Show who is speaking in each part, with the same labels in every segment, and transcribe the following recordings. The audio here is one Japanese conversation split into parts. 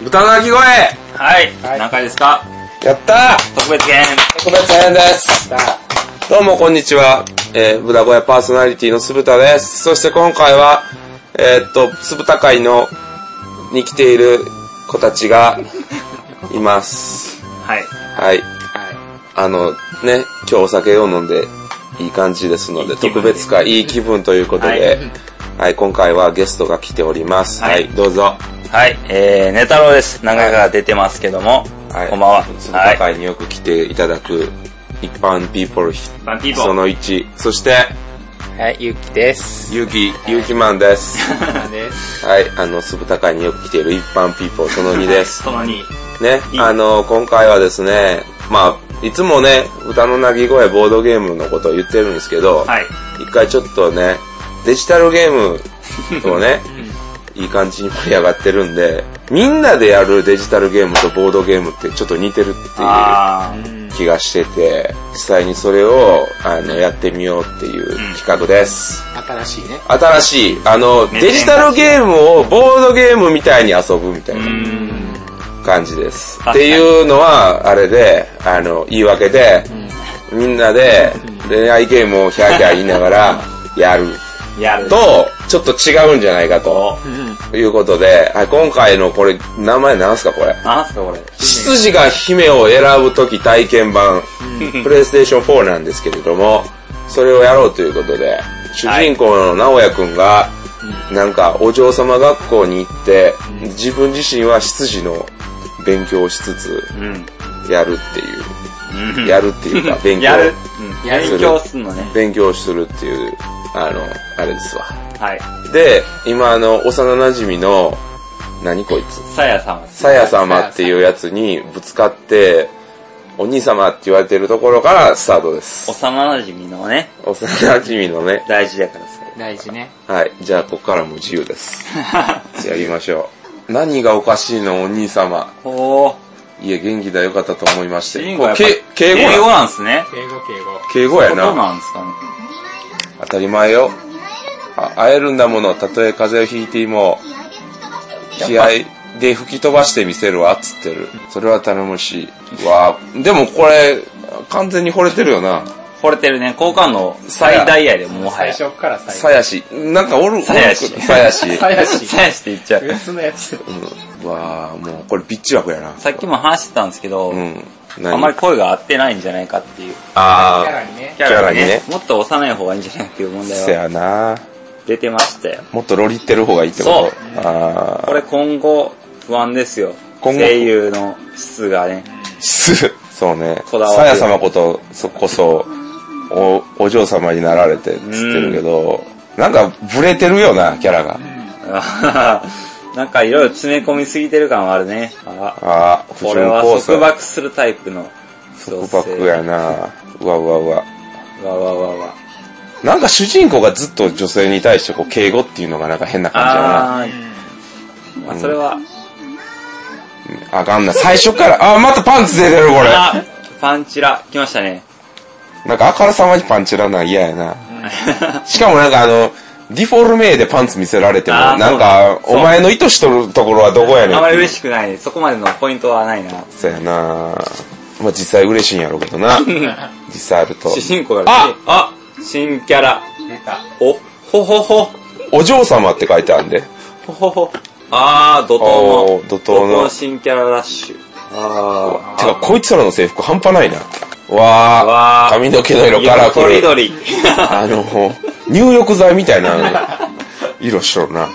Speaker 1: 豚の鳴き声
Speaker 2: はい、
Speaker 3: はい
Speaker 2: 何回ですか
Speaker 1: やった
Speaker 2: 特別編
Speaker 1: 特別編ですどうもこんにちは、えー、豚小屋パーソナリティの酢豚です。そして今回は、えーっと、酢豚会の、に来ている子たちが、います。
Speaker 2: はい
Speaker 1: はい。あの、ね、今日お酒を飲んで、いい感じですので、
Speaker 2: いい気分
Speaker 1: 特別会、いい気分ということで、はい、今回はゲストが来ております。
Speaker 2: は
Speaker 1: はいい、どうぞ。
Speaker 2: はい、えー、ネタロウです。長が出てますけども、
Speaker 1: はい、
Speaker 2: こんばんは。
Speaker 1: 鈴
Speaker 2: は
Speaker 1: 鹿
Speaker 2: い。
Speaker 1: 会によく来ていただく一般ピーポル
Speaker 2: バンピーポ
Speaker 1: そ
Speaker 2: ー。
Speaker 1: の1。そして、
Speaker 3: はい、ゆうきです。
Speaker 1: ゆうき、ゆうきマンです。
Speaker 3: です。
Speaker 1: はい、あの、鈴鹿会によく来ている一般ピーポルその2です。
Speaker 2: その2。
Speaker 1: ね
Speaker 2: い、い
Speaker 1: あの、今回はですね、まあ、いつもね、歌の鳴き声ボードゲームのことを言ってるんですけど、
Speaker 2: はい。
Speaker 1: 一回ちょっとね、デジタルゲームを ね、いい感じに盛り上がってるんで、みんなでやるデジタルゲームとボードゲームってちょっと似てるっていう
Speaker 2: あ
Speaker 1: 気がしてて、実際にそれをあのやってみようっていう企画です。
Speaker 3: 新しいね。
Speaker 1: 新しい、あの、
Speaker 2: ね
Speaker 1: デジタルゲームをボードゲームみたいに遊ぶみたい
Speaker 2: ー。う
Speaker 1: な
Speaker 2: ーん。
Speaker 1: 感じです。
Speaker 2: 確か
Speaker 1: っ
Speaker 2: に
Speaker 1: ていうのは、あれで、あの、言い訳で、みんなで恋愛ゲームをヒャーヒャー言いながらやる。
Speaker 2: やる。
Speaker 1: と、ちょっと違うんじゃないかと
Speaker 2: お
Speaker 3: うん。
Speaker 1: いうことで、はい今回のこれ、名前なんすかこれ。
Speaker 2: なんすかこれ。
Speaker 1: 執事が姫を選ぶとき体験版、プレイステーション4なんですけれども、それをやろうということで、主人公の直哉くんが、なんかお嬢様学校に行って、自分自身は執事の勉強をしつつ、
Speaker 2: うん。
Speaker 1: やるっていうう、
Speaker 2: ん
Speaker 1: やるって いうか、勉強
Speaker 2: や、る。うん。
Speaker 3: やる
Speaker 2: 勉強すんのね。
Speaker 1: 勉強するっていう、あの、あれですわ。
Speaker 2: はい。
Speaker 1: で、今あの、幼馴染の、何こいつ
Speaker 2: さやさんです。
Speaker 1: さや様っていうやつにぶつかって、お兄様って言われてるところからスタートです。
Speaker 2: 幼馴染のね、
Speaker 1: 幼馴染のね。
Speaker 2: 大事だからさ。
Speaker 3: 大事ね。
Speaker 1: はい。じゃあ、ここからも自由 です。やりましょう。何がおかしいのお兄様。
Speaker 2: おー。
Speaker 1: いえ、元気だよかったと思いまし
Speaker 2: 主
Speaker 1: て。
Speaker 2: 人公はやっぱ
Speaker 1: け敬語
Speaker 2: 敬語
Speaker 1: や。
Speaker 2: なんすね。
Speaker 3: 敬語敬語。
Speaker 1: 敬語や
Speaker 2: そう
Speaker 1: な。
Speaker 2: なんですかね。
Speaker 1: 当たり前よ。あ会えるんだもの、たとえ風邪をひいても、気合で吹き飛ばしてみせるわ、っつってる。それは頼もしい。わあでもこれ、完全に惚れてるよな。
Speaker 2: 惚れてるね。好感度最大やで、もは
Speaker 3: 最
Speaker 2: や。
Speaker 3: 初から
Speaker 1: さ
Speaker 3: 最
Speaker 1: やし。なんかおる、
Speaker 2: さやし
Speaker 1: おるさや し。
Speaker 3: 後。やし。
Speaker 2: さやして言っちゃう。
Speaker 3: 別のやつ。
Speaker 1: うんわあもうこれビッチ枠やな。
Speaker 2: さっきも話してたんですけど、
Speaker 1: うん。何
Speaker 2: あんまり声が合ってないんじゃないかっていう。
Speaker 3: キ
Speaker 1: あ
Speaker 3: ャ
Speaker 1: あ
Speaker 3: ラにね。
Speaker 2: キャラが
Speaker 1: キャラ
Speaker 2: ね
Speaker 1: に、
Speaker 2: もっと幼い方がいいんじゃないっていう問
Speaker 1: せ
Speaker 2: 題は
Speaker 1: やな
Speaker 2: 出てましたよ。
Speaker 1: もっとロリってる方がいいってことあ
Speaker 2: これ今後不安ですよ。
Speaker 1: 今後
Speaker 2: 声優の質がね。
Speaker 1: あ。す、 そうね。
Speaker 2: こだわり
Speaker 1: さや様こと、そこそ、お、お嬢様になられてっつってるけど、なんかブレてるよな、キャラが。
Speaker 2: なんかいろいろ詰め込みすぎてる感はあるね。あ
Speaker 1: ああ、不
Speaker 2: これ
Speaker 1: 純
Speaker 2: は
Speaker 1: 交
Speaker 2: 束
Speaker 1: 際。
Speaker 2: 縛するタイプの
Speaker 1: 束
Speaker 2: 女性。
Speaker 1: 縛やなうわうわうわ。
Speaker 2: わわわわ。
Speaker 1: なんか主人公がずっと女性に対してこう敬語っていうのがなんか変な感じやな。
Speaker 2: あー、まあそれは、
Speaker 1: あかんな。最初から、あ、またパンツ出てる、これ。
Speaker 2: あパンチラ、来ましたね。
Speaker 1: なんか、あからさまにパンチラなん嫌やな。しかもなんか、あの、ディフォルメでパンツ見せられても、
Speaker 2: あー
Speaker 1: なんか、
Speaker 2: そう
Speaker 1: お前の意図しとるところはどこやねん
Speaker 2: あ
Speaker 1: っ
Speaker 2: ま
Speaker 1: ていう。
Speaker 2: り嬉しくない。そこまでのポイントはないな。
Speaker 1: そうやなまあ実際嬉しいんやろうけど な。実際あると
Speaker 2: 主。人公が、
Speaker 1: あ
Speaker 2: あ新キャラ。
Speaker 3: 出た。
Speaker 2: お、ほほほ、
Speaker 1: お嬢様って書いてあるんで。
Speaker 2: ほほほ。あー、怒
Speaker 1: おー
Speaker 2: 涛の、
Speaker 1: 怒涛の
Speaker 2: 新キャララッシュ。あ
Speaker 1: てか、こいつらの制服半端ないな。わ
Speaker 2: わ
Speaker 1: ー、
Speaker 2: ー
Speaker 1: 髪の毛の色カラフ
Speaker 2: とりど
Speaker 1: ル。
Speaker 2: り。
Speaker 1: あの、入浴剤みたいな色しとるな。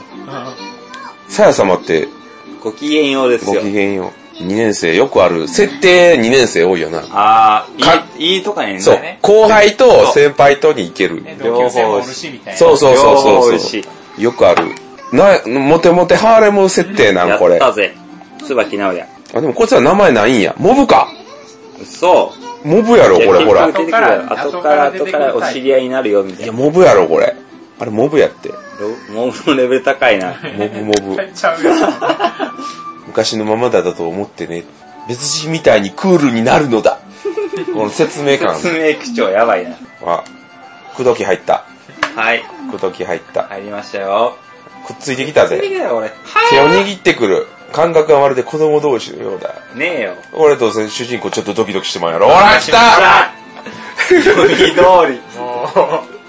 Speaker 1: さや様って、
Speaker 2: ご機嫌ようです
Speaker 1: ご
Speaker 2: よ
Speaker 1: き。げんよう。2年生、よくある。設定2年生多いよな。
Speaker 2: あ
Speaker 1: か
Speaker 2: ー、いい、いいとかね。
Speaker 1: そう
Speaker 3: ね。
Speaker 1: 後輩と先輩とに行ける。
Speaker 3: ね、同級生もおるし、みたいな。
Speaker 1: そうそうそう
Speaker 2: 両方
Speaker 1: そう
Speaker 2: 美味し
Speaker 1: そう。よくある。な、モテモテハーレム設定な
Speaker 2: や
Speaker 1: ん、これ。
Speaker 2: った
Speaker 1: あ、
Speaker 2: ぜ。椿直也。
Speaker 1: でもこいつら名前ないんや。モブか。
Speaker 2: 嘘。
Speaker 1: モブやろ、
Speaker 2: いや
Speaker 1: これ、ほら。
Speaker 2: 結
Speaker 1: い
Speaker 2: 局出てくるよ後
Speaker 3: 後
Speaker 2: か、
Speaker 3: からら
Speaker 2: 後からお知り合いになるよ、みたい
Speaker 1: や、
Speaker 2: な。
Speaker 1: モブやろ、これ。あれ、モブやって。
Speaker 2: もうレベル高いな。
Speaker 1: モブモブ。
Speaker 3: ちゃうよ。
Speaker 1: 昔のままだと思ってね。別人みたいにクールになるのだ。この説明感
Speaker 2: 説明口調やばいな。
Speaker 1: は、くどき入った。
Speaker 2: はい。
Speaker 1: くどき入った。
Speaker 2: 入りましたよ。
Speaker 1: くっついてきたぜ。
Speaker 2: だよ、俺。
Speaker 1: 手を握ってくる。感覚がまるで子供同士のようだ。
Speaker 2: ねえよ。
Speaker 1: 俺と主人公ちょっとドキドキしてまうやろ。ほら来
Speaker 2: あ
Speaker 1: た
Speaker 2: ら文字通り。
Speaker 3: も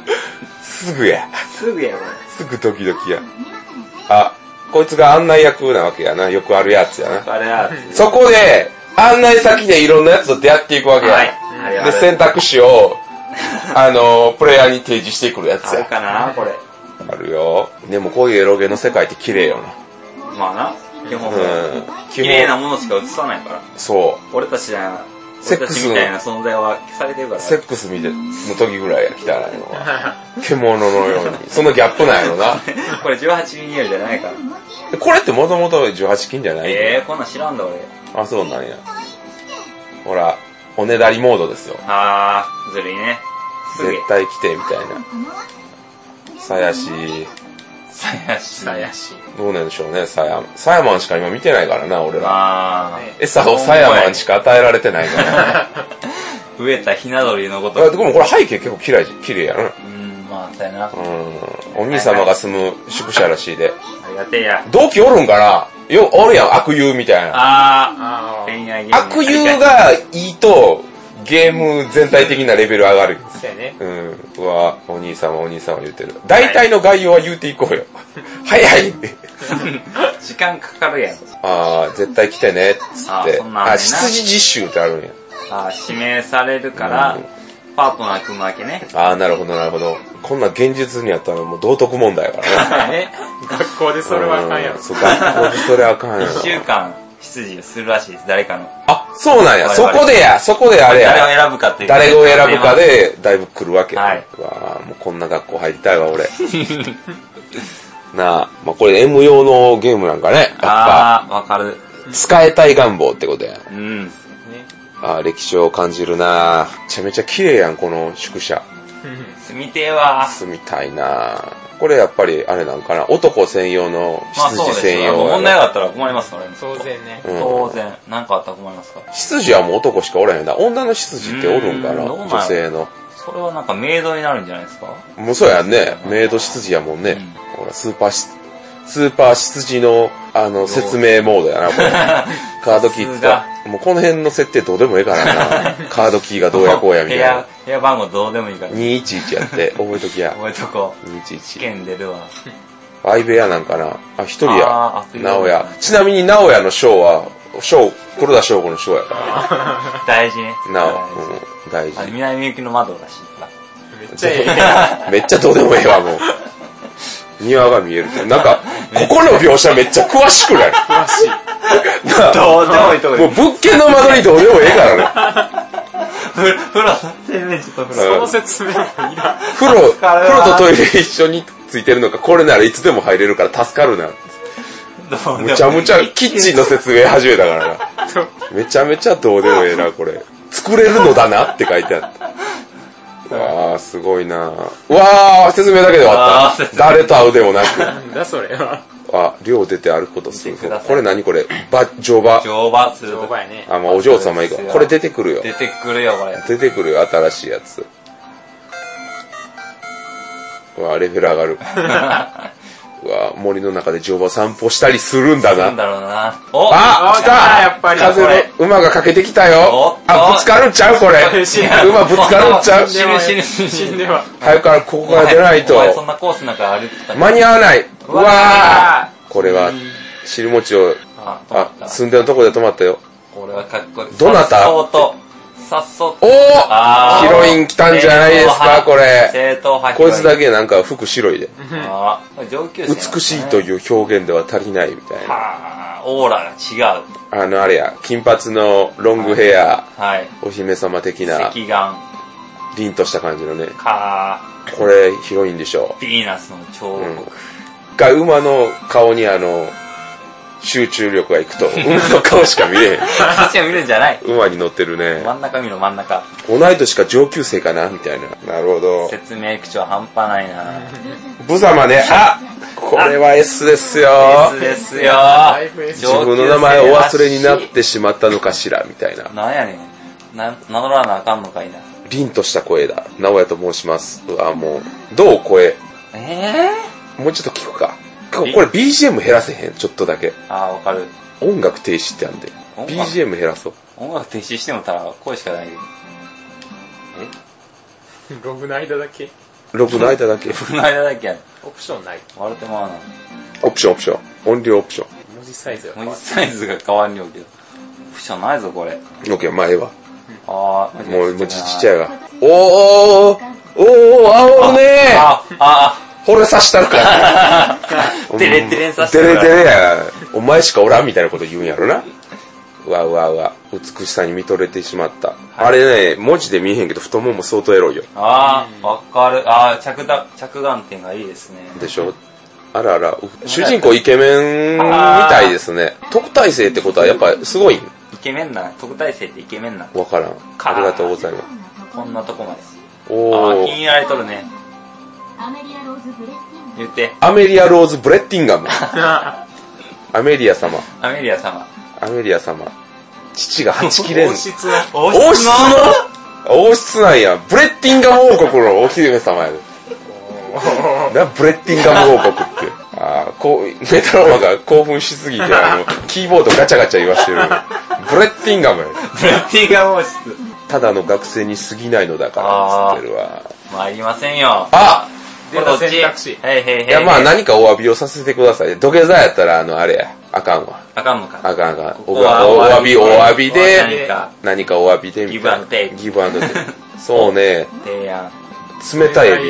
Speaker 1: すぐや。
Speaker 2: すぐやろ。
Speaker 1: すぐドキドキや。あ、こいつが案内役なわけやな。よくあるやつやな。
Speaker 2: あれは。
Speaker 1: そこで、案内先でいろんなやつと出会っていくわけや。
Speaker 2: はい。あれ
Speaker 1: で、選択肢を、あの、プレイヤーに提示してくるやつ
Speaker 2: ある
Speaker 1: や。
Speaker 2: かなこれ。
Speaker 1: あるよ。でもこういうエロゲの世界って綺麗よな。
Speaker 2: まあな。基本、
Speaker 1: うん。
Speaker 2: 綺麗なものしか映さないから。
Speaker 1: そう。
Speaker 2: 俺たちじゃ、
Speaker 1: セ
Speaker 2: 俺
Speaker 1: ック
Speaker 2: た
Speaker 1: ス
Speaker 2: ちみたいな存在は消されてるから。
Speaker 1: セックス見ての時ぐらいや、汚いの は。獣のように。そのギャップなんやろな。
Speaker 2: これ18人よりじゃないから。
Speaker 1: これってもともと18金じゃない
Speaker 2: ええー、こんなん知らんだ俺。
Speaker 1: あ、そうなんや。ほら、おねだりモードですよ。
Speaker 2: あー、ずるいね。すげえ
Speaker 1: 絶。対来て、みたいな。さやし、
Speaker 2: さやし。
Speaker 3: う、さやし。ね
Speaker 1: どうなんでしょうね、さや、さやまんしか今見てないからな、俺ら。
Speaker 2: まあ、
Speaker 1: 餌をさやまんしか与えられてないから。
Speaker 2: 増えたひな鳥のこと。
Speaker 1: あでもこれ背景結構綺麗じ、綺麗やな。
Speaker 2: うん、まあ、そうやな。あ
Speaker 1: うん。お兄様が住む宿舎らしいで。
Speaker 2: りがてえや。
Speaker 1: 同期おるんかなよ、おるやん、悪友みたいな。
Speaker 2: あー、恋愛ゲーム。
Speaker 1: 悪友がいいと、ゲーム全体的なレベル上がる。
Speaker 3: そうやね。
Speaker 1: うん。うわ、お兄様、お兄様言うてる。大体の概要は言うていこうよ。早い
Speaker 2: 時間かかるやん。
Speaker 1: あー、絶対来てね、つっ
Speaker 2: あ
Speaker 1: て。
Speaker 2: そんなんあんねんな
Speaker 1: 羊実習ってあるんや。
Speaker 2: あー、指名されるから、パートナー組むわけね。
Speaker 1: あー、なるほど、なるほど。こんな現実にあったらもう道徳問題やから ね。
Speaker 2: ね。
Speaker 3: 学校でそれはあかんや
Speaker 1: う
Speaker 3: ろ
Speaker 1: ん。そう、学校でそれあかんやろ
Speaker 2: 1 。週間、執事をするらしいです、誰かの。
Speaker 1: あ、そうなんや。
Speaker 2: 我
Speaker 1: そ
Speaker 2: 々
Speaker 1: こでや、そこであれや。
Speaker 2: 誰を選ぶかっていう。
Speaker 1: 誰を選ぶか。で、だいぶ来るわけ。
Speaker 2: はい。
Speaker 1: わあもうこんな学校入りたいわ、俺。 なあ、まあこれ M 用のゲームなんかね。やっぱ、
Speaker 2: あー、わかる。
Speaker 1: 使えたい願望ってことや。
Speaker 2: うん。
Speaker 3: ね。
Speaker 1: ああ、歴史を感じるなあめちゃめちゃ綺麗やん、この宿舎。
Speaker 2: 住みてえわ。
Speaker 1: 住みたいなあこれやっぱり、あれなんかな、男専用の
Speaker 2: まあそう
Speaker 1: 羊
Speaker 2: です
Speaker 1: 専
Speaker 2: よ。
Speaker 1: 用や
Speaker 2: 問
Speaker 1: な、
Speaker 2: 題があったら困りますからね。
Speaker 3: 当然ね。
Speaker 1: うん
Speaker 2: 当然。なんかあったら困りますから。
Speaker 1: 羊はもう男しかおらへんな。女の羊っておるんかな
Speaker 2: うーんどうなんやろ
Speaker 1: 女性の。
Speaker 2: それはなんかメイドになるんじゃないですか
Speaker 1: もうそうやんね。メイド羊やもんね。ほら、スーパーし、スーパー羊の、あの、説明モードやな、これ。カードキーって
Speaker 2: さ。
Speaker 1: もうこの辺の設定どうでもええからな。カードキーがどうやこうやみたい
Speaker 2: 部
Speaker 1: な
Speaker 2: 屋。、部屋番号どうでもいいから。
Speaker 1: 211やって、覚えと きや。
Speaker 2: 覚えとこう。試
Speaker 1: 211。
Speaker 2: 験出るわ。
Speaker 1: 相部屋なんかな。あ、一人
Speaker 2: あー
Speaker 1: や
Speaker 2: あ。という
Speaker 1: 直屋。ちなみに直屋の章は、章、黒田章子の章やから。
Speaker 2: 大事ね。
Speaker 1: な
Speaker 2: 大
Speaker 1: お、
Speaker 2: 事
Speaker 1: うん、大
Speaker 2: あ
Speaker 1: 事
Speaker 2: れ、。南行きの窓ら しいから。
Speaker 3: めっちゃええやん。
Speaker 1: めっちゃどうでもええわ、もう。庭が見えるって。なんか、ここの描写めっちゃ詳しくない詳しい。なあ
Speaker 2: どうでもいいと こ
Speaker 1: もう物件の間取りどうでもええ からね。
Speaker 2: 風呂、風呂、洗面所と風呂。
Speaker 3: その説明もいらん。
Speaker 1: 風呂、
Speaker 2: かるわ
Speaker 1: 風呂とトイレ一緒についてるのか、これならいつでも入れるから助かるな。
Speaker 2: どうでもいい
Speaker 1: むちゃむちゃキッチンの説明始めたからな。めちゃめちゃどうでもええな、これ。作れるのだなって書いてあ った。わあすごいなあうわあ説明だけで終わ
Speaker 2: あー
Speaker 1: った。誰と会うで もなく。
Speaker 3: なんだそれは。
Speaker 1: あ、寮出て歩くことする
Speaker 2: 見てください
Speaker 1: これ何これば、乗馬。
Speaker 2: 乗馬する
Speaker 3: お前ね。
Speaker 1: あ、まあお嬢様いいか
Speaker 2: そうです。よ
Speaker 1: これ出てくるよ。
Speaker 2: 出てくるよ、これ。
Speaker 1: 出てくるよ、新しいやつ。うわ、レベル上が る。うわ、森の中で乗馬散歩したりするんだ
Speaker 2: なん
Speaker 1: な。
Speaker 2: だろうな。 お
Speaker 1: あ
Speaker 3: あ
Speaker 1: 来
Speaker 3: 来
Speaker 1: た
Speaker 3: たやっぱり
Speaker 1: 風
Speaker 3: これ
Speaker 1: の馬がかけてきた
Speaker 2: おっ
Speaker 1: よ
Speaker 2: と
Speaker 1: あ、ぶつかるんちゃうこれ。馬ぶ
Speaker 3: 嬉し
Speaker 1: つ
Speaker 3: い
Speaker 1: かるんちゃう
Speaker 2: 死ぬ死ぬ
Speaker 3: 死
Speaker 2: 死
Speaker 3: ん
Speaker 2: ぬ。
Speaker 3: では。
Speaker 1: 早くからここから出ない
Speaker 2: お前そん
Speaker 1: と。
Speaker 2: なコースなんか歩いてた
Speaker 1: 間に合わない。う
Speaker 2: うわ
Speaker 1: わこれは、汁餅を、
Speaker 2: あ、止ま
Speaker 1: あ
Speaker 2: っ、た。
Speaker 1: 住んでるとこで止まったよ。
Speaker 2: これはかっこいい。
Speaker 1: どなた
Speaker 2: さっそうと、さっそう
Speaker 1: お
Speaker 2: と。
Speaker 1: お
Speaker 2: あ
Speaker 1: ヒ
Speaker 2: ー
Speaker 1: ロイン来たんじゃないですか、これ。
Speaker 2: 正統派。
Speaker 1: こいつだけなんか服白いで。
Speaker 2: け。あー上級生、
Speaker 1: 美しいと
Speaker 2: う。
Speaker 1: いう表現では足りないみたいな。
Speaker 2: はあ、オーラが違う。
Speaker 1: あの、あれや、金髪のロングヘア、
Speaker 2: はい。
Speaker 1: お姫様的な
Speaker 2: 赤、眼。
Speaker 1: 凛とした感じのね。
Speaker 2: か
Speaker 1: これ、ヒロインでしょ
Speaker 2: ー、ヴィーナスの彫
Speaker 1: う。う
Speaker 2: 刻。
Speaker 1: ん。が、馬の顔にあの、集中力がいく と、馬の顔しか見れへん。
Speaker 2: 私は見るんじゃない。
Speaker 1: 馬に乗ってるね。
Speaker 2: 真ん中見ろ、真ん中。
Speaker 1: 同い年か上級生かなみたいな。なるほど。
Speaker 2: 説明口調半端ないな。
Speaker 1: 無様ね、あこれは S ですよ。
Speaker 2: S ですよ。
Speaker 3: だいぶ S
Speaker 1: 自分の名前をお忘れになってしまったのかしらみたいな。
Speaker 2: なんやねん。な、名乗らなあかんのかいな。
Speaker 1: 凛とした声だ。直哉と申します。うわ、もう、どう声
Speaker 2: ええ
Speaker 1: もうちょっと聞くか。ここれ BGM 減らせへん、ちょっとだけ。
Speaker 2: ー、あー、わかる。
Speaker 1: 音楽停止ってあんで。
Speaker 2: 音楽
Speaker 1: BGM 減らそう。
Speaker 2: 音楽停止してもたら声しかない。
Speaker 3: ログの間だけ。
Speaker 1: ログの間だけ。
Speaker 2: この間だけやね
Speaker 3: オプションない。
Speaker 2: 笑ってまわない。
Speaker 1: オプションオプション。音量オプション。
Speaker 3: 文字サイズが変
Speaker 2: 文
Speaker 3: わ
Speaker 2: 字
Speaker 3: る。
Speaker 2: サイズが変わんようけど。オプションないぞ、これ。
Speaker 1: オッケー、前は。
Speaker 2: ああ、
Speaker 1: もう、もうちっちゃ
Speaker 2: い。
Speaker 1: いわ。おーおーおーおーおーあおねー
Speaker 2: ああ、
Speaker 1: 惚れさしたるから。
Speaker 2: あデレデレさせ
Speaker 1: デレ
Speaker 2: てる
Speaker 1: デレや。お前しかおらんみたいなこと言うんやろな。うわうわうわ。美しさに見とれてしまった。あれね、文字で見えへんけど、太もも相当エロいよ。
Speaker 2: ああ、わかる。ああ、着だ、着眼点がいいですね。
Speaker 1: でしょあらあら、主人公イケメンみたいですね。特待生ってことはやっぱすごいん
Speaker 2: イケメンな、特待生ってイケメンな。
Speaker 1: わからん。あ
Speaker 2: か
Speaker 1: りがとうございます。
Speaker 2: こんなとこまで。ああ
Speaker 1: お
Speaker 2: ー、気に入
Speaker 1: ー。
Speaker 2: られとるね。
Speaker 4: アメリアローズ・ブレッキン
Speaker 2: 言って、
Speaker 1: アメリア・ローズ・ブレッティンガム。
Speaker 3: あ
Speaker 1: アメリア様。
Speaker 2: アメリア様。
Speaker 1: アメリア様。父が8切れん
Speaker 3: 王。室は
Speaker 2: 王
Speaker 1: 王室の王室なんや。ブレッティンガム王国のお姫様やで。な、ブレッティンガム王国って。ああ、こう、メタローマが興奮しすぎて、あの、キーボードガチャガチャ言わしてる。ブレッティンガムやで
Speaker 2: ブレッティが王室。
Speaker 1: ただの学生に過ぎないのだから、つってるわ。
Speaker 2: 参りませんよ。
Speaker 1: あ
Speaker 2: これどっち
Speaker 3: 選択肢
Speaker 2: はいはいはい。
Speaker 1: いや、まあ何かお詫びをさせてください。土下座やったら、あの、あれや。あかんわ。
Speaker 2: あかんのか。
Speaker 1: あかんあかん。
Speaker 2: こ
Speaker 1: お
Speaker 2: こは
Speaker 1: がお詫び、お詫び
Speaker 2: 何
Speaker 1: で、
Speaker 2: か
Speaker 1: 何かお詫びで、みたいな。
Speaker 2: ギブアンドテイク
Speaker 1: ギブアンドテイクそうね、
Speaker 2: 提案。
Speaker 1: 冷たいエビ。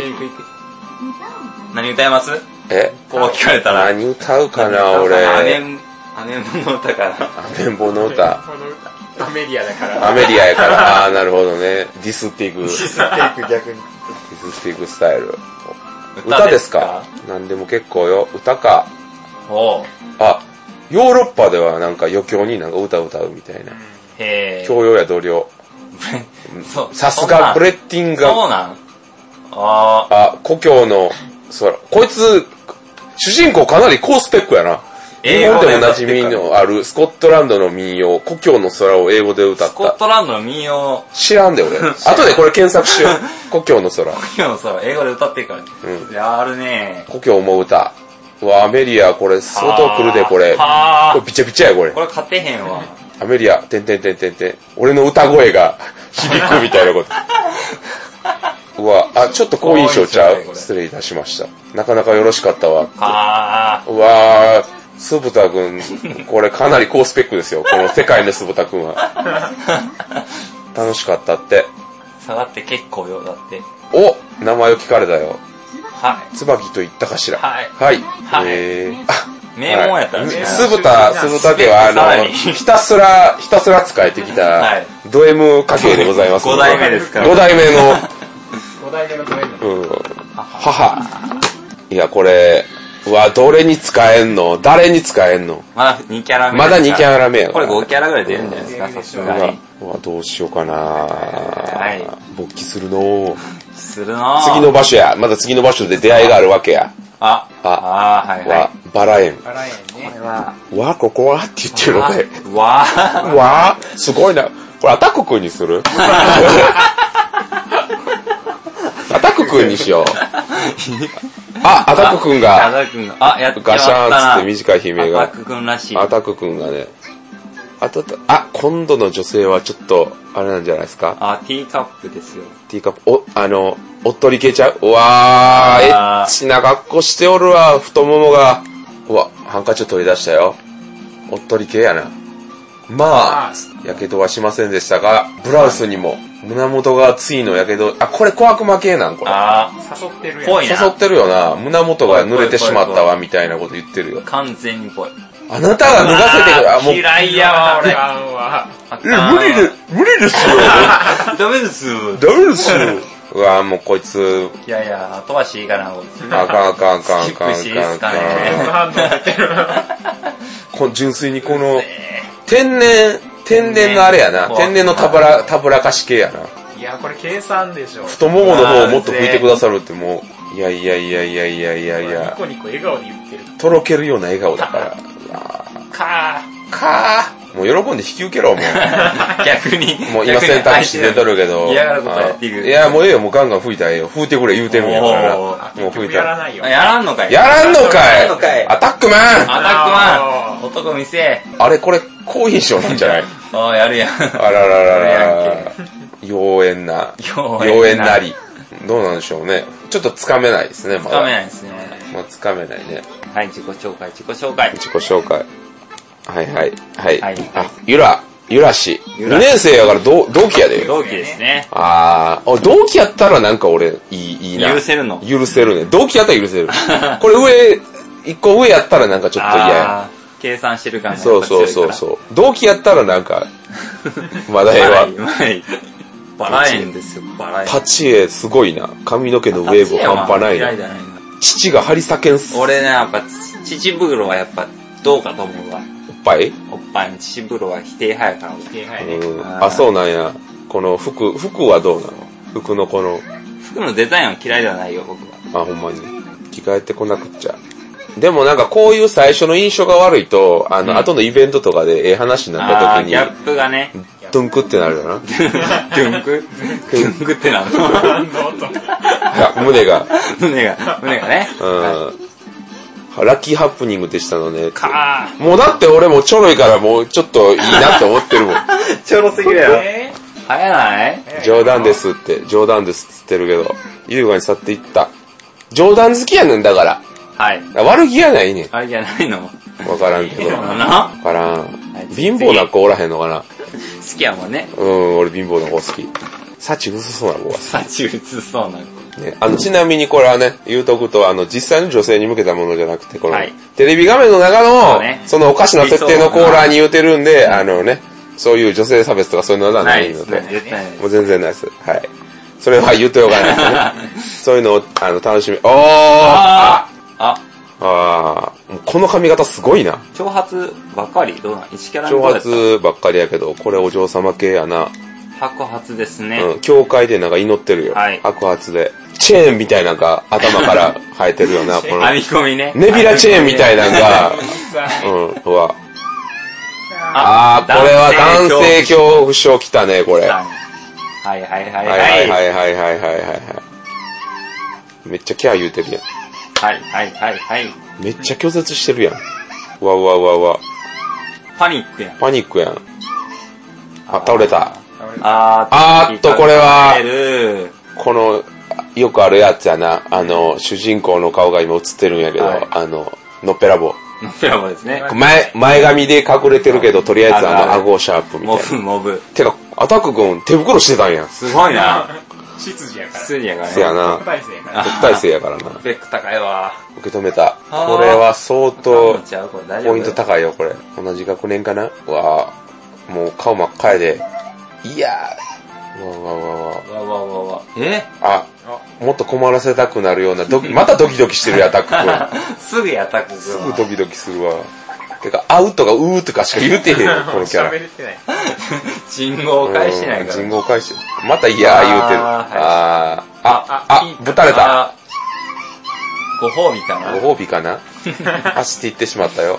Speaker 2: 何歌います
Speaker 1: え
Speaker 2: こう聞かれたら。
Speaker 1: 何歌うかな、俺。
Speaker 2: ア
Speaker 1: アメ
Speaker 2: メン、アメンの歌かな。
Speaker 1: ンボの歌。
Speaker 3: この歌。アメリアだから。
Speaker 1: アメリアやから。ああー、なるほどね。ディスっていく。ディ
Speaker 3: シ
Speaker 1: ス
Speaker 3: スっていく逆に。
Speaker 1: っていくスタイル。歌ですか何でも結構よ。歌か。
Speaker 2: おう。
Speaker 1: あ、ヨーロッパではなんか余興になんか歌歌うみたいな。
Speaker 2: へえ。
Speaker 1: 教養や同僚。
Speaker 2: そう
Speaker 1: さすがブレッティンガム
Speaker 2: そうなんああ、
Speaker 1: あ、故郷の空。こいつ、主人公かなり高スペックやな。日
Speaker 2: 英
Speaker 1: 本で
Speaker 2: 語
Speaker 1: も
Speaker 2: で
Speaker 1: おなじみのあるスコットランドの民謡、故郷の空を英語で歌っ
Speaker 2: スコッ
Speaker 1: た。
Speaker 2: トランドの民謡、
Speaker 1: 知らんで俺。後でこれ検索しよう。故郷の空。
Speaker 2: 今日のそう、英語で歌ってるから。うん。やるね
Speaker 1: 故郷も歌。うわ、アメリア、これ相当来るで、これ。こ
Speaker 2: あ
Speaker 1: れ
Speaker 2: ー
Speaker 1: びちゃびちゃや、これ
Speaker 2: こ。れ勝てへんわ。
Speaker 1: アメリア、てんてんてんてんてん。俺の歌声 が響くみたいなこと。うわ、あ、ちょっと好印象ちゃ
Speaker 2: 好印象やねこ
Speaker 1: う。
Speaker 2: れ
Speaker 1: 失礼いたしました。なかなかよろしかったわ。
Speaker 2: あ
Speaker 1: うわー、スブタ君、これかなり高スペックですよ。この世界のスブタ君は。 楽しかったって。
Speaker 2: あ、下がって結構よ、だって。
Speaker 1: お名前を聞かれたよ。
Speaker 2: は
Speaker 1: 椿と言ったかしら。
Speaker 2: はい
Speaker 1: はい。
Speaker 2: はい
Speaker 1: えー、あ、
Speaker 2: い。名門やったらね。
Speaker 1: 酢豚、酢豚家は、
Speaker 2: さ
Speaker 1: あ
Speaker 2: ら
Speaker 1: の、
Speaker 2: に
Speaker 1: ひたすら、ひたすら使えてき
Speaker 2: は
Speaker 1: た
Speaker 2: い、
Speaker 1: ド M 家系でございます。
Speaker 2: 五代目ですから
Speaker 1: 5代目
Speaker 3: 五代目のトレーニング。
Speaker 1: の、うん、母。いや、これ、うわ、どれに使えんの誰に使えんの
Speaker 2: まだ2キャラ目。
Speaker 1: まだ2キャラ目やから
Speaker 2: これ5キャラぐらい出るんじゃないですか、さす
Speaker 1: う
Speaker 2: が
Speaker 1: わ
Speaker 2: に。、
Speaker 1: うわどうしようかな、
Speaker 2: い
Speaker 1: 勃起するの
Speaker 2: するなぁ
Speaker 1: 次の。場所や。まだ次の場所で出会いがあるわけや。
Speaker 2: あ、あー、はいは
Speaker 1: わ、バラ園。
Speaker 3: バラ園ね。
Speaker 1: わ、ここはって言ってるので。
Speaker 2: い。わぁ。
Speaker 1: わあ、すごいな。これアタック君にするアタック君にしよう。あ、アタック君
Speaker 2: あ、
Speaker 1: が、
Speaker 2: ザク君が、あ、やってま
Speaker 1: ガ
Speaker 2: っ
Speaker 1: シャ
Speaker 2: た
Speaker 1: ーン
Speaker 2: な
Speaker 1: つって短い悲鳴
Speaker 2: ア
Speaker 1: が
Speaker 2: タ。ック君らしい。
Speaker 1: アタック君がね、あたた、あ、今度の女性はちょっと、あれなんじゃないですか
Speaker 2: あ、ティーカップですよ。
Speaker 1: ティーカップ、お、あの、おっとりけちゃううわー、エ
Speaker 2: あ
Speaker 1: ッ
Speaker 2: ー
Speaker 1: チな格好しておるわ、太ももが。うわ、ハンカチを取り出したよ。おっとり系やな。まあ
Speaker 3: あ、
Speaker 1: やけどはしませんでしたが、ブラウスにも、胸元が熱いのやけど、あ、これ小悪魔系なんこれ。
Speaker 2: あ
Speaker 3: 誘ってる
Speaker 2: ー、
Speaker 3: やん。
Speaker 2: ぽい
Speaker 1: 誘
Speaker 2: な。
Speaker 1: ってるよな。胸元が濡れてしまったわ、みたいなこと言ってるよ。
Speaker 2: 完全にぽい。
Speaker 1: あなたが脱がせてくれ、あ、もう、
Speaker 2: 嫌いやわ、俺。
Speaker 3: あんわ。
Speaker 1: え無理で、無理です よ。
Speaker 2: あダメです。
Speaker 1: ダメですよ。うわもうこいつ、
Speaker 2: いやいや、後は C かな、こいつ
Speaker 1: あかんあかんあかんあ
Speaker 2: スキ
Speaker 1: かん
Speaker 2: ッ
Speaker 1: あ
Speaker 2: プしていいで
Speaker 1: かんあ
Speaker 2: すか
Speaker 1: か
Speaker 2: ね
Speaker 1: ん。
Speaker 3: 反応ってる。
Speaker 1: この純粋にこの、天然、天然のあれやな。
Speaker 2: ね
Speaker 1: 天然のたぶら、たぶらかし系やな。
Speaker 3: いや、これ計算でしょ。
Speaker 1: 太ももの方をもっと拭いてくださるってもう、いやいやいやいやいやいやい
Speaker 3: ニ
Speaker 1: や、
Speaker 3: コニコ笑顔で言ってる。
Speaker 1: とろけるような笑顔だから。うわ
Speaker 3: か
Speaker 1: ーかーもう喜んで引き受けろ、もう。
Speaker 2: 逆に。
Speaker 1: もう今選択肢出とるけど。
Speaker 2: 嫌がることはやっていく。
Speaker 1: あいや、もうええよ、もうガンガン吹いたらええよ。吹いてくれ言うてるんやからな。も
Speaker 2: お
Speaker 1: う
Speaker 2: ー
Speaker 3: ー。
Speaker 1: 吹い
Speaker 3: や
Speaker 1: た
Speaker 3: ら
Speaker 1: ら。
Speaker 3: ないよ。
Speaker 2: やらんのかい。
Speaker 1: やらんの
Speaker 2: やらんの
Speaker 1: か
Speaker 2: か
Speaker 1: い
Speaker 2: い
Speaker 1: アタックマン
Speaker 2: アタックマン。男見せえ。
Speaker 1: あれ、これ、好印象なんじゃない
Speaker 2: おー、やる やん。
Speaker 1: あららら
Speaker 2: や
Speaker 1: ら
Speaker 2: ん
Speaker 1: ら。妖艶な。
Speaker 2: 妖艶な
Speaker 1: 妖艶なり。どうなんでしょうね。ちょっとつかめないですね、ま
Speaker 2: つ
Speaker 1: だ。
Speaker 2: かめないですね。
Speaker 1: まあ、つかめないね。
Speaker 2: はい、自己紹介、自己紹介。
Speaker 1: 自己紹介。はいはい。はい。
Speaker 2: はい
Speaker 1: あ、ゆら、ゆらし。
Speaker 2: ゆ
Speaker 1: 2
Speaker 2: らし
Speaker 1: 年生やから同同期やで。
Speaker 2: 同期ですね。
Speaker 1: あー、あ同期やったらなんか俺、いい、いいな。
Speaker 2: 許せるの。
Speaker 1: 許せるね。同期やったら許 せる。これ上、一個上やったらなんかちょっと嫌や。
Speaker 2: あー、計算してる感じ
Speaker 1: そうそうそう
Speaker 2: う。
Speaker 1: そう。同期やったらなん か、まだええわ。
Speaker 2: はい。 バラ園ですよ、バラ園。
Speaker 1: パチエすごいな。髪の毛のウェーブ半端ない
Speaker 2: 嫌
Speaker 1: な。
Speaker 2: じゃないな。
Speaker 1: 父が張り裂けんす。おっ
Speaker 2: 俺ね、やっぱ、乳袋はやっぱ、どうかと思うわ。
Speaker 1: ぱい
Speaker 2: おっぱいの乳袋は否定派やから。
Speaker 3: でかいね。
Speaker 1: うん。
Speaker 2: あー
Speaker 1: あ、そうなんや。この服、服はどうなの服のこの、
Speaker 2: 服のデザインは嫌いじゃないよ、僕は。
Speaker 1: あ、ほんまに。着替えてこなくっちゃ。でもなんかこういう最初の印象が悪いと、あの、後のイベントとかでええ話になった
Speaker 2: あー、
Speaker 1: 時に
Speaker 2: ギ、ャップがね。
Speaker 1: ドンクってなるよな。
Speaker 2: ドゥンクドゥンクってなるの。
Speaker 3: どうと。
Speaker 1: あ胸が、
Speaker 2: 胸が、胸がね。
Speaker 1: うん。ラッキーハプニングでしたのね。
Speaker 2: か
Speaker 1: もうだって俺もちょろいからもうちょっといいなって思ってるもん。
Speaker 2: ー。ちょろすぎるや
Speaker 3: え
Speaker 2: 早ない
Speaker 3: ー
Speaker 1: 冗談で。すって、冗談ですって言ってるけど、優雅に去っていった。冗談好きやねんだから。
Speaker 2: はい。
Speaker 1: 悪気やないね
Speaker 2: あれじゃないの
Speaker 1: ん。わからんけど。
Speaker 2: そう
Speaker 1: わ
Speaker 2: だな。
Speaker 1: からん。貧乏な子おらへんのかな。
Speaker 2: 好きやもんね。
Speaker 1: うん、俺貧乏な子好き。幸薄そうな子が好
Speaker 2: 幸うつそうな。
Speaker 1: きね。あの、ちなみにこれはね、言うとくと、あの、実際の女性に向けたものじゃなくて、この
Speaker 2: はい、
Speaker 1: テレビ画面の中
Speaker 2: そう
Speaker 1: の
Speaker 2: ね、
Speaker 1: そのおかしな設定のコーラーに言うてるんで、あのね、そういう女性差別とかそういうのは
Speaker 2: な
Speaker 1: ないい
Speaker 2: で
Speaker 1: の
Speaker 2: す
Speaker 1: で
Speaker 2: ね。。絶対ない
Speaker 1: もう全然ないです。はい。それは言うとよがないですね。そういうのを、あの、楽しみ。おーあ
Speaker 2: あーあ、
Speaker 1: あーもうこの髪型すごいな。
Speaker 2: 挑発ばっかりどうなん一キャラ
Speaker 1: 挑
Speaker 2: の発
Speaker 1: 発ばっかりやけど、これお嬢様系やな。
Speaker 2: 白髪ですね。
Speaker 1: うん、教会でなんか祈ってるよ。
Speaker 2: はい
Speaker 1: 白髪で。チェーンみたいなんか頭から生えてるよ な、この。
Speaker 2: 編み込みね。
Speaker 1: ネビラチェーンみたいなん が、
Speaker 3: さ
Speaker 1: うん、うわ。
Speaker 2: あ
Speaker 1: あー、これは男性
Speaker 2: 恐
Speaker 1: 恐怖症来たね、これ。
Speaker 2: 怖
Speaker 1: は
Speaker 2: さんはいはいはいい
Speaker 1: は
Speaker 2: はいい。
Speaker 1: は
Speaker 2: はい
Speaker 1: いはいはいはいはい。めっちゃキャー言うてるやん。
Speaker 2: はいはいはい。
Speaker 1: めっちゃ拒絶してるやん。うわうわうわうわ。
Speaker 2: パニックやん。
Speaker 1: パニックやん。あ、倒れた。
Speaker 2: あ
Speaker 1: あーっとこれは
Speaker 2: 倒れる
Speaker 1: この、よくあるやつやな。あの、主人公の顔が今映ってるんやけど、
Speaker 2: はい
Speaker 1: あの、のっぺらぼう。
Speaker 2: のペラボですね。
Speaker 1: 前、前髪で隠れてるけど、とりあえずあ
Speaker 2: ある
Speaker 1: の、
Speaker 2: ある
Speaker 1: 顎をシャープみたい
Speaker 2: モ
Speaker 1: な。
Speaker 2: ブモブ。
Speaker 1: てか、アタック君手袋してたんや。
Speaker 2: すごいな。
Speaker 3: 執事やから。
Speaker 2: すやから
Speaker 1: せや
Speaker 2: ね。
Speaker 1: な。
Speaker 3: 大勢やから。
Speaker 1: 特待生やからな
Speaker 2: ス。ペック高いわ。
Speaker 1: 受け止めた。
Speaker 2: あー
Speaker 1: これは相当、
Speaker 2: ちゃうこれ大丈夫
Speaker 1: ポイント高いよ、これ。同じ学年かなうわぁ。もう顔真っ赤やで。いやぁ。うわうわうわうわ。
Speaker 2: わわわわ。え
Speaker 1: あ、もっと困らせたくなるような、ドキ、またドキドキしてるやんアタック
Speaker 2: すぐやったくす
Speaker 1: 君。すぐドキドキするわ。てか、アウトがうーとかしか言うてへん よ、このキャラ。
Speaker 3: 喋れてない。
Speaker 2: 信号を返してないから。
Speaker 1: 人号返して。またいやー言うてる。
Speaker 2: あーはい
Speaker 1: あー、あ、
Speaker 3: あ
Speaker 1: あ、ぶたれ た。
Speaker 2: あー。ご褒美かな
Speaker 1: ご褒美かな走って行ってしまったよ。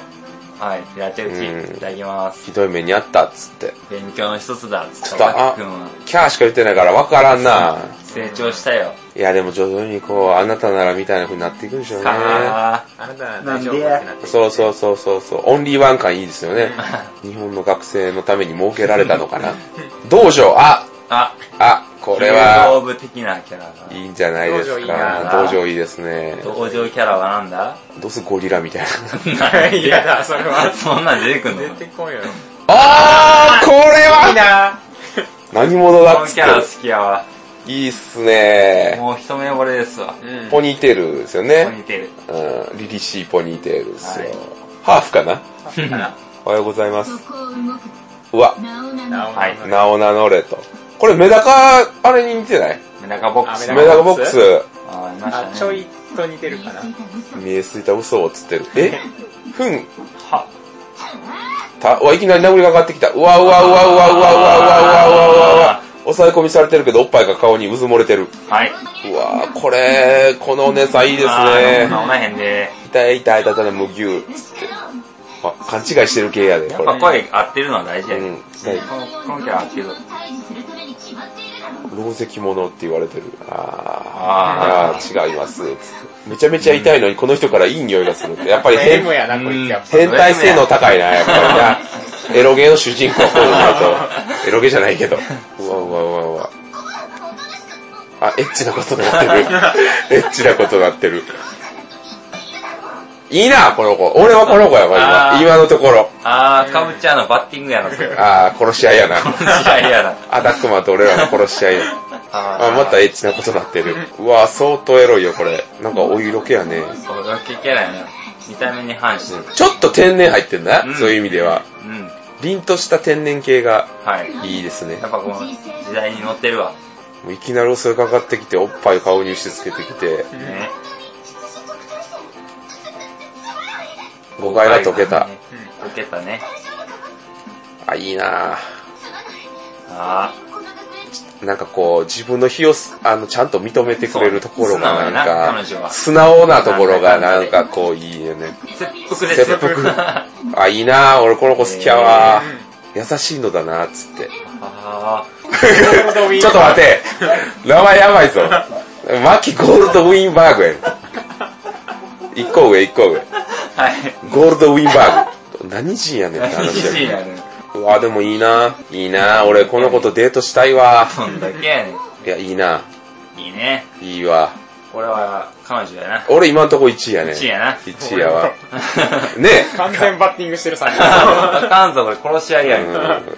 Speaker 2: はい、平手打
Speaker 1: う
Speaker 2: ち、
Speaker 1: ん
Speaker 2: いただきます。
Speaker 1: ひどい目にあったっつって。
Speaker 2: 勉強の一つだ、つっ
Speaker 1: ちょ
Speaker 2: た
Speaker 1: っと
Speaker 2: バッ
Speaker 1: あ
Speaker 2: ク君は。
Speaker 1: キャーしか言ってないから分からんな。
Speaker 2: 成長したよ。
Speaker 1: いや、でも徐々にこう、あなたならみたいな風になっていくんでしょうね。
Speaker 2: か
Speaker 3: あなたは大丈夫ってなって。
Speaker 1: そうそうそうそうそう。オンリーワン感いいですよね。 日本の学生のために設けられたのかな。道場、あ、
Speaker 2: ー。あ、
Speaker 1: あ、これ
Speaker 2: 柔道
Speaker 1: は、
Speaker 2: 部的なキャラだ
Speaker 1: いいんじゃないです
Speaker 3: 道場いい
Speaker 1: か。
Speaker 3: な
Speaker 1: 道場いいですね。
Speaker 2: 登場キャラはなんだ
Speaker 1: ドスゴリラみ たいな。
Speaker 2: ない
Speaker 3: いやだ、それ は。
Speaker 2: そんなん出てくんの
Speaker 3: 出てこいよ。
Speaker 1: あー、これ
Speaker 3: いい
Speaker 1: は
Speaker 3: な
Speaker 1: 何者
Speaker 2: こ
Speaker 1: だっ
Speaker 2: の
Speaker 1: つっ
Speaker 2: キャラ好
Speaker 1: て。
Speaker 2: きやわ。
Speaker 1: いいっすね。
Speaker 2: もう一目惚れですわ。
Speaker 3: うん。
Speaker 1: ポニーテールですよね
Speaker 2: ここ。に似てる。
Speaker 1: うん、りりしいポニーテールですよ
Speaker 2: はい。
Speaker 1: ハーフかな
Speaker 2: は
Speaker 1: おはようございます
Speaker 4: そ。こを動く
Speaker 1: うわ、
Speaker 4: なおな
Speaker 3: な
Speaker 4: の
Speaker 3: お
Speaker 2: はい
Speaker 1: 名を名乗れと。これメダカ、あれに似てない
Speaker 2: メダカボックス
Speaker 3: あ
Speaker 1: メダカボックス、
Speaker 2: あー、いました
Speaker 3: あ
Speaker 2: ね。、
Speaker 3: ちょいと似てるかな。
Speaker 1: 見えすいた嘘をつってる。えふん、
Speaker 2: は、
Speaker 1: た、うわ、いきなり殴りかかってきた。うわうわうわうわうわうわうわうわうわうわ。抑え込みされてるけど、おっぱいが顔にうずもれてる。
Speaker 2: はい。
Speaker 1: うわこれ、このお姉さんいいです
Speaker 2: あー
Speaker 1: ね
Speaker 2: こん。なんおらへんで。
Speaker 1: 痛い痛い痛い痛い、むぎゅう。つって。あ、勘違いしてる系やで、
Speaker 2: や
Speaker 1: こ
Speaker 2: っ
Speaker 1: れ
Speaker 2: ぱ。声合ってるのは大事や
Speaker 1: う
Speaker 2: ね。
Speaker 1: ん、痛い
Speaker 2: このこのキャラ合ってる。
Speaker 4: 退治するために決まっているだろう
Speaker 1: 狼藉者って言われてる。あー
Speaker 2: あ
Speaker 1: あー、違います。めちゃめちゃ痛いのにこの人からいい匂いがするって。やっぱり変
Speaker 3: M やな、こいつやっぱ。
Speaker 1: 変態性能高いな、やっぱりな。エロゲーの主人公はこうなると。エロゲーじゃないけど。うわうわうわうわ。あ、エッチなことになってる。エッチなことになってる。いいな、この子。俺はこの子やわ
Speaker 2: あ、ー
Speaker 1: 今。今のところ。
Speaker 2: あー、かぶっちゃうのバッティングや な、それ。
Speaker 1: ああ、殺し合いやな。
Speaker 2: いやいやな。
Speaker 1: アタックマンと俺らの殺し合いや。
Speaker 5: あ
Speaker 1: あ、またエッチなことなってる。うわ相当エロいよ、これ。なんかお色気やね。
Speaker 2: そう、ロケキャラやな。見た目に反してる。
Speaker 1: ちょっと天然入ってんだ、
Speaker 2: うん
Speaker 1: そういう意味では。
Speaker 2: うん。
Speaker 1: 凛とした天然系が
Speaker 2: はい。
Speaker 1: いいですね
Speaker 2: や。っぱこの時代に乗ってるわ。
Speaker 1: もういきなり襲いかかってきて、おっぱい顔に押し付けてきて、
Speaker 2: ね。
Speaker 1: 誤解が解けた。
Speaker 2: 溶けたね。
Speaker 1: あ、いいなぁ
Speaker 2: あ
Speaker 1: なんかこう、自分の非をす、あの、ちゃんと認めてくれるところが
Speaker 2: そう素直や
Speaker 1: な
Speaker 2: なん彼女
Speaker 1: か、
Speaker 2: は
Speaker 1: 素直なところがなんかこう、いいよね。
Speaker 2: ー、切腹ですよ。
Speaker 1: 切 腹あ、いいなぁ俺この子好きやわ
Speaker 3: うん
Speaker 1: 優しいのだなつって。
Speaker 2: あ
Speaker 1: ちょっと待て。名前やばいぞ。マキゴールドウィンバー グやん。一個上、一個上。
Speaker 2: ー、はい。
Speaker 1: ゴールドウィンバーグ。何人やねんって
Speaker 2: 厳
Speaker 1: 話
Speaker 2: しい
Speaker 1: や
Speaker 2: やね。
Speaker 1: うわ、でもいいないいな俺この子とデートしたいわ
Speaker 2: そんだけやね。
Speaker 1: いや、いいない
Speaker 2: いね。
Speaker 1: いいわ。
Speaker 2: これは彼女やな。
Speaker 1: 俺今んとこ1位やねん。
Speaker 2: 1位やな。
Speaker 1: 1位やわ。ね
Speaker 3: 完全バッティングしてる3人。
Speaker 2: あかんぞ、これ殺し合いや
Speaker 1: え。
Speaker 2: ね。
Speaker 1: うん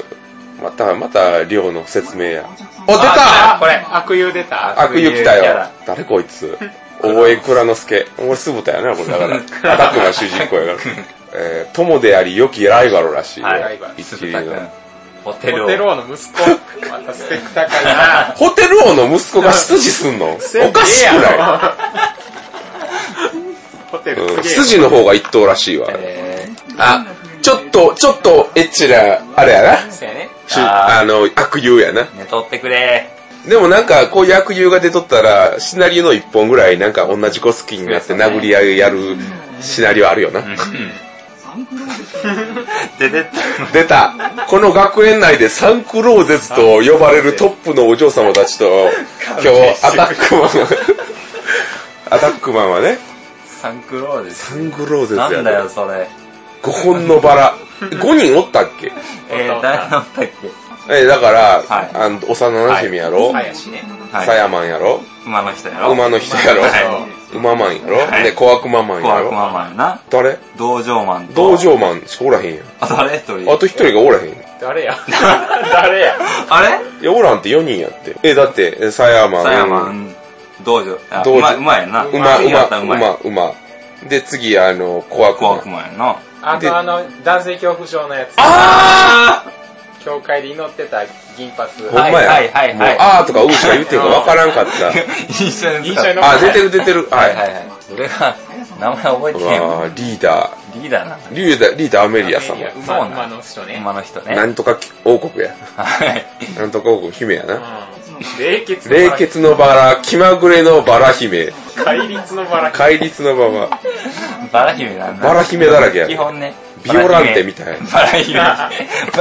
Speaker 1: また、また、りょうの説明や。お、出
Speaker 2: あ
Speaker 1: た
Speaker 2: これ。
Speaker 3: 悪友出た
Speaker 1: 悪友来た
Speaker 2: 悪友キャ
Speaker 1: よ
Speaker 2: ラ。
Speaker 1: 誰こいつ。大江蔵之介。俺酢豚やな、これだから。アタックが主人公やから。えー、友であり、良きライバルらしいよ。
Speaker 2: はい
Speaker 3: ライバル
Speaker 1: 一
Speaker 2: 鈴
Speaker 1: 級
Speaker 2: 田くん
Speaker 1: の。。
Speaker 2: ホテル
Speaker 3: ホ
Speaker 2: を。
Speaker 3: テローの息子。またスペック高いな。
Speaker 1: ホテル王の息子が執事すんの おかしくない
Speaker 3: いホテル
Speaker 1: うん
Speaker 3: すげえ。
Speaker 1: 筋の方が一等らしいわ。
Speaker 2: え
Speaker 1: あ、ちょっと、ちょっとエッチな、あれやな。
Speaker 3: そうやね。
Speaker 1: し
Speaker 2: あー
Speaker 1: あの、悪友やな。
Speaker 2: ー、寝とってくれ。
Speaker 1: でもなんか、こういう悪友が出とったら、シナリオの一本ぐらい、なんか同じ子好きになって殴り合いやるシナリオあるよな。
Speaker 2: 出てった。
Speaker 1: 出たこの学園内でサンクローゼツと呼ばれるトップのお嬢様たちと、今日、アタックマン は、アタックマンはね、
Speaker 2: サンクローです。
Speaker 1: サンクローゼツ
Speaker 2: な
Speaker 1: や
Speaker 2: ん
Speaker 1: ね
Speaker 2: だよ、それ。
Speaker 1: 5本のバラ。5人おったっけ
Speaker 2: えー、誰だったっけ
Speaker 1: え、だから、
Speaker 2: はい
Speaker 1: あの、幼馴染やろ、
Speaker 3: 林ね。
Speaker 2: はい
Speaker 1: サヤマンやろ
Speaker 2: 馬の人やろ
Speaker 1: 馬の人やろ、
Speaker 2: は
Speaker 1: 馬マンやろ、
Speaker 2: はい
Speaker 1: で、小悪魔マン
Speaker 2: い。
Speaker 1: や
Speaker 2: 小悪
Speaker 1: ろ
Speaker 2: 魔マンやな。
Speaker 1: 誰
Speaker 2: 道場マンと。
Speaker 1: 道場マンしかおらへんやん。
Speaker 2: あ、誰という
Speaker 1: あと一人がおらへん。
Speaker 3: 誰や誰や
Speaker 2: あれ
Speaker 1: いや、おらんって4人やって。え、だって、えサヤマン。
Speaker 2: サヤマ。ン、道場。あ
Speaker 1: 道場
Speaker 2: うまい、うまいやな。
Speaker 1: 馬、
Speaker 2: 次やった
Speaker 1: 馬、
Speaker 2: らうまい。
Speaker 1: 馬、馬。で、次、あの、小悪
Speaker 2: 小
Speaker 1: 魔
Speaker 2: 悪。魔やな。
Speaker 3: あ
Speaker 1: で
Speaker 3: の、あの、男性恐怖症のやつ。
Speaker 1: あ
Speaker 3: 教会で祈ってた銀髪。
Speaker 1: ほんまや。
Speaker 2: はいはいはいはい
Speaker 1: もうあーとかうーしか言ってんかわからんか った。
Speaker 2: 一緒に
Speaker 3: 一緒に
Speaker 1: あ、出てる出てる。は。
Speaker 2: はいいはいはい。それが、名前覚えて
Speaker 1: う
Speaker 2: へんわ。
Speaker 1: わーリーダ
Speaker 2: リーダーな。
Speaker 1: ー。リーダー、リーダーアメリア様。
Speaker 2: そうな
Speaker 3: 馬
Speaker 2: ん
Speaker 3: 馬の人ね。
Speaker 2: 馬の人ね。
Speaker 1: なんとか王国や。
Speaker 2: はい。
Speaker 1: なんとか王国姫やな。
Speaker 3: うん冷血の
Speaker 1: 冷
Speaker 3: バラ。
Speaker 1: 血のバラ、気まぐれのバラ姫、
Speaker 3: 戒律のバラ。
Speaker 1: 戒律のバラ、
Speaker 2: バラ姫なんだ。
Speaker 1: バラ姫だらけや
Speaker 2: 基
Speaker 1: ね
Speaker 2: 本ね。
Speaker 1: ビオランテみた い
Speaker 2: バラ姫。バ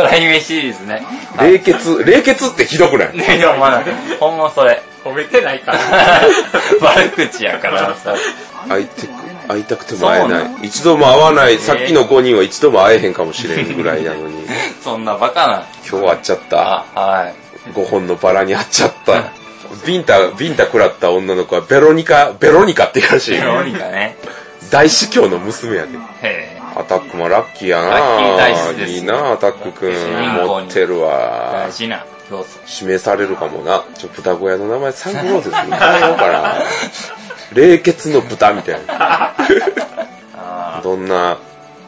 Speaker 2: ラ姫シリーズね。
Speaker 1: 冷血、冷血ってひどくない
Speaker 2: ね、ほんまだ。ほんまそれ。
Speaker 3: 褒めてないから。
Speaker 2: 悪口やからさ。
Speaker 1: 会いたく、会いたくても会えない。一度も会わない、さっきの5人は一度も会えへんかもしれんぐらいなのに、
Speaker 2: そんなバカな。
Speaker 1: 今日会っちゃった。
Speaker 2: あ、はい。
Speaker 1: 5本のバラに会っちゃった。ビンタ、ビンタ食らった女の子はベロニカ、ベロニカって言うらしい
Speaker 2: どうにかね。
Speaker 1: 大司教の娘やね
Speaker 2: へえ。
Speaker 1: アタックもラッキーやな
Speaker 2: ラッキー大好きです
Speaker 1: いいなアタックくん。持ってるわ
Speaker 2: 大。事な。どうぞ。
Speaker 1: 指名されるかもな。ちょ、豚小屋の名前サンクロ ーゼスに変えようかな。冷血の豚みたいな。どんな、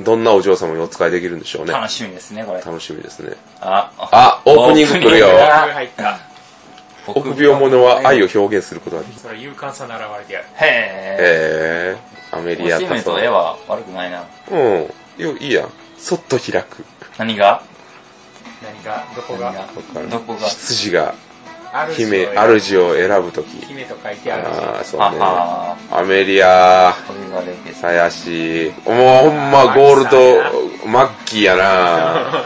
Speaker 1: どんなお嬢様にお使いできるんでしょうね。
Speaker 2: 楽しみですね、これ。
Speaker 1: 楽しみですね。
Speaker 2: あ、
Speaker 1: あオープニング来るよ
Speaker 2: オープニングだ
Speaker 3: 入った。
Speaker 1: 臆病者は愛を表現することができる。
Speaker 3: それ勇敢さ習われてやる。
Speaker 1: へ
Speaker 2: へ
Speaker 1: ー。アメ
Speaker 2: え。
Speaker 1: リア
Speaker 2: シムと絵は悪くないな。
Speaker 1: うん。よ、いいやん。そっと開く。
Speaker 2: 何が
Speaker 3: 何が、どこ
Speaker 2: 何
Speaker 3: が
Speaker 2: が。
Speaker 1: わかる
Speaker 2: どこが
Speaker 1: 羊が
Speaker 3: ある
Speaker 1: 姫、主を選ぶとき。
Speaker 3: 姫と書いてあるし。
Speaker 1: ああ、そう
Speaker 2: あ
Speaker 1: ね。
Speaker 2: は
Speaker 1: アメリア、
Speaker 2: ー。これがレケさ。
Speaker 1: さやし、もうほんまゴールド、マッキーやな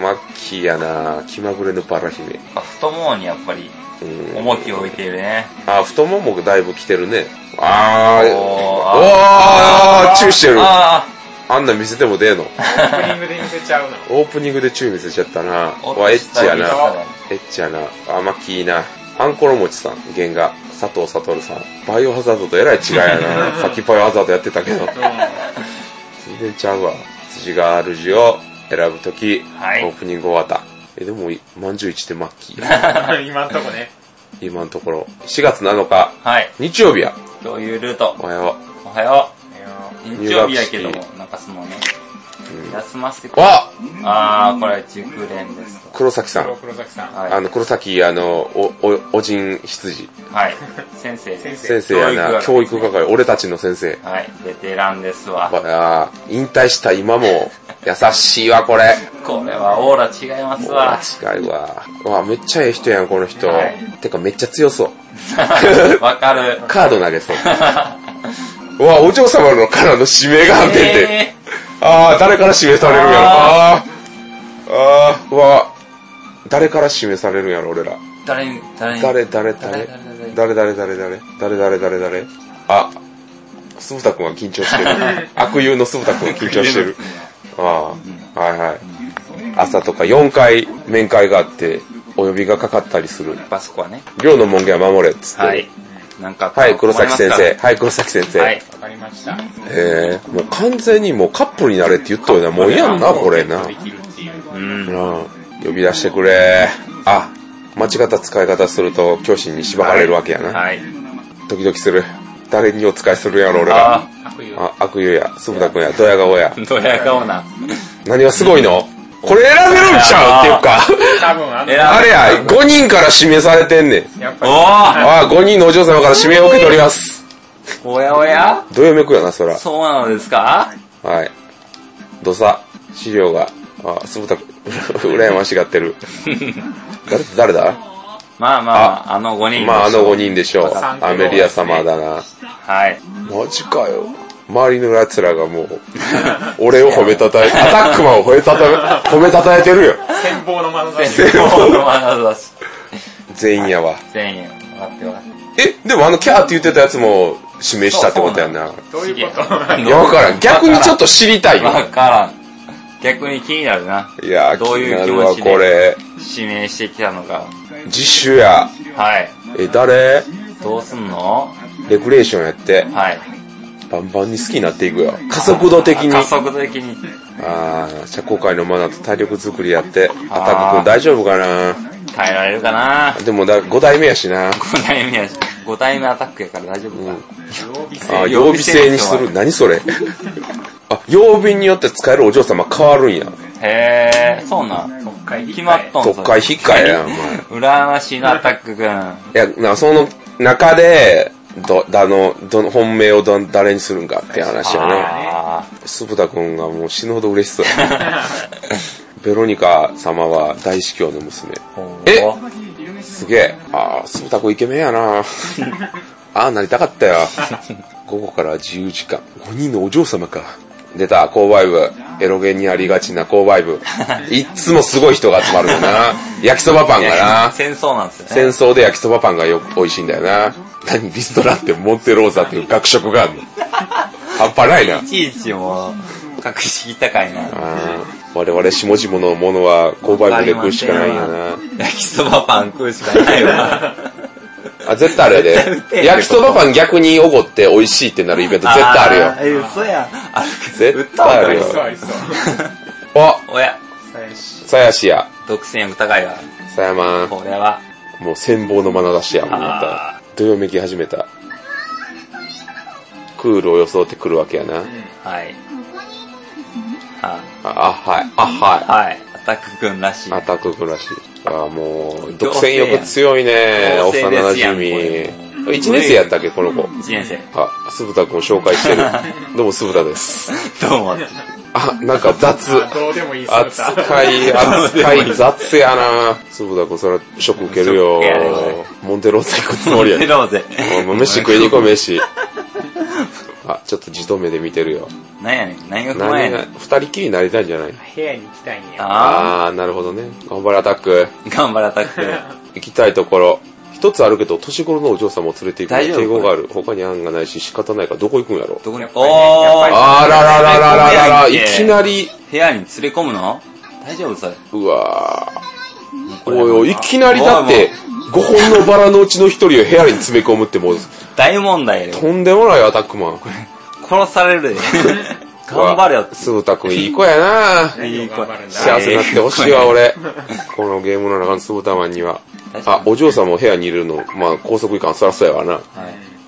Speaker 1: マッキーやな気まぐれのバラ姫。
Speaker 2: 太ももにやっぱり
Speaker 1: うん
Speaker 2: 重きを置いているね。
Speaker 1: あ、太ももがだいぶ来てるね。あー、
Speaker 2: おー
Speaker 1: おー、チューしてる。
Speaker 2: あ
Speaker 1: あんなん見せても出えの。
Speaker 3: オープニングで見せちゃうの。
Speaker 1: オープニングでチュー見せちゃったな。
Speaker 2: お
Speaker 1: わ、エッチやな
Speaker 2: 久。々だね
Speaker 1: エッチやな。甘きいな。アンコロモチさん、原画。佐藤悟さん。バイオハザードとえらい違いや な。さっきバイオハザードやってたけど。全然ちゃうわ。辻が主を選ぶとき、
Speaker 2: はい
Speaker 1: オープニング終わった。え、でも、まんじゅう一でマッ キー。
Speaker 3: 今んとこね。
Speaker 1: 今のところ。4月7日、
Speaker 2: あ。はい。
Speaker 1: 日曜日や。
Speaker 2: どういうルート
Speaker 1: おはよ
Speaker 2: おはよ
Speaker 3: あの
Speaker 2: う。日曜日やけども、なんかそのね、休ませて
Speaker 1: う。わ
Speaker 2: あー、これ熟練ですと。
Speaker 1: 黒崎さん
Speaker 3: 黒。黒崎さん。
Speaker 2: はい
Speaker 1: あの、黒崎、あの、お、お、おじん羊。
Speaker 2: はい。先生です。
Speaker 1: 先生やな、教
Speaker 2: 教育
Speaker 1: 育係、俺たちの先生。
Speaker 2: はい。ベテランですわ。
Speaker 1: わあ引退した今も、優しいわ、これ。
Speaker 2: これはオーラ違いますわ。
Speaker 1: 近いわ。わめっちゃええ人やん、この人
Speaker 2: はい。
Speaker 1: てか、めっちゃ強そう。
Speaker 2: わかる。
Speaker 1: カード投げそう。 うわ、お嬢様のからの指名が判定って。
Speaker 2: え
Speaker 1: あー、誰から指名されるんやろ。あー、
Speaker 2: あ
Speaker 1: あー、うわ、誰から指名されるんやろ、俺ら。
Speaker 2: ー誰に、誰に。
Speaker 1: 誰誰誰誰誰誰誰誰誰誰誰誰あ、鈴田くんは緊張してる。悪友の鈴田くんは緊張してる。ああ、はいはい。朝とか4回面会があって、お呼びがかかったりする。
Speaker 2: バスコはね。
Speaker 1: 寮の門限は守れっつって。
Speaker 2: はい。。なんか、
Speaker 1: はい、黒崎先生。
Speaker 2: 困り
Speaker 1: はい、黒崎先
Speaker 2: ます
Speaker 1: 生。
Speaker 2: から。はい。
Speaker 3: わかりました。
Speaker 1: えー、もう完全にもうカップルになれって言っとるな。もういやんな、これな。
Speaker 3: できるっていう。
Speaker 2: うん。
Speaker 1: うん。呼び出してくれ。あ、間違った使い方すると教師に縛られるわけやな。
Speaker 2: はい。
Speaker 1: ドキドキする。誰にお使いするんやろ、俺ら。
Speaker 2: あ
Speaker 3: 悪意を。
Speaker 1: あ、悪友や、鈴田君や、ドヤ顔や。
Speaker 2: ー、ドヤ顔な。
Speaker 1: 何がすごいのこれ選べるんちゃうっていうか。
Speaker 3: 多分あん
Speaker 2: え
Speaker 3: な、
Speaker 2: ら
Speaker 1: あれや、5人から指名されてんねん。
Speaker 3: やっぱり、
Speaker 2: お
Speaker 1: ああ、5人のお嬢様から指名を受けております。
Speaker 2: ーおやおや
Speaker 1: どよめくやな、そら。
Speaker 2: そうなのですか
Speaker 1: はい。どさ、資料が、あ、鈴田君、 羨ましがってる。誰誰だ
Speaker 2: まあまあ、あの5人。
Speaker 1: まあ、あの5人でしょう。
Speaker 3: 三
Speaker 1: アメリア様だな。
Speaker 2: はい。
Speaker 1: マジかよ。周りの奴らがもう、俺を褒めたたえ、アタックマンを褒めたたえ、褒めたたえてるよ。
Speaker 3: 先方の漫才
Speaker 2: 全部の技だし。
Speaker 1: 全員やわ。
Speaker 2: 全員、分かってます。
Speaker 1: え、でもあのキャーって言ってたやつも指名したってことやんな。
Speaker 3: どういうこと
Speaker 1: い や、わからん。逆にちょっと知りたいよ。
Speaker 2: わからん。逆に気になるな。
Speaker 1: いやー、気
Speaker 2: どう
Speaker 1: に
Speaker 2: い
Speaker 1: な
Speaker 2: う気
Speaker 1: るわ、
Speaker 2: 持ちで
Speaker 1: これ。
Speaker 2: 指名してきたのか。
Speaker 1: 自主や。
Speaker 2: はい。
Speaker 1: え、誰
Speaker 2: どうすんの
Speaker 1: レクレーションやって、
Speaker 2: はい。
Speaker 1: バンバンに好きになっていくよ。加速度的に。
Speaker 2: 加速度的に。
Speaker 1: あー、社交界のマナーと体力作りやって、ア
Speaker 2: あー
Speaker 1: タック君大丈夫かな
Speaker 2: 耐えられるかな
Speaker 1: でもだ、5代目やしな。
Speaker 2: 5代目やし、5代目アタックやから大丈夫か。
Speaker 3: 曜日制
Speaker 1: あー、
Speaker 2: 曜
Speaker 1: 曜
Speaker 2: 日
Speaker 1: 日制
Speaker 2: 制
Speaker 1: に
Speaker 2: に
Speaker 1: す
Speaker 2: する
Speaker 1: る。何そ れ。あ、曜日によって使えるお嬢様変わるんや。
Speaker 2: へえ、そうなん。
Speaker 3: 国会議
Speaker 2: 決まっとん
Speaker 1: 特会引っかえやん、お前。
Speaker 2: 羨ましいな、アタックくん。
Speaker 1: いや、なその中で、ど、だの、どの、本命をど、誰にするんかっていう話よね。
Speaker 2: あ
Speaker 1: すぶたくんがもう死ぬほど嬉しそうや な。ベロニカ様は大司教の娘。
Speaker 2: ー
Speaker 1: え
Speaker 2: おー
Speaker 1: すげえ。あー、すぶたくんイケメンやなあー、なりたかったよ。午後から自由時間。5人のお嬢様か。出た、購買部。エロゲにありがちな購買部。いっつもすごい人が集まるよな。焼きそばパンがな。
Speaker 2: 戦争なんです
Speaker 1: 戦
Speaker 2: よね。
Speaker 1: 争で焼きそばパンがよ美味しいんだよな。何リストラってモンテローザっていう学食があるの。半端ないな。
Speaker 2: いちいちもう、格式高いな。
Speaker 1: あー我々下々のものは購買部で食うしかないんやな。
Speaker 2: 焼きそばパン食うしかないわ。
Speaker 1: あ、絶対あれやで。焼きそばパン逆におごって美味しいってなるイベント絶対あるよ。
Speaker 2: るよ。え、嘘やん。ある
Speaker 1: 絶対あるよ
Speaker 2: 売った
Speaker 3: そうありそう。
Speaker 1: あ、
Speaker 2: おや、
Speaker 3: 最新
Speaker 1: さやしや、
Speaker 2: 独占力高いわ。
Speaker 1: さやまん。
Speaker 2: これは。
Speaker 1: もう戦望の眼差しや、もうま
Speaker 2: あ
Speaker 1: た。どよめき始めた。クールを装ってくるわけやな。
Speaker 2: はい。は
Speaker 1: あ、あはい。あ、はい。
Speaker 2: はい。アタックくんらしい。
Speaker 1: アタッククらしい。ああ、もう、独占欲強いね。幼
Speaker 2: 同性やん
Speaker 1: 馴
Speaker 2: 同性ですやんこ
Speaker 1: 染
Speaker 2: れ
Speaker 1: み。1年生やったっけ、この子。
Speaker 2: 1年生。
Speaker 1: あ、すぶたくんを紹介 してる。どうも、すぶたです。
Speaker 2: どうも。
Speaker 1: あ、なんか雑。
Speaker 3: あどうでもいい姿。
Speaker 1: 扱い、 扱い雑やな。すぶたくん、それショック受けるよ
Speaker 2: ショックやねこ。
Speaker 1: モンテローゼ行くつもりやね。
Speaker 2: どうぜ。
Speaker 1: もう飯食いに行こう、 飯。あ、ちょっと自動目で見てるよ。
Speaker 2: 何やねん。何が不満
Speaker 1: 何
Speaker 2: やね
Speaker 1: が
Speaker 2: ん。
Speaker 1: 二人きりになりたいんじゃない
Speaker 3: 部屋に行きたいんや。
Speaker 2: あ
Speaker 1: あー、なるほどね。頑張れ、アタック。
Speaker 2: あ。頑張れアタック。
Speaker 1: 行きたいところ。一一つあるけど、年頃のお嬢様を連れて行く
Speaker 2: 大丈夫
Speaker 1: 抵抗がある。他に案がないし仕方ないからどこ行くんやろ。
Speaker 2: どこに、おー
Speaker 6: やっぱり
Speaker 1: あららららららら、
Speaker 2: い
Speaker 1: い
Speaker 2: き
Speaker 1: き
Speaker 2: な
Speaker 1: なり、
Speaker 2: 部屋に連れ込むの大丈夫それ。
Speaker 1: うわぁ。
Speaker 2: これ
Speaker 1: おいおい、いきなりだって、5本のバラのうちの1人を部屋に詰め込むってもう、
Speaker 2: 大問題よ。
Speaker 1: とんでもないアタックマン。
Speaker 2: 殺され るで。頑張れよって。
Speaker 1: すぐたくんいい子やなぁ。
Speaker 3: 何を頑張るんだ
Speaker 1: 幸せになってほしいわ、俺。このゲームの中のスータマンには。あ、お嬢様を部屋に入れるの、まあ、高速移管そらそうやわな。
Speaker 2: は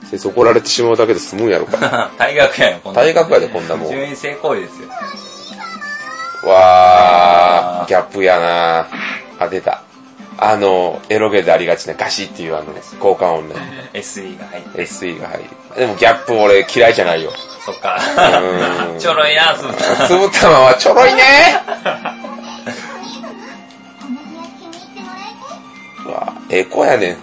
Speaker 2: い
Speaker 1: 先生怒られてしまうだけで済むんやろか。
Speaker 2: 退学やよ、こんな
Speaker 1: 大学やで、こんなもん。
Speaker 2: 順位性行為ですよ。
Speaker 1: わー、ギャップやなあ、出た。あの、エロゲでありがちなガシっていうあの、交換音ね。
Speaker 2: SE が入って。
Speaker 1: SE が入る。でもギャップ俺嫌いじゃないよ。
Speaker 2: そっか
Speaker 1: う。ん
Speaker 2: ちょろいな、つ
Speaker 1: つぶたまはちょろいねうわええ子やねん。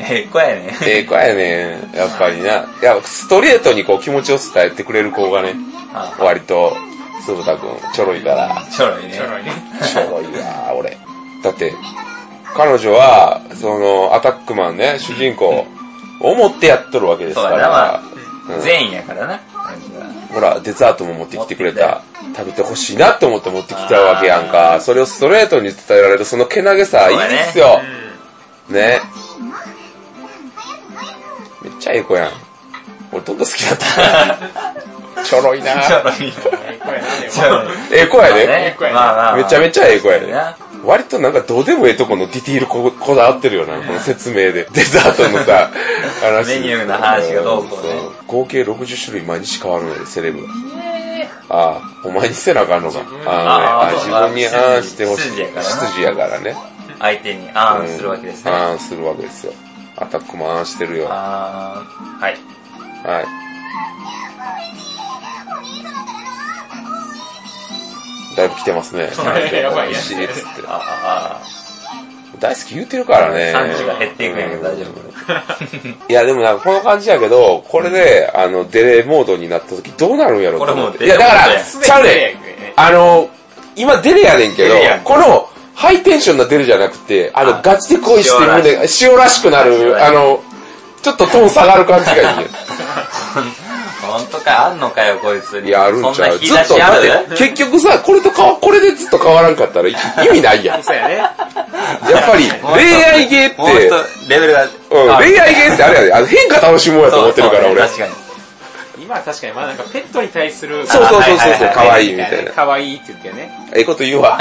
Speaker 2: ええ子やね。
Speaker 1: ええ子やねん。やっぱりな。いや、ストレートにこう気持ちを伝えてくれる子がね、
Speaker 2: あ
Speaker 1: 割と、つぶたくん、ちょろいから。
Speaker 2: ちょろいね
Speaker 3: ち。ょろいね。
Speaker 1: ちょろいわ、俺。だって、彼女は、その、アタックマンね、主人公、思ってやっとるわけですか
Speaker 2: そうやな
Speaker 1: ら。うん
Speaker 2: 善意やからな。
Speaker 1: ほら、デザートも持ってきてくれた。食べてほしいなって思って持ってきたわけやんか。それをストレートに伝えられる、そのけなげさ、い
Speaker 2: そ
Speaker 1: いう
Speaker 2: やね
Speaker 1: ですよ。
Speaker 3: う
Speaker 1: ね。めっちゃええ子やん。俺どんどん好きだ った。ちょろいな。
Speaker 2: ちょろいね。
Speaker 3: ん。ええ子やな、でも
Speaker 2: ちょろい
Speaker 1: ええ子やで。
Speaker 2: ね。まあまあまあ。
Speaker 1: めちゃめちゃええ子やで。
Speaker 2: な。
Speaker 1: 割となんかどうでもええとこのディティールここだわってるよな、この説明で。 デザートのさ、話。
Speaker 2: メニューの話がどうこうね
Speaker 1: そ合計60種類毎日変わるのよ、セレブ。ああ、お前にせなあかんのか。ああね、あ
Speaker 2: あ
Speaker 1: 自
Speaker 2: あ
Speaker 1: 分に
Speaker 2: そうだ
Speaker 1: ああしてほしい。
Speaker 2: 執事やからな
Speaker 1: 執事やからね。
Speaker 2: 相手にあーんするわけですね。
Speaker 1: ああするわけですよ。アタックもああしてるよ。は
Speaker 2: あーん。はい。
Speaker 1: い。だいぶ来てます ね。
Speaker 3: れやばいやつ
Speaker 1: しいっつって。
Speaker 2: ああ
Speaker 1: 大好き言うてるからね。
Speaker 2: 産地が減っていくんやけど大丈夫
Speaker 1: いや、でもなんかこの感じやけど、これで、あの、デレモードになった時どうなるんやろと思って
Speaker 2: こ
Speaker 1: い
Speaker 2: れも
Speaker 1: や、
Speaker 2: うデ
Speaker 1: だ
Speaker 2: レ
Speaker 1: か
Speaker 2: モード
Speaker 1: ら、ち
Speaker 2: や
Speaker 1: ゃうねん。あの、今デレやねんけど
Speaker 2: デレや、ん
Speaker 1: この、ハイテンションなデレじゃなくて、あの、
Speaker 2: あ
Speaker 1: ガチで恋して
Speaker 2: 塩らし
Speaker 1: 胸が、塩らしくな
Speaker 2: 塩
Speaker 1: る、
Speaker 2: らし
Speaker 1: あの、ちょっとトーン下がる感じがいいね。
Speaker 2: 本当かあんのかよこいつ
Speaker 1: いや、あるんちゃ
Speaker 2: そ
Speaker 1: うん
Speaker 2: な
Speaker 1: ずっ
Speaker 2: 引き出
Speaker 1: と、
Speaker 2: しあ
Speaker 1: だ
Speaker 2: る
Speaker 1: って、結局さ、これと変わ、これでずっと変わらんかったら意味ないやん。やっ
Speaker 3: そうやね。
Speaker 1: ぱり、
Speaker 2: もう
Speaker 1: 恋愛ゲーって、
Speaker 2: もうちょっとレベルが
Speaker 1: うん
Speaker 2: あ
Speaker 1: 恋愛ゲーってあれやで、あの変化楽しもうやと思ってるから、
Speaker 2: そうそう
Speaker 1: 俺。
Speaker 2: 確かに
Speaker 3: 今は確かにまあなんかペットに対する、
Speaker 1: そうそうそう
Speaker 2: は
Speaker 1: そ
Speaker 2: いうはい
Speaker 1: そ
Speaker 2: は
Speaker 1: う、
Speaker 2: い
Speaker 1: 可愛いみたいな。
Speaker 3: 可愛いって言ってね。
Speaker 1: ええこと言う わ。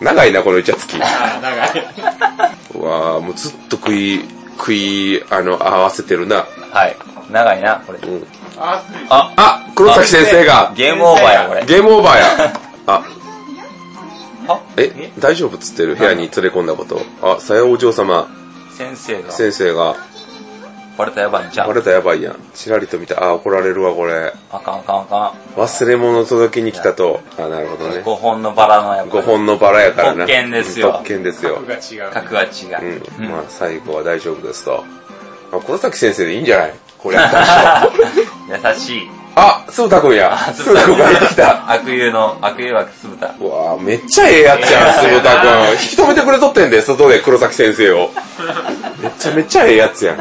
Speaker 1: 長いな、このイチャつき。
Speaker 3: ああ、なんか、
Speaker 1: うわあもうずっと食い、食い、あの、合わせてるな。
Speaker 2: はい長いなこれ
Speaker 1: うん。
Speaker 3: あ、
Speaker 2: あ
Speaker 1: あ、黒崎先生が、
Speaker 2: ゲームオーバーやこれ
Speaker 1: ゲームオーバー や。あ、
Speaker 2: あ
Speaker 1: え、大丈夫っつってる部屋に連れ込んだこと。あ、さよお嬢様、
Speaker 2: 先生が
Speaker 1: 先生が、
Speaker 2: バレたらやばいんちゃ
Speaker 1: バ
Speaker 2: う
Speaker 1: レたらやばいやん。ちらりと見た。あ、怒られるわ、これ。
Speaker 2: あかんあかんあか
Speaker 1: 忘れ物届けに来たと。あ、なるほど
Speaker 2: ん
Speaker 1: ね。
Speaker 2: 5本のバラのやっぱ
Speaker 1: 5
Speaker 2: り
Speaker 1: 本のバラやからな。
Speaker 2: 特権ですよ
Speaker 1: 特権ですよ
Speaker 3: 僕。が違う。
Speaker 2: 格が違う
Speaker 1: うん、まあ最後は大丈夫ですと。あ、黒崎先生でいいんじゃないこれ。
Speaker 2: 優しい
Speaker 1: あ、鈴田君や。鈴田君が入ってき た。
Speaker 2: 悪友の悪友枠酢豚
Speaker 1: うわあめっちゃええやつ やん、鈴田君。引き止めてくれとってんで、外で黒崎先生を。めちゃめちゃええやつやん。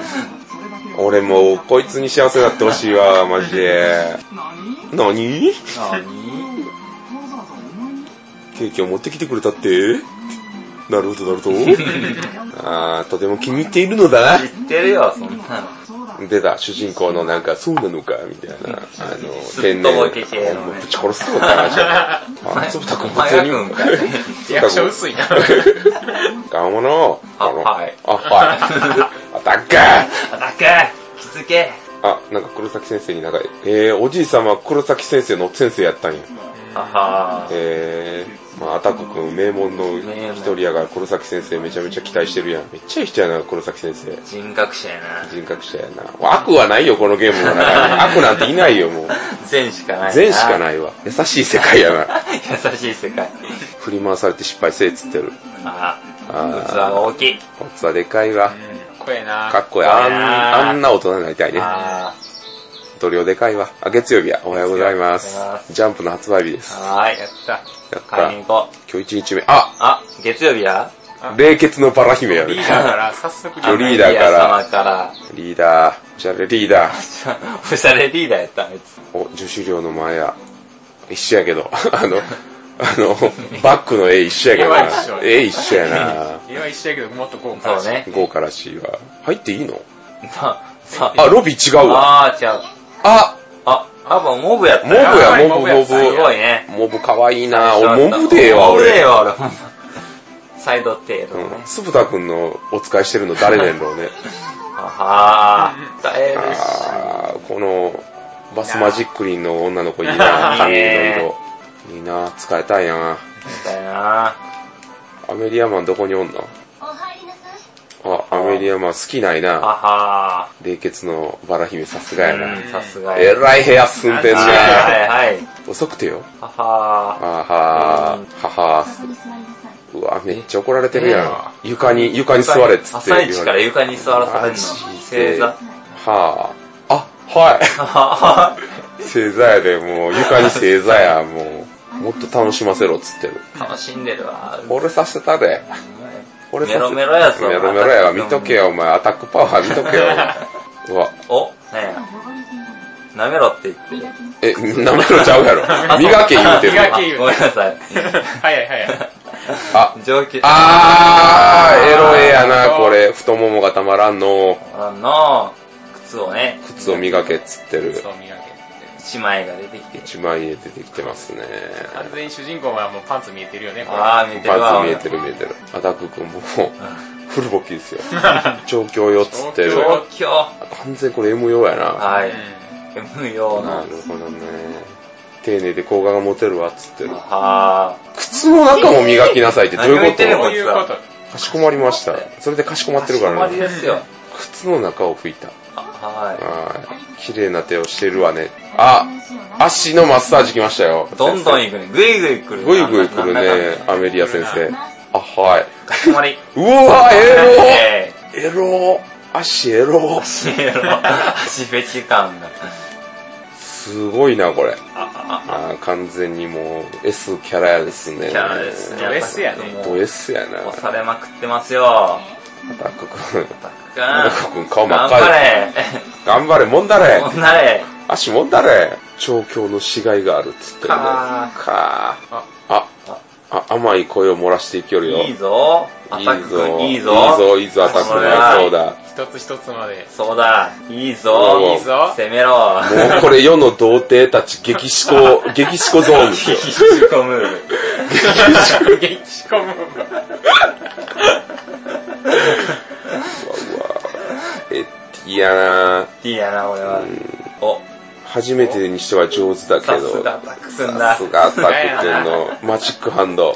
Speaker 1: 俺もう、こいつに幸せになってほしいわ、マジで。何
Speaker 2: なに
Speaker 1: ケーキを持ってきてくれたってなるほど、なる ほど。ああとても気に入っているのだな。
Speaker 2: 言ってるよそんなの
Speaker 1: 出た主人公のなんか、そうなのかみたいな、あの、
Speaker 2: すっとぼけ系のね
Speaker 1: もうぶち殺すのかな、じゃあ。あ、そうたくん、普
Speaker 2: 早
Speaker 1: 通に。
Speaker 2: くんかい
Speaker 3: リアクション薄いな。
Speaker 1: ガモの、
Speaker 2: あはい。
Speaker 1: あ、はい。あ、たっか
Speaker 2: アタックしつけ
Speaker 1: あ、なんか黒崎先生に長い。えー、おじい様黒崎先生の先生やったんや。
Speaker 2: はは
Speaker 1: えー、まあアタック君、名門の一人やが黒崎先生めちゃめちゃ期待してるやん。めっちゃいい人やな、黒崎先生。
Speaker 2: 人格者やな
Speaker 1: 人格者やな。悪はないよ、このゲームの中に。悪なんていないよ、もう。
Speaker 2: 善しかないな
Speaker 1: 善しかないわ。優しい世界やな。
Speaker 2: 優しい世界
Speaker 1: 振り回されて失敗せえっつってる。
Speaker 2: ああ器
Speaker 1: あ
Speaker 2: が大き い
Speaker 1: あ、こいつはでかいわ。
Speaker 3: 声な。
Speaker 1: かっこいい。あん、あんな大人になりたいね。
Speaker 2: あ
Speaker 1: 同僚でかいわ。あ、月曜日や。おはようございま
Speaker 2: お
Speaker 1: す
Speaker 2: はようございま。
Speaker 1: ジャンプの発売日です。
Speaker 2: あはーい
Speaker 3: やった。
Speaker 1: やった。
Speaker 2: 買いに行こう
Speaker 1: 今日一日目。あ
Speaker 2: あ月曜日や
Speaker 1: 冷血のバラ姫やる
Speaker 3: リー。ダーから早速
Speaker 1: よりリーダーから
Speaker 2: リーダー様から。
Speaker 1: リーダー、おしゃれリーダー。
Speaker 2: おしゃれリーダーやった、あいつ。
Speaker 1: お、女子寮の前や。一緒やけど。 あの、あの、バックの絵一緒やけど
Speaker 3: 絵は一緒
Speaker 1: な。絵一緒やな。
Speaker 3: 家は一緒やけどもっと豪華
Speaker 2: そ
Speaker 3: だ
Speaker 2: う
Speaker 3: し
Speaker 2: ね。
Speaker 1: 豪華らしいわ。入っていいの
Speaker 2: さあ、さ
Speaker 1: あ、ロビー違うわ。
Speaker 2: あ、あー、違う。
Speaker 1: あ、
Speaker 2: あ、あ、もうモブやった
Speaker 1: モブや、モ
Speaker 3: モ
Speaker 1: ブ、
Speaker 3: ブ
Speaker 1: モ
Speaker 3: や
Speaker 2: すご
Speaker 1: ブ。
Speaker 2: いね。
Speaker 1: モブかわいいな。
Speaker 2: ちょっ
Speaker 1: お
Speaker 2: と
Speaker 1: モブでええわ、
Speaker 2: モブでえ
Speaker 1: 俺。
Speaker 2: えわ、俺、ほんまサイドテール
Speaker 1: う
Speaker 2: の
Speaker 1: ん
Speaker 2: ね。。
Speaker 1: つぶたくんのお使いしてるの誰ねんろうね。
Speaker 2: あはー、だいぶし。
Speaker 1: あーこのバスマジックリンの女の子いいな髪の色いいな使えたいな
Speaker 2: だよな
Speaker 1: アメリアマンどこにおんの
Speaker 4: お入りなさい。
Speaker 1: あアメリアマン好きないな
Speaker 2: は
Speaker 1: 冷血のバラ姫さすがや
Speaker 2: はー。
Speaker 1: な
Speaker 2: さすが
Speaker 1: え
Speaker 2: や。
Speaker 1: らい部屋住んでん
Speaker 2: はい
Speaker 1: な
Speaker 2: はいはい。
Speaker 1: 遅くてよ
Speaker 2: ははー。
Speaker 1: あはーはは
Speaker 4: ここに座りなさい。
Speaker 1: ーうわめっちゃ怒られてるやん床に床に座れっつって
Speaker 2: 朝一
Speaker 1: 言
Speaker 2: か
Speaker 1: わ
Speaker 2: ら
Speaker 1: れ
Speaker 2: 床に座らされるの。正座。
Speaker 1: はああはい
Speaker 2: は
Speaker 1: 正座やでもう床に正座やもうもっと楽しませろっつってる
Speaker 2: ー楽しんでるわ。
Speaker 1: 俺させたで俺
Speaker 2: メロメロやぞ
Speaker 1: メロメロやわ見とけよお前アタックパワー見とけよお前うわ
Speaker 2: お、なんや。
Speaker 4: 汚れている。
Speaker 2: 舐めろって言ってる。
Speaker 1: え
Speaker 4: 磨きなさい。
Speaker 1: なめろちゃうやろ 磨け言うてる
Speaker 3: 磨
Speaker 2: あ
Speaker 3: け言うて
Speaker 2: ごめんな さい。
Speaker 3: 早い早い
Speaker 1: あ
Speaker 2: 上級。
Speaker 1: あーエロえやなこれ太ももがたまらんの
Speaker 2: あの、靴をね、
Speaker 1: 靴を磨けっつってる
Speaker 3: そう磨け
Speaker 2: 一枚が出てきて。
Speaker 1: 一枚絵出てきてますね
Speaker 3: 完全に主人公はもうパンツ見えてるよねこれ
Speaker 2: あー、見てる
Speaker 1: パ
Speaker 2: わ。
Speaker 1: ンツ見えてる見えてるアタック君ももうフルボッキ ですよ調教よっつってる
Speaker 3: 調教
Speaker 2: 東京。
Speaker 1: 完全にこれ M 用やな
Speaker 2: はい。
Speaker 3: う
Speaker 2: M 用
Speaker 1: な
Speaker 2: の。
Speaker 1: るほどね丁寧で効果が持てるわっつってる
Speaker 2: は
Speaker 1: 靴の中も磨きなさいってどういうこ
Speaker 2: 何を言ってんねん
Speaker 1: と
Speaker 2: こ
Speaker 3: こういうこと
Speaker 1: かしこまりました。それでかしこま
Speaker 2: ー。
Speaker 1: ってるから
Speaker 2: 始まり
Speaker 1: ね。
Speaker 2: ですよ。
Speaker 1: 靴の中を拭いた。
Speaker 2: あは
Speaker 1: はい。綺麗な手をしてるわね。あ、足のマッサージ来ましたよ。
Speaker 2: い。どんどん行くね。ぐいぐい来る。
Speaker 1: ぐいぐい来る
Speaker 2: なんだかんだ。
Speaker 1: ね、アメリア先生。あ、はい。
Speaker 2: かしこまり。
Speaker 1: うわ、エ
Speaker 2: え
Speaker 1: ロエロ足エロ
Speaker 2: ー。足エロ。足フェチ感が。
Speaker 1: すごいな、これ。
Speaker 2: あ
Speaker 1: あー完全にもう S キャラやですね。
Speaker 2: キャラですね。
Speaker 3: ド S やね
Speaker 2: も
Speaker 1: ド
Speaker 2: う
Speaker 1: S やな。
Speaker 2: 押されまくってますよ。
Speaker 1: タック君。
Speaker 2: たくくん。
Speaker 1: タック君顔真っ
Speaker 2: 頑
Speaker 1: 赤
Speaker 2: 張
Speaker 1: や。
Speaker 2: れ。
Speaker 1: 頑張れ、もんだれ。
Speaker 2: 女れ。
Speaker 1: 足もんだれ。調教の死骸があるっつってるね。
Speaker 2: か
Speaker 1: かー
Speaker 3: あ
Speaker 1: あ、あ、甘い声を漏らしていきよるよ。
Speaker 2: いいぞ。アタック君、いいぞ。
Speaker 1: いいぞ、いいぞ、アタック
Speaker 2: これ
Speaker 1: 君。
Speaker 2: は
Speaker 1: そうだ。
Speaker 3: 一つ一つまで
Speaker 2: そうだ。いい
Speaker 1: おう
Speaker 2: ぞ。
Speaker 3: いいぞ
Speaker 2: 攻めろ。
Speaker 1: もうこれ世の童貞たち激しこ、 激しこゾーンですよ。
Speaker 2: 引き込む。
Speaker 3: 激しこむ
Speaker 1: えっいやなぁ
Speaker 2: いいやな、俺は。お、
Speaker 1: 初めてにしては上手だけ
Speaker 2: さ
Speaker 1: ど。
Speaker 2: すがアタック君だ。
Speaker 1: さすがアタック君のマジックハンド。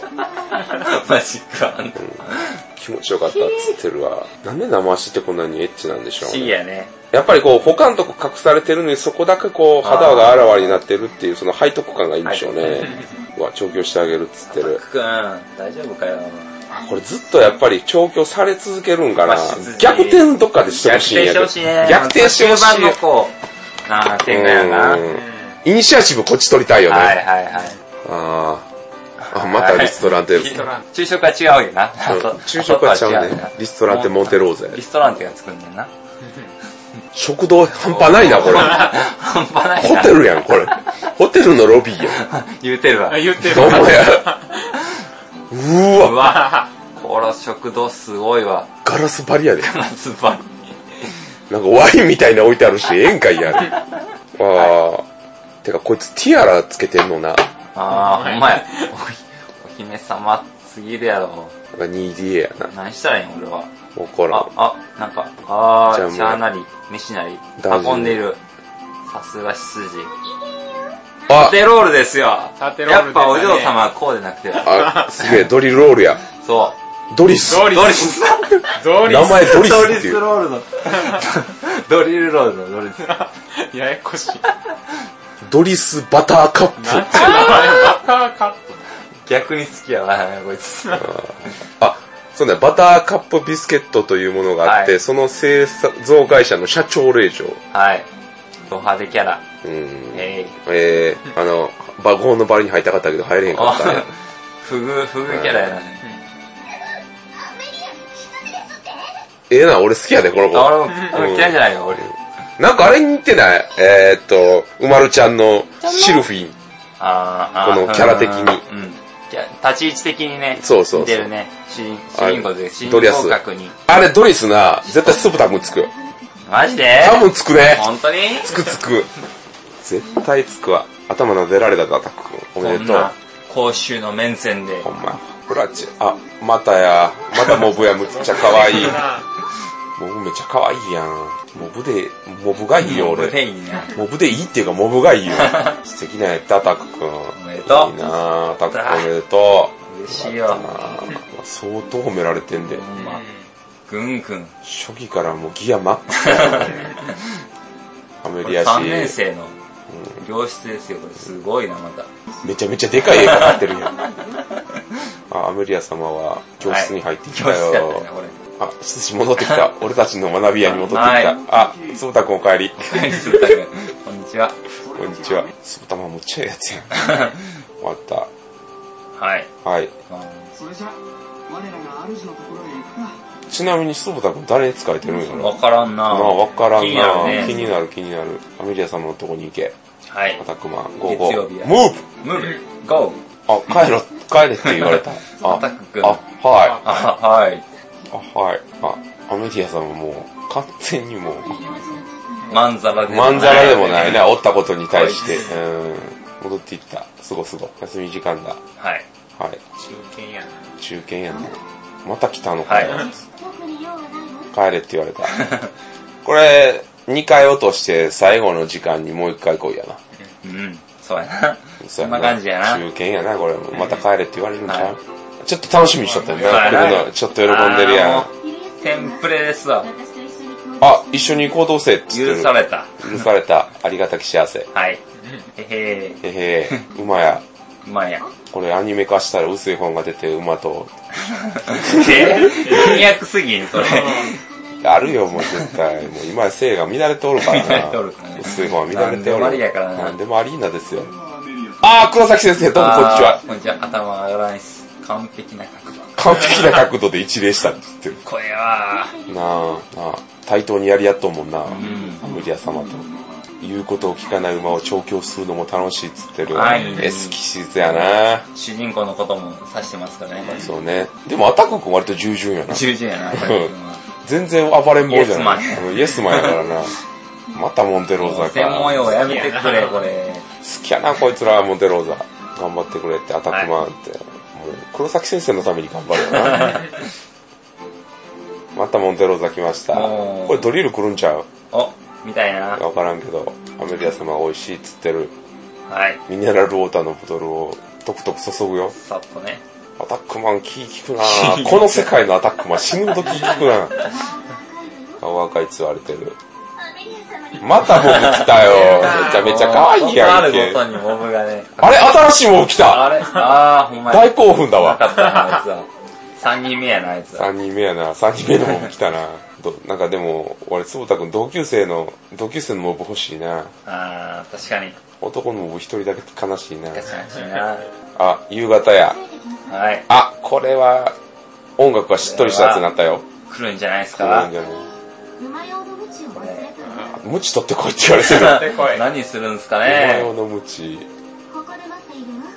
Speaker 2: マジか。
Speaker 1: 気持ちよかったっつってるわ。なんで生足ってこんなにエッチなんでしょう
Speaker 2: 不思議
Speaker 1: ね。
Speaker 2: やね。
Speaker 1: やっぱりこう、他のとこ隠されてるのにそこだけこう、肌があらわになってるっていう、その背徳感がいいんでしょうね。うわ、調教してあげるっつってる。
Speaker 2: くん、大丈夫かよ。
Speaker 1: あこれずっとやっぱり調教され続けるんかな
Speaker 2: まあし続。け
Speaker 1: 逆転どっかでしてほ
Speaker 2: 逆
Speaker 1: しいん
Speaker 2: 転
Speaker 1: やけ
Speaker 2: して
Speaker 1: ど
Speaker 2: ほしいね。
Speaker 1: 逆転してほしい
Speaker 2: 中盤のこう、なんていうかやな。は
Speaker 1: う
Speaker 2: い
Speaker 1: んイニシアチブこっち取りたいよね。
Speaker 2: はいはい。
Speaker 1: あーあ。またリストランテ。
Speaker 2: リストラン昼食は違うよな。
Speaker 1: 昼食はちゃう
Speaker 2: あと
Speaker 1: ね。リストランテモンテロー
Speaker 2: リ
Speaker 1: ゼ。
Speaker 2: ストランテが作んねんな。
Speaker 1: 食堂半端ないな、こ れ。
Speaker 2: 半端ない
Speaker 1: ホ
Speaker 2: な
Speaker 1: テ。ルやん、これ。ホテルのロビーやん。
Speaker 2: 言うてるわ。
Speaker 3: 言ってる
Speaker 1: どうもや。うー
Speaker 2: う
Speaker 1: わ、
Speaker 2: わこの食堂すごいわ。
Speaker 1: ガラス張りやで。
Speaker 2: 夏場に。
Speaker 1: なんかワインみたいなの置いてあるし、宴会やる。ああ。てか、こいつティアラつけてんのな。
Speaker 2: ああ、
Speaker 3: はい
Speaker 2: ほんまや。おひお姫様すぎるやろ。
Speaker 1: なんか 2D やな。
Speaker 2: 何したらいいん俺は。
Speaker 1: わから
Speaker 2: あ
Speaker 1: ん。、
Speaker 2: あ、なんか、あ
Speaker 1: じゃあも
Speaker 2: ー、
Speaker 1: う
Speaker 2: 茶なり、飯なり、
Speaker 1: 大丈夫
Speaker 2: 運んでいる。さすが執事。
Speaker 1: あ
Speaker 2: サ、テロールですよ。
Speaker 3: 縦ロール
Speaker 2: やっぱお
Speaker 3: 出た
Speaker 2: 嬢
Speaker 3: ね
Speaker 2: 様はこうでなくて。
Speaker 1: あ、すげえ、ドリルロールや。
Speaker 2: そ
Speaker 1: ドリス。
Speaker 3: ド
Speaker 2: う。
Speaker 3: リ
Speaker 2: ドリ
Speaker 3: ス
Speaker 2: ス。
Speaker 3: ドリ
Speaker 1: 名前ドリス
Speaker 2: ドリ
Speaker 1: って
Speaker 2: ス
Speaker 1: いう。
Speaker 2: ロールの。 ドリルロールのドリス。
Speaker 3: スややこしい
Speaker 1: ドリスバターカップ。
Speaker 3: なんて名前バターカップ
Speaker 2: 逆に好きやわ、こいつ。
Speaker 1: あ、そうね、バターカップビスケットというものがあって、
Speaker 2: はい
Speaker 1: その製造会社の社長令嬢。
Speaker 2: はい。ド派手キャラ。
Speaker 1: うん。
Speaker 2: えい。
Speaker 1: えー、あの、バゴンの バリに入りたかったけど入れへんか
Speaker 2: あ
Speaker 1: ったね。
Speaker 2: 不遇、不遇キャラやな。
Speaker 1: ええな、俺好きやで、この子。
Speaker 2: 俺も俺嫌いじゃないよ、俺。
Speaker 1: なんかあれに似てないえーっと、うまるちゃんのシルフィン。
Speaker 2: あーあ
Speaker 1: このキャラ的に
Speaker 2: うんうん。キャ立ち位置的にね、
Speaker 1: そうそうそう
Speaker 2: 似てるね。主人主人公で、主
Speaker 1: ドリア
Speaker 2: 人
Speaker 1: ス
Speaker 2: 公格に。
Speaker 1: あれドリスな、絶対スープ多分つくよ。
Speaker 2: マジで
Speaker 1: 多分つくね。
Speaker 2: 本当に
Speaker 1: つくつく。絶対つくわ。頭撫でられたから、たくくん。おめ
Speaker 2: こ
Speaker 1: で
Speaker 2: ん
Speaker 1: とう
Speaker 2: な。、公衆の面前で
Speaker 1: ほ。んま。フラッチ。あ、またや。またモブや。むっちゃ可愛い。モブめっちゃ可愛いやん。モブで、モブがいいよ、
Speaker 2: 俺
Speaker 1: 俺。
Speaker 2: でいいな。
Speaker 1: モブでいいっていうか、モブが いいよ。素敵なやった、たくくん。
Speaker 2: おめでと
Speaker 1: いいなぁ、たくくんおめでとう。
Speaker 2: う。嬉しいよ。
Speaker 1: あー相当褒められてんで。
Speaker 2: ほんま。ぐんぐん。
Speaker 1: 初期からもうギアマック ス。アメ
Speaker 2: こ
Speaker 1: リ
Speaker 2: れ
Speaker 1: ア
Speaker 2: 3年
Speaker 1: し、
Speaker 2: 生の教室ですよ。これすごいな、また。
Speaker 1: めちゃめちゃでかい絵が描ってるやん。あ、アメリア様は教室に入ってき
Speaker 2: 教
Speaker 1: た
Speaker 2: 室や
Speaker 1: よ。
Speaker 2: ったね、これ。
Speaker 1: あ、寿司戻ってきた。俺たちの学び屋に戻ってきた。
Speaker 2: はい
Speaker 1: あ、坪田くんお帰り。
Speaker 2: 鶴田君こんにちは。
Speaker 1: こんにちは。坪田もむっちゃええやつやん。 終わっ
Speaker 2: はい。
Speaker 1: た。はい。
Speaker 2: まあ
Speaker 7: それじゃ我らが主のところへ行くか
Speaker 1: ちなみに坪田くん誰に使えてるんやろ
Speaker 2: わからんな
Speaker 1: なあ、わからんな
Speaker 2: 気になるね
Speaker 1: 気になる気になる。アメリア様のとこに行け。
Speaker 2: はい
Speaker 1: ア。タックマン、ゴーゴ
Speaker 2: 月曜
Speaker 1: ー。
Speaker 2: 日
Speaker 1: ム
Speaker 2: や
Speaker 1: ーブ
Speaker 2: ムーブ、ゴー。
Speaker 1: あ、帰ろ、帰れって言われた。あ
Speaker 2: アタックくん
Speaker 1: あ、は
Speaker 2: あ、はい。
Speaker 1: い。あ、はい。あ、アメリア様もう、完全にもう、
Speaker 2: まんざらでもない。
Speaker 1: まんざらでもない ね、おったことに対して
Speaker 2: こいつ。
Speaker 1: うん。戻っていった。すごすご。休み時間だ。
Speaker 2: はい。
Speaker 1: はい。
Speaker 3: 中堅やな。
Speaker 1: 中堅やな。また来たのか
Speaker 2: は
Speaker 1: よ、
Speaker 2: い。
Speaker 4: 特に用はないわ
Speaker 1: 帰れって言われた。これ、2回落として最後の時間にもう1回来いやな。
Speaker 2: うん。そうやな。
Speaker 1: そ
Speaker 2: そ
Speaker 1: うん
Speaker 2: な感じやな。
Speaker 1: 中堅やな、これ。また帰れって言われるんちゃう
Speaker 2: は
Speaker 1: ちょっと楽しみにしとったよ
Speaker 2: はい
Speaker 1: な。来るのちょっと喜んでるやん
Speaker 2: あ。ーも
Speaker 4: 昼休みは
Speaker 2: うテンプレですわ。
Speaker 4: 私と一緒に行動
Speaker 1: あ、一緒に行こうとせって言って
Speaker 2: 許
Speaker 1: る。
Speaker 2: された。
Speaker 1: 許された。ありがたき幸せ。
Speaker 2: はい。へへ
Speaker 1: へへえ、馬や。
Speaker 2: うまいや。
Speaker 1: これアニメ化したら薄い本が出て馬と。
Speaker 2: え文脈すぎん、それ。
Speaker 1: あるよ、もう絶対。もう今性が乱れておるから
Speaker 2: 乱れて
Speaker 1: な
Speaker 2: おるからね。
Speaker 1: 薄い本は乱れておる。
Speaker 2: 何でもありやからな
Speaker 1: 何でもありなんですよ。あー、黒崎先生、どうもこんにち
Speaker 2: あ
Speaker 1: は
Speaker 2: ー。こんにちは。頭が上がらないっす。完璧な角度。
Speaker 1: 完璧な角度で一礼したって言ってる。
Speaker 2: 声は、
Speaker 1: なあ、なあ、対等にやり合っとんもんな。
Speaker 2: ん
Speaker 1: アムリア様と。言うことを聞かない馬を調教するのも楽しいっつってる。
Speaker 2: はい
Speaker 1: S 騎士やな。
Speaker 2: 主人公のことも指してますからね。
Speaker 1: そうね。でも、アタック君割と従順やな。
Speaker 2: 従順やな、これは
Speaker 1: 全然暴れん坊じゃない
Speaker 2: イエスマ。
Speaker 1: イエスマンやからな。またモンテロー
Speaker 2: も
Speaker 1: ザ
Speaker 2: う専門
Speaker 1: か。
Speaker 2: 用やめてくれ、これ。
Speaker 1: 好きやな、こいつら、モンテローザ。頑張ってくれって、アタックマンって。もう、黒崎先生のために頑張るよ な。またモンテローザ来ました。
Speaker 2: おー
Speaker 1: これドリル来るんちゃう
Speaker 2: お、みたいな。
Speaker 1: わからんけど、アメリア様が美味しいっつってる。
Speaker 2: はい。
Speaker 1: ミネラルウォーターのボトルを、トクトク注ぐよ。
Speaker 2: さっとね。
Speaker 1: アタックマン、気ぃ利くなぁこの世界のアタックマン、死ぬほど気ぃ利くなぁ顔赤いつわれてる。
Speaker 4: アメリア様に
Speaker 1: また僕来たよ。めちゃめちゃ可愛い
Speaker 2: あ
Speaker 1: やん
Speaker 2: る
Speaker 1: け
Speaker 2: ご。とにモブがね。
Speaker 1: あれ、新しいもん来た
Speaker 2: あれあー、ほんまや。
Speaker 1: 大興奮だ
Speaker 2: な
Speaker 1: わ。
Speaker 2: かったな、あい つは。3人目やな、あいつは。
Speaker 1: 3人目やな。3人目のモブ来たな。どなんかでも、俺、坪田くん同級生の、同級生のモブ欲しいな。
Speaker 2: あー、確かに。
Speaker 1: 男のモブ一人だけ悲しいな。
Speaker 2: 確かにしな。
Speaker 1: あ、夕方や。
Speaker 2: はい。
Speaker 1: あ、これは、音楽がしっとりしたやつになったよ。
Speaker 2: 来るんじゃないです
Speaker 1: そうな
Speaker 2: か
Speaker 1: んじ。ゃない
Speaker 4: 沼用の無知を忘れたわ
Speaker 1: ムチ取ってこいって言われてる。
Speaker 3: てこい
Speaker 2: 何するんすか
Speaker 1: お前用
Speaker 2: ね。
Speaker 1: のムチ、
Speaker 4: ここで待っているわ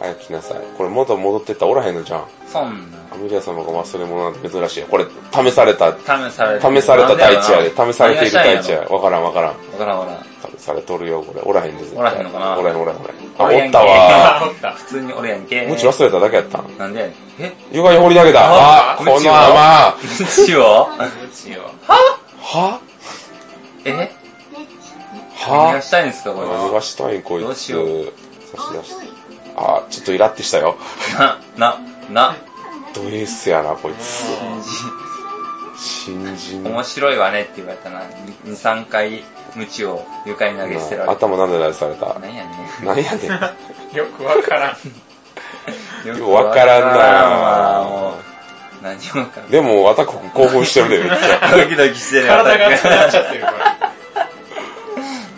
Speaker 1: 早く来なさい。これ元戻ってったらおらへんのじゃん。
Speaker 2: そんな。
Speaker 1: アメリア様が忘れ物なんて珍しいよ。これ、試された
Speaker 2: 試されてる
Speaker 1: 試された大地やで、
Speaker 2: なん
Speaker 1: 試されている大地や。
Speaker 2: わ
Speaker 1: わからんわからん。
Speaker 2: からんわからん。
Speaker 1: 試されとるよ、これ。おらへんで、絶対。
Speaker 2: おらへんのかな
Speaker 1: おらへんおらへんおらへん。
Speaker 2: おら
Speaker 1: あ、お
Speaker 2: へん
Speaker 1: った わ。
Speaker 3: おった。
Speaker 2: 普通に俺やんけ。
Speaker 1: ムチ忘れただけやったん。
Speaker 2: なんでやねん。え
Speaker 1: 床に放り投げた。あ、この
Speaker 2: ムチを
Speaker 1: まま。
Speaker 2: 無知を
Speaker 3: 無知を。
Speaker 1: は
Speaker 2: え
Speaker 4: ね知
Speaker 2: 何が
Speaker 1: は
Speaker 2: したいんですか、これ
Speaker 1: 何
Speaker 2: は。
Speaker 1: がしたいん、こい
Speaker 2: どう
Speaker 1: つ。
Speaker 2: しよう
Speaker 1: 差し出し
Speaker 4: っておい
Speaker 1: あ、ちょっとイラってしたよ。
Speaker 2: な、な、な、
Speaker 1: ドエースやな、こいつ。新人。
Speaker 2: 面白いわねって言われたな。2、3回、無知を床に投げ捨てられた。
Speaker 1: 頭なんで出された。
Speaker 2: 何やねん。
Speaker 1: なんやねん。
Speaker 3: よくわからん。
Speaker 2: よ
Speaker 1: くわからんな
Speaker 2: わもう、何もか。
Speaker 1: でも、アタック君興奮してるで、めっちゃ
Speaker 2: ドキドキしてるよ。
Speaker 3: 体が熱くなっちゃってるから。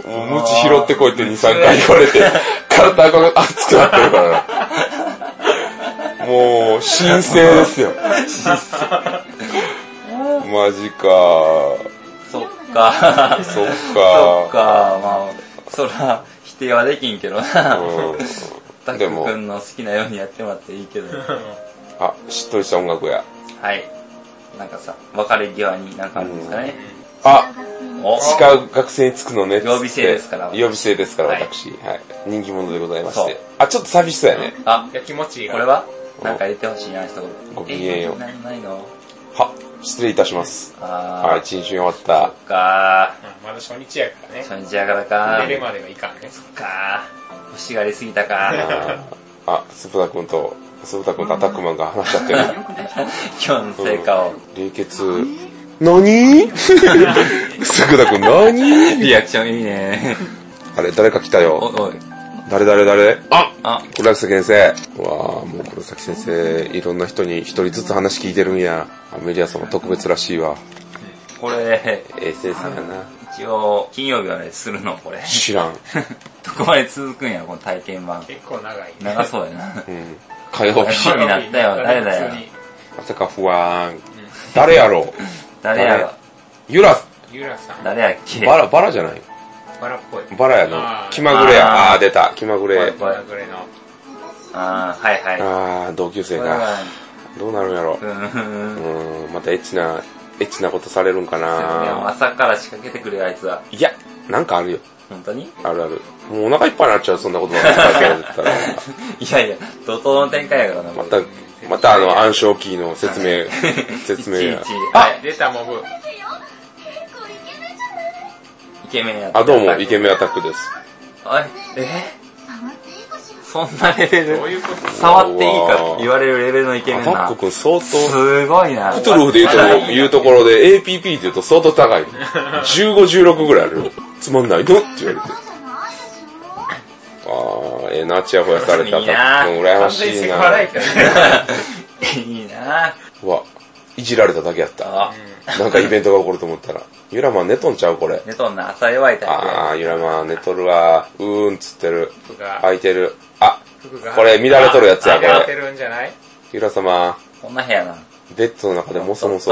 Speaker 1: もう、ムチ拾ってこいって2、3回言われて、体が熱くなってるからな。もう、神聖ですよ。もう、マジか。
Speaker 2: そっか。
Speaker 1: そっか。
Speaker 2: そっか、まあ、そら、否定はできんけどな。タ
Speaker 1: うん。
Speaker 2: ッ
Speaker 1: で
Speaker 2: ク
Speaker 1: も、
Speaker 2: 君の好きなようにやってもらっていいけど。
Speaker 1: あ、しっとりした音楽や。
Speaker 2: はい。なんかさ、別れ際になんかあるんですかね。
Speaker 1: あ、
Speaker 2: お、
Speaker 1: 違う学生につくのねっつって。
Speaker 2: 予備生ですから
Speaker 1: 予備生ですから、
Speaker 2: はい
Speaker 1: 私。はい。人気者でございまし
Speaker 2: そ
Speaker 1: て
Speaker 2: う。
Speaker 1: あ、ちょっと寂しそうやね。
Speaker 2: あ、
Speaker 3: や、気持ちいい
Speaker 2: これ
Speaker 3: は
Speaker 2: はなんか入れてほしいな、一言。
Speaker 1: ごきげんよう
Speaker 2: えないないの
Speaker 1: は、失礼いたします。は
Speaker 2: あ
Speaker 1: い、一日終わった。
Speaker 2: ー、か
Speaker 3: まだ初日やからね。
Speaker 2: 初日やからか
Speaker 3: 寝るまではいかんね。
Speaker 2: か欲しがりすぎたか
Speaker 1: あ、スプタ君と、スプタ君とアタックマンが話し 合ってる。
Speaker 2: 今日の成果を。
Speaker 1: 流血。何 スプタ君 何
Speaker 2: リアクションいいね。
Speaker 1: あれ、誰か来た
Speaker 2: お、
Speaker 1: よ。
Speaker 2: おい。
Speaker 1: 誰誰誰あ
Speaker 2: あ、
Speaker 1: 黒崎先生。うわあもう黒崎先生、いろんな人に一人ずつ話聞いてるんや。アメリア様特別らしいわ。
Speaker 2: これ、
Speaker 1: 衛生さんやな。
Speaker 2: 一応、金曜日までするの、これ。
Speaker 1: 知らん。
Speaker 2: どこまで続くんや、この体験版。
Speaker 3: 結構長いね。
Speaker 2: 長そうやな。
Speaker 1: うん。火曜日。
Speaker 2: 興味なったよ誰だよ
Speaker 3: 普通に
Speaker 1: 朝か不安。誰やろう
Speaker 2: 誰やろ
Speaker 1: ゆら、
Speaker 3: ゆらさん。
Speaker 2: 誰やっけ
Speaker 1: バラ、バラじゃない
Speaker 3: バラっぽい。
Speaker 1: バラや
Speaker 3: あ
Speaker 1: な。
Speaker 3: ー
Speaker 1: 気まぐれや。あ
Speaker 2: あー
Speaker 1: あー、出た。気まぐ
Speaker 2: バ
Speaker 1: れ
Speaker 2: ラ。
Speaker 3: バラぐれの。
Speaker 2: あー、はいはい。
Speaker 1: ああ、同級生
Speaker 2: これは
Speaker 1: が。どうなるんやろ
Speaker 2: う。ー。
Speaker 1: うんーん、またエッチな、エッチなことされるんかな。
Speaker 2: 朝から仕掛けてくるよあいつは。
Speaker 1: いや、なんかあるよ。
Speaker 2: 本当に
Speaker 1: あるある。もうお腹いっぱいになっちゃう、そんなことばっかりやってたら。
Speaker 2: いやいや、怒涛の展開やからな、
Speaker 1: ま
Speaker 2: ま
Speaker 1: た、またあの、暗証キーの説明、説明
Speaker 2: い
Speaker 1: や
Speaker 2: ちいち。、
Speaker 3: あ
Speaker 2: は、
Speaker 3: 出たモブ。
Speaker 2: い、イケメンやった
Speaker 1: あ、どうも、イケメンアタックです。
Speaker 2: おい、えそんなレベル
Speaker 3: どういうこと
Speaker 2: 触っていいかって言われるレベルのイケメ
Speaker 1: ア
Speaker 2: ン
Speaker 1: タ
Speaker 2: な
Speaker 1: ック。君相当、
Speaker 2: すごいな。
Speaker 1: トゥルフで言うとこ、言うところで APP って言うと相当高い。15、16ぐらいあるよ。つまんないのって言われて。あー、ええな、ちやほやされた。
Speaker 2: いいな
Speaker 1: うん羨ま
Speaker 3: 完
Speaker 1: し
Speaker 3: 全
Speaker 1: い
Speaker 3: にセクハラ
Speaker 1: な
Speaker 3: や。けどね。
Speaker 2: いいなぁ。
Speaker 1: うわ、いじられただけやった。
Speaker 2: あ、
Speaker 1: なんかイベントが起こると思ったら。ゆらまん寝とんちゃうこれ。
Speaker 2: 寝とんな、朝弱いタイプや。
Speaker 1: あー、ゆらまん寝とるわ。うーんっつってる。
Speaker 3: 服が、
Speaker 1: 開いてる。あ、
Speaker 3: 服が。
Speaker 1: これ乱れとるやつや、こ
Speaker 3: 上がって
Speaker 1: れ。
Speaker 3: るんじゃない
Speaker 1: ゆら様、
Speaker 2: こんな部屋な。
Speaker 1: ベッドの中でもそもそ、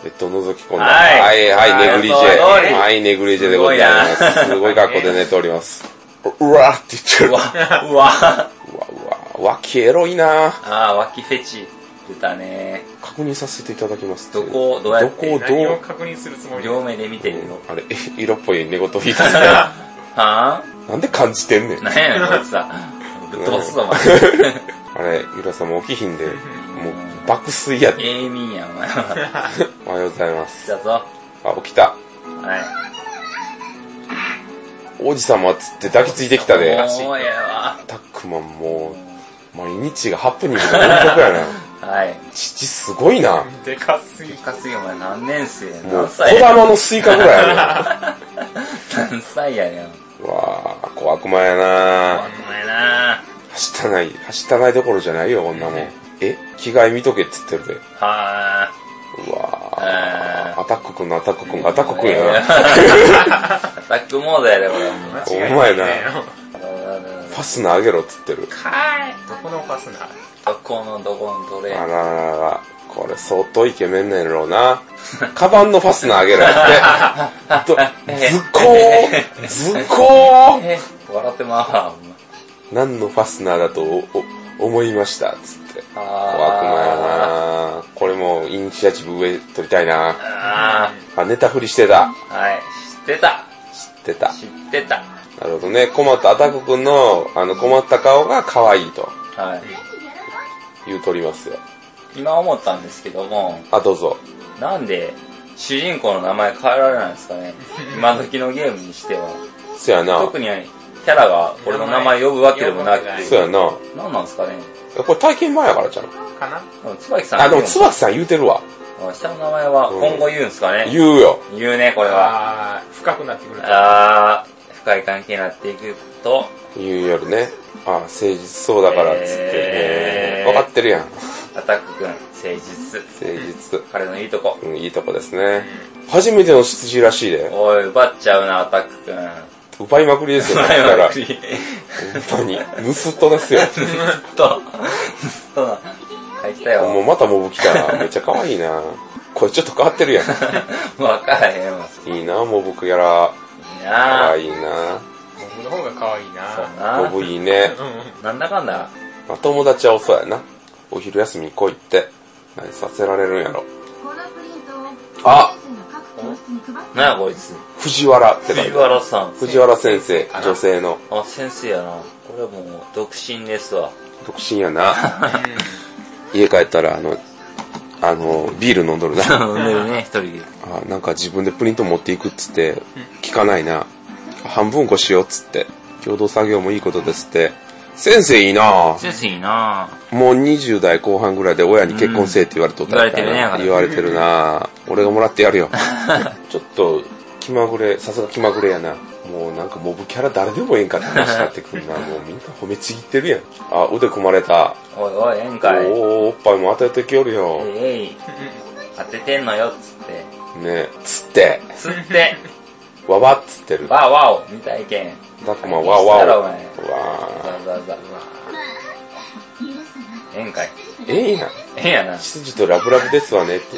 Speaker 2: お
Speaker 1: ベッドを覗き込んだ。は、
Speaker 2: はいい
Speaker 1: はい、ネグリジェ。
Speaker 2: はいそう
Speaker 1: はい、ネグリジェでございます。すごい格好で寝ております。ううわーって言ってる。
Speaker 2: う
Speaker 1: うわ、
Speaker 2: わ、うわ。
Speaker 1: うわ、脇エロいな
Speaker 2: あー、脇フェチ。出たね
Speaker 1: 確認させていただきます。
Speaker 2: どこをどうやって
Speaker 1: どこを
Speaker 3: 何
Speaker 1: ど
Speaker 3: を
Speaker 1: う、
Speaker 3: 確認するつもり
Speaker 2: 両目で見てるよ。
Speaker 1: あれ、え色っぽい寝言を引いてきた
Speaker 2: は
Speaker 1: なんで感じてんね
Speaker 2: ぁ
Speaker 1: ん。
Speaker 2: なんやねん、こいつさ。ぶっ飛ばすぞ、お 前。
Speaker 1: あれ、ゆらさんも起きひんで、もう爆睡やで。
Speaker 2: ゲーミーやん、お前は。
Speaker 1: おはようございます。
Speaker 2: 来たぞ。
Speaker 1: あ、起きた。
Speaker 2: は
Speaker 1: 王子様っつって抱きついてきた
Speaker 2: い。
Speaker 1: で。
Speaker 2: もうええわ。
Speaker 1: タックマンもう、毎日がハプニングの連続やな。
Speaker 2: はい。
Speaker 1: 父すごいな。
Speaker 3: でかすぎ。
Speaker 2: 深すぎお前何年生や
Speaker 1: もう、小
Speaker 2: 何歳や
Speaker 1: 玉のスイカぐらいや な。
Speaker 2: 何歳やねん。
Speaker 1: うわあ小悪魔やな
Speaker 2: お前な
Speaker 1: 走ったない、走ったないどころじゃないよ、こんなもん。え着替え見とけっつってるで。
Speaker 2: は
Speaker 1: うわ
Speaker 2: あ
Speaker 1: あアタックくんのアタックくんがアタックくんや な。
Speaker 2: ぁ。アタックモードやで、これ。もう
Speaker 1: お前な。ファスナーあげろっつってる。
Speaker 3: どこのファスナー
Speaker 2: どこのどこのどれ
Speaker 1: あら。ららら。これ相当イケメンなんやろうな。カバンのファスナーあげろやって。ど ずこーずこー
Speaker 2: え、笑ってまうわ、お前。
Speaker 1: 何のファスナーだとおお思いましたっつって。小悪魔や
Speaker 2: あ
Speaker 1: なこれもうイニシアチブ上取りたいな
Speaker 2: ー。あ
Speaker 1: あ、寝たふりしてた。
Speaker 2: ー。はい。知ってた。
Speaker 1: 出た。
Speaker 2: 知ってた。
Speaker 1: なるほどね。困った、アタク君の、あの、困った顔が可愛いと
Speaker 2: はい。
Speaker 1: 言うとりますよ。
Speaker 2: 今思ったんですけども、
Speaker 1: あ、どうぞ。
Speaker 2: なんで主人公の名前変えられないんですかね今時のゲームにしては。
Speaker 1: そやな。
Speaker 2: 特にキャラが俺の名前呼ぶわけでもなく
Speaker 1: そやな。
Speaker 2: 何なんですかね
Speaker 1: これ体験前やからじゃん。
Speaker 3: かな
Speaker 2: でも椿さん
Speaker 1: あ、でも、
Speaker 2: 言う
Speaker 1: 椿さん言うてるわ。
Speaker 2: の下の名前は今後言うんですかね、
Speaker 1: 言うよ。
Speaker 2: 言うね、これは。
Speaker 3: あー、深くなってくると。
Speaker 2: あー、深い関係になっていくと、
Speaker 1: 言うよりね。あ、誠実そうだから、つって。
Speaker 2: えー
Speaker 1: 分かってるやん。誠
Speaker 2: アタック君、誠実。
Speaker 1: 実。
Speaker 2: 彼のいいとこ。
Speaker 1: うん、いいとこですね。初めての出自らしいで。
Speaker 2: おい、奪っちゃうな、アタック君。
Speaker 1: 奪いまくりですよ、だか
Speaker 2: 前
Speaker 1: ら
Speaker 2: は。 ずっ
Speaker 1: 本当に。盗っ人ですよ。
Speaker 2: と、ずっとな。はい、来たよ。
Speaker 1: もうまたモブ来たな。めっちゃ可愛いな。これちょっと変わってるやん。
Speaker 2: わからへんわ。
Speaker 1: いいな、モブキャラ。
Speaker 2: いい
Speaker 1: か
Speaker 2: な
Speaker 1: わ
Speaker 2: ぁ。
Speaker 1: いいな。
Speaker 3: 僕の方が可愛いな
Speaker 2: そう
Speaker 1: モ
Speaker 2: な
Speaker 1: ブいいね。
Speaker 3: う
Speaker 2: なんだかんだ。
Speaker 1: まあ、友達は遅いやな。お昼休み来いって。何させられるんやろ。
Speaker 4: このプリントを
Speaker 1: あ
Speaker 4: 先生の各教室に配って
Speaker 2: なんやこいつ。
Speaker 1: 藤原って書い
Speaker 2: 藤
Speaker 1: てある
Speaker 2: 原さん。
Speaker 1: 藤原先生、女性の
Speaker 2: あ、先生やな。これはもう、独身です わ。
Speaker 1: 独身や な。家帰ったら、あの、あの、ビール飲んどるな。
Speaker 2: 飲んでるね、一人で。
Speaker 1: あなんか自分でプリント持っていくっつって聞かないな半分こしようっつって共同作業もいいことですって先生いいなぁ
Speaker 2: 先生いいな
Speaker 1: もう20代後半ぐらいで親に結婚せえって言われとったみたいな
Speaker 2: うん
Speaker 1: 言
Speaker 2: 言
Speaker 1: わ
Speaker 2: わ
Speaker 1: れてるなぁ俺がもらってやるよちょっと気まぐれさすが気まぐれやなもうなんかモブキャラ誰でもええんかって話になってくるなもうみんな褒めちぎってるやんあ腕組まれた
Speaker 2: おいおい、ええん
Speaker 1: お
Speaker 2: かい。え
Speaker 1: おーおっぱいも当ててきよるよね
Speaker 2: いえい。当ててんのよ、つって。
Speaker 1: つって
Speaker 2: つって、
Speaker 1: わわっつってる
Speaker 2: わーわーを、見たいけん。
Speaker 1: だってまあわわ
Speaker 2: だろ
Speaker 1: わ
Speaker 2: お前
Speaker 1: わ
Speaker 2: ざわざわざ。
Speaker 4: 許すな
Speaker 2: ええんかい。
Speaker 1: ええやん。
Speaker 2: ええやな。
Speaker 1: 羊とラブラブですわねって。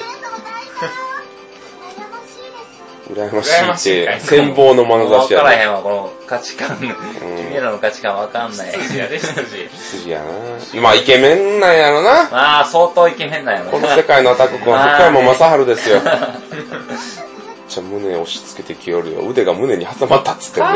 Speaker 4: 羨ま
Speaker 1: 羨ま
Speaker 4: しいです
Speaker 1: しい
Speaker 3: 羨ま
Speaker 1: っ
Speaker 3: しいか
Speaker 1: て、
Speaker 3: い
Speaker 1: 羨望の
Speaker 2: も
Speaker 1: 眼
Speaker 2: う
Speaker 1: 差
Speaker 2: わ
Speaker 1: し
Speaker 2: か
Speaker 1: や
Speaker 2: ら
Speaker 1: な。
Speaker 2: へんわ、この価値観。君らの価値観わかんない。
Speaker 3: ん。やで、羊。
Speaker 1: 羊やな。まあ、イケメンなんやろな。
Speaker 2: まあ、相当イケメンなんや
Speaker 1: こ
Speaker 2: ろ
Speaker 1: の
Speaker 2: な。
Speaker 1: 世界のアタック君は福山雅治ですよ。じゃあ胸押し付けてきよるよ。腕が胸に挟まったっつってね。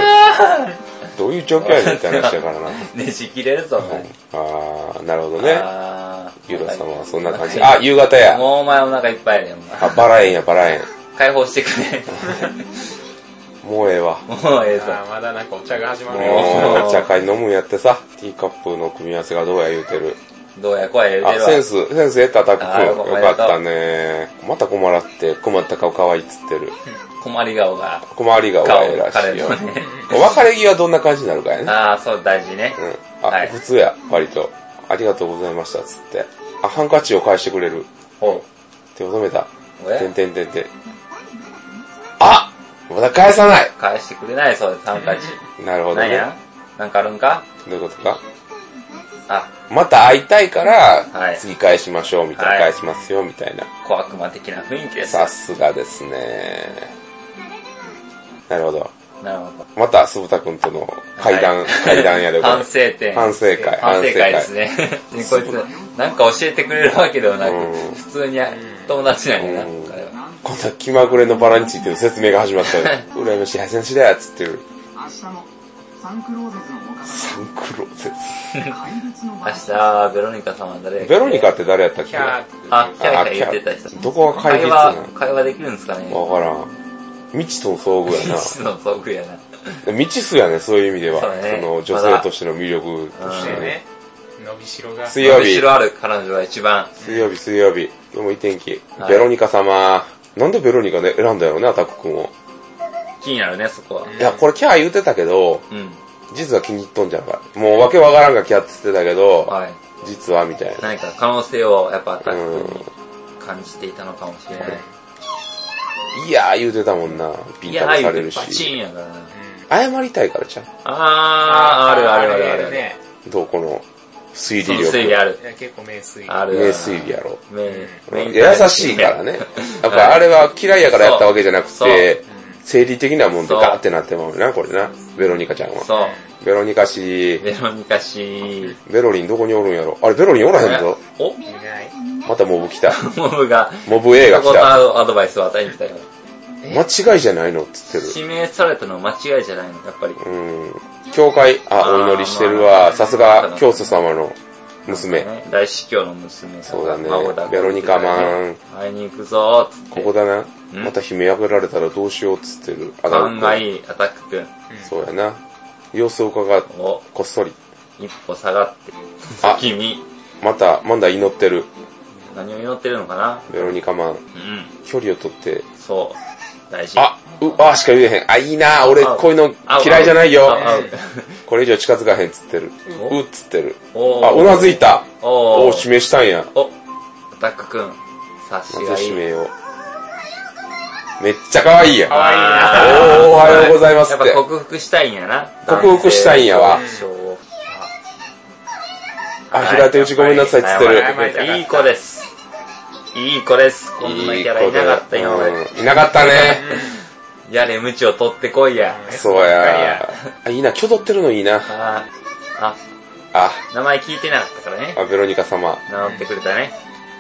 Speaker 1: どういう状況やねんって話やからな。
Speaker 2: ねじ切れるぞ、お前。
Speaker 1: あー、なるほどね。
Speaker 2: あー
Speaker 1: ユーロ様はそんな感じ。あ、夕方や。
Speaker 2: もうお前お腹いっぱいやで、お前。
Speaker 1: あ、バラ園や、バラ園。
Speaker 2: 解放してくれ。
Speaker 1: もうええわ。
Speaker 2: も うええぞ。
Speaker 3: あーまだなんかお茶が始ま
Speaker 1: も
Speaker 3: る
Speaker 1: う
Speaker 3: よ。
Speaker 2: おー
Speaker 1: 茶会飲むんやってさ。ティーカップの組み合わせがどうや言うてる。
Speaker 2: どうや、こうや言う
Speaker 1: あ
Speaker 2: て、るわ
Speaker 1: セン。ス、センス得たタッ
Speaker 2: あ
Speaker 1: ク
Speaker 2: ー
Speaker 1: よ
Speaker 2: よ
Speaker 1: か
Speaker 2: か
Speaker 1: っ
Speaker 2: った
Speaker 1: たね。また困らって、困った顔可愛いっつってる。
Speaker 2: 困り顔が。
Speaker 1: 困りが
Speaker 2: 顔
Speaker 1: 可いらしい
Speaker 2: 彼
Speaker 1: よ
Speaker 2: の。ね。
Speaker 1: 別れ際どんな感じになるかやね。
Speaker 2: ああ、そう、大事ね
Speaker 1: う。ん。あ、
Speaker 2: はい
Speaker 1: 普通や、割と。ありがとうございました、つって。あ、ハンカチを返してくれる。
Speaker 2: ほ
Speaker 1: 手を止めた。
Speaker 2: う。
Speaker 1: て
Speaker 2: え
Speaker 1: んてんてんてん。あまだ返さない
Speaker 2: 返してくれない、そうです、ハンカチ。
Speaker 1: なるほど
Speaker 2: なん
Speaker 1: ね。
Speaker 2: やなんかあるんか
Speaker 1: どういうことか
Speaker 2: あ、
Speaker 1: また会いたいから、
Speaker 2: はい
Speaker 1: 次返しましょう、みたいな。
Speaker 2: はい
Speaker 1: 返しますよ、みたいな。
Speaker 2: 小悪魔的な雰囲気です。
Speaker 1: さすがですね。なるほど。
Speaker 2: なるほど。
Speaker 1: また、鈴田くんとの階段、階段やでござい
Speaker 2: 反
Speaker 1: ます
Speaker 2: 省点。
Speaker 1: 反省会。
Speaker 2: 反省会ですね。ねこいつ、なんか教えてくれるわけではな
Speaker 1: う
Speaker 2: く
Speaker 1: ん、
Speaker 2: 普通に友達なんやな
Speaker 1: うん、
Speaker 2: 彼は。
Speaker 1: こんな気まぐれのバラについての説明が始まったよ。羨ましい、配信しだよ、つってる。
Speaker 7: 明日のサンクローゼズの丘
Speaker 1: サンクローゼス。
Speaker 7: が怪物の
Speaker 2: 明
Speaker 7: 場所
Speaker 2: 日、ベロニカ様誰やっけ
Speaker 1: ベロニカって誰やったっ
Speaker 3: キ
Speaker 1: け
Speaker 3: ャー
Speaker 1: あ
Speaker 3: って。
Speaker 2: あ、キャラキャラ
Speaker 1: キャ
Speaker 2: 言ってた人。
Speaker 1: どこが解
Speaker 2: 会
Speaker 1: 決な
Speaker 2: 話
Speaker 1: の、
Speaker 2: 会話できるんですかね
Speaker 1: わからん。未知との遭遇や な。
Speaker 2: 実の遭遇やな。
Speaker 1: 未知数やね、そういう意味では。そ
Speaker 2: そうだね
Speaker 1: の女性としての魅力とし
Speaker 3: そ
Speaker 1: て
Speaker 3: し
Speaker 1: ね。
Speaker 3: てね、伸びしろが。
Speaker 1: 水曜日
Speaker 2: 後、ろある彼女が一番。
Speaker 1: 水曜日、水曜日。今日もいい天気。
Speaker 2: はい
Speaker 1: ベロニカ様。なんでベロニカね、選んだよね、アタック君を。
Speaker 2: 気になるね、そこは。
Speaker 1: いや、これキャー言うてたけど、
Speaker 2: うん。
Speaker 1: 実は気に入っとんじゃんか。もうわけわからんがキャって言ってたけど、
Speaker 2: はい。
Speaker 1: 実はみたいな。
Speaker 2: 何か可能性をやっぱアタ
Speaker 1: うん
Speaker 2: ックに感じていたのかもしれない。
Speaker 1: いやー言うてたもんな。ビン
Speaker 2: い
Speaker 1: タ
Speaker 2: や、
Speaker 1: も
Speaker 2: あ
Speaker 1: さ
Speaker 2: あ
Speaker 1: れ
Speaker 2: い
Speaker 1: る
Speaker 2: う
Speaker 1: し
Speaker 2: パ。チンやからな。
Speaker 1: 謝りたいからじゃん。
Speaker 2: あー、あるあるあるある。
Speaker 3: ね。
Speaker 1: どうこの、推理
Speaker 2: 純粋
Speaker 1: 力。
Speaker 2: ある
Speaker 3: い。や結構名水。
Speaker 2: ある。
Speaker 1: 名推理やろ。
Speaker 2: 名
Speaker 1: うん
Speaker 2: 名
Speaker 1: いや優しいからね。やっぱあれは嫌いやからやったわけじゃなく
Speaker 2: そう
Speaker 1: て、生理的なもんで
Speaker 2: そう
Speaker 1: ガーってなってまうな、これな。ベロニカちゃんは。
Speaker 2: そう。
Speaker 1: ベロニカし、
Speaker 2: ベロニカ氏。
Speaker 1: ベロリンどこにおるんやろ。あれ、ベロリンおらへんぞ。
Speaker 2: お
Speaker 3: いない。
Speaker 1: またモブ来た。
Speaker 2: モブが、
Speaker 1: モブ映画来
Speaker 2: こ
Speaker 1: た。
Speaker 2: とアドバイスを与えに来たよ。
Speaker 1: 間違いじゃないのっつってる。
Speaker 2: 指名されたの間違いじゃないの、やっぱり。
Speaker 1: うん。教会、あ、お祈りしてるわ。さすが、教祖様の娘。
Speaker 2: ね大司教の娘さん
Speaker 1: そうだね
Speaker 2: 孫だ
Speaker 1: ベロニカマン
Speaker 2: 会いに行くぞーっつって
Speaker 1: ここだな。
Speaker 2: うん
Speaker 1: また姫破られたらどうしようっつってる。あだ
Speaker 2: 勘がいいアタックくん
Speaker 1: そうやな。様子を伺って、
Speaker 2: を
Speaker 1: こっそり。
Speaker 2: 一歩下がって
Speaker 1: あ
Speaker 2: 先に
Speaker 1: また、まだ祈ってる。
Speaker 2: 何を祈ってるのかな
Speaker 1: ベロニカマン。
Speaker 2: うん
Speaker 1: 距離を取って。
Speaker 2: そう大事
Speaker 1: あ、う、あしか言えへん。あ、いいな。俺、
Speaker 2: あ
Speaker 1: こういうの
Speaker 2: あ
Speaker 1: 嫌いじゃないよ。
Speaker 2: ああ
Speaker 1: これ以上近づかへんっつってる。う
Speaker 2: お
Speaker 1: っつってる。
Speaker 2: おー
Speaker 1: あ、うなずいた。
Speaker 2: お
Speaker 1: お
Speaker 2: お
Speaker 1: お、指名したんや。
Speaker 2: おアタックくん察し
Speaker 1: ま
Speaker 2: が
Speaker 1: た
Speaker 2: い
Speaker 1: 指
Speaker 2: い
Speaker 1: 名を。めっちゃ可愛いやん。
Speaker 2: 可愛いな
Speaker 1: おーおはようございますって
Speaker 2: やっぱ克服したいんやな
Speaker 1: 克服したいんやわ
Speaker 2: 男性の象徴
Speaker 1: あ、平手打ちごめんなさいっつって
Speaker 2: は
Speaker 1: る
Speaker 2: い。謝りたかったいい子ですいい子です。こんなキャラいなかった今まで。
Speaker 1: うんいなかったね。
Speaker 2: やれ、無知を取ってこいや。
Speaker 1: そう
Speaker 2: ばっかり
Speaker 1: や
Speaker 2: や。
Speaker 1: あ、いいな、今日撮ってるのいいな。
Speaker 2: ああ、
Speaker 1: あ、
Speaker 2: 名前聞いてなかったからね。
Speaker 1: あベロニカ様。
Speaker 2: 名乗ってくれたね。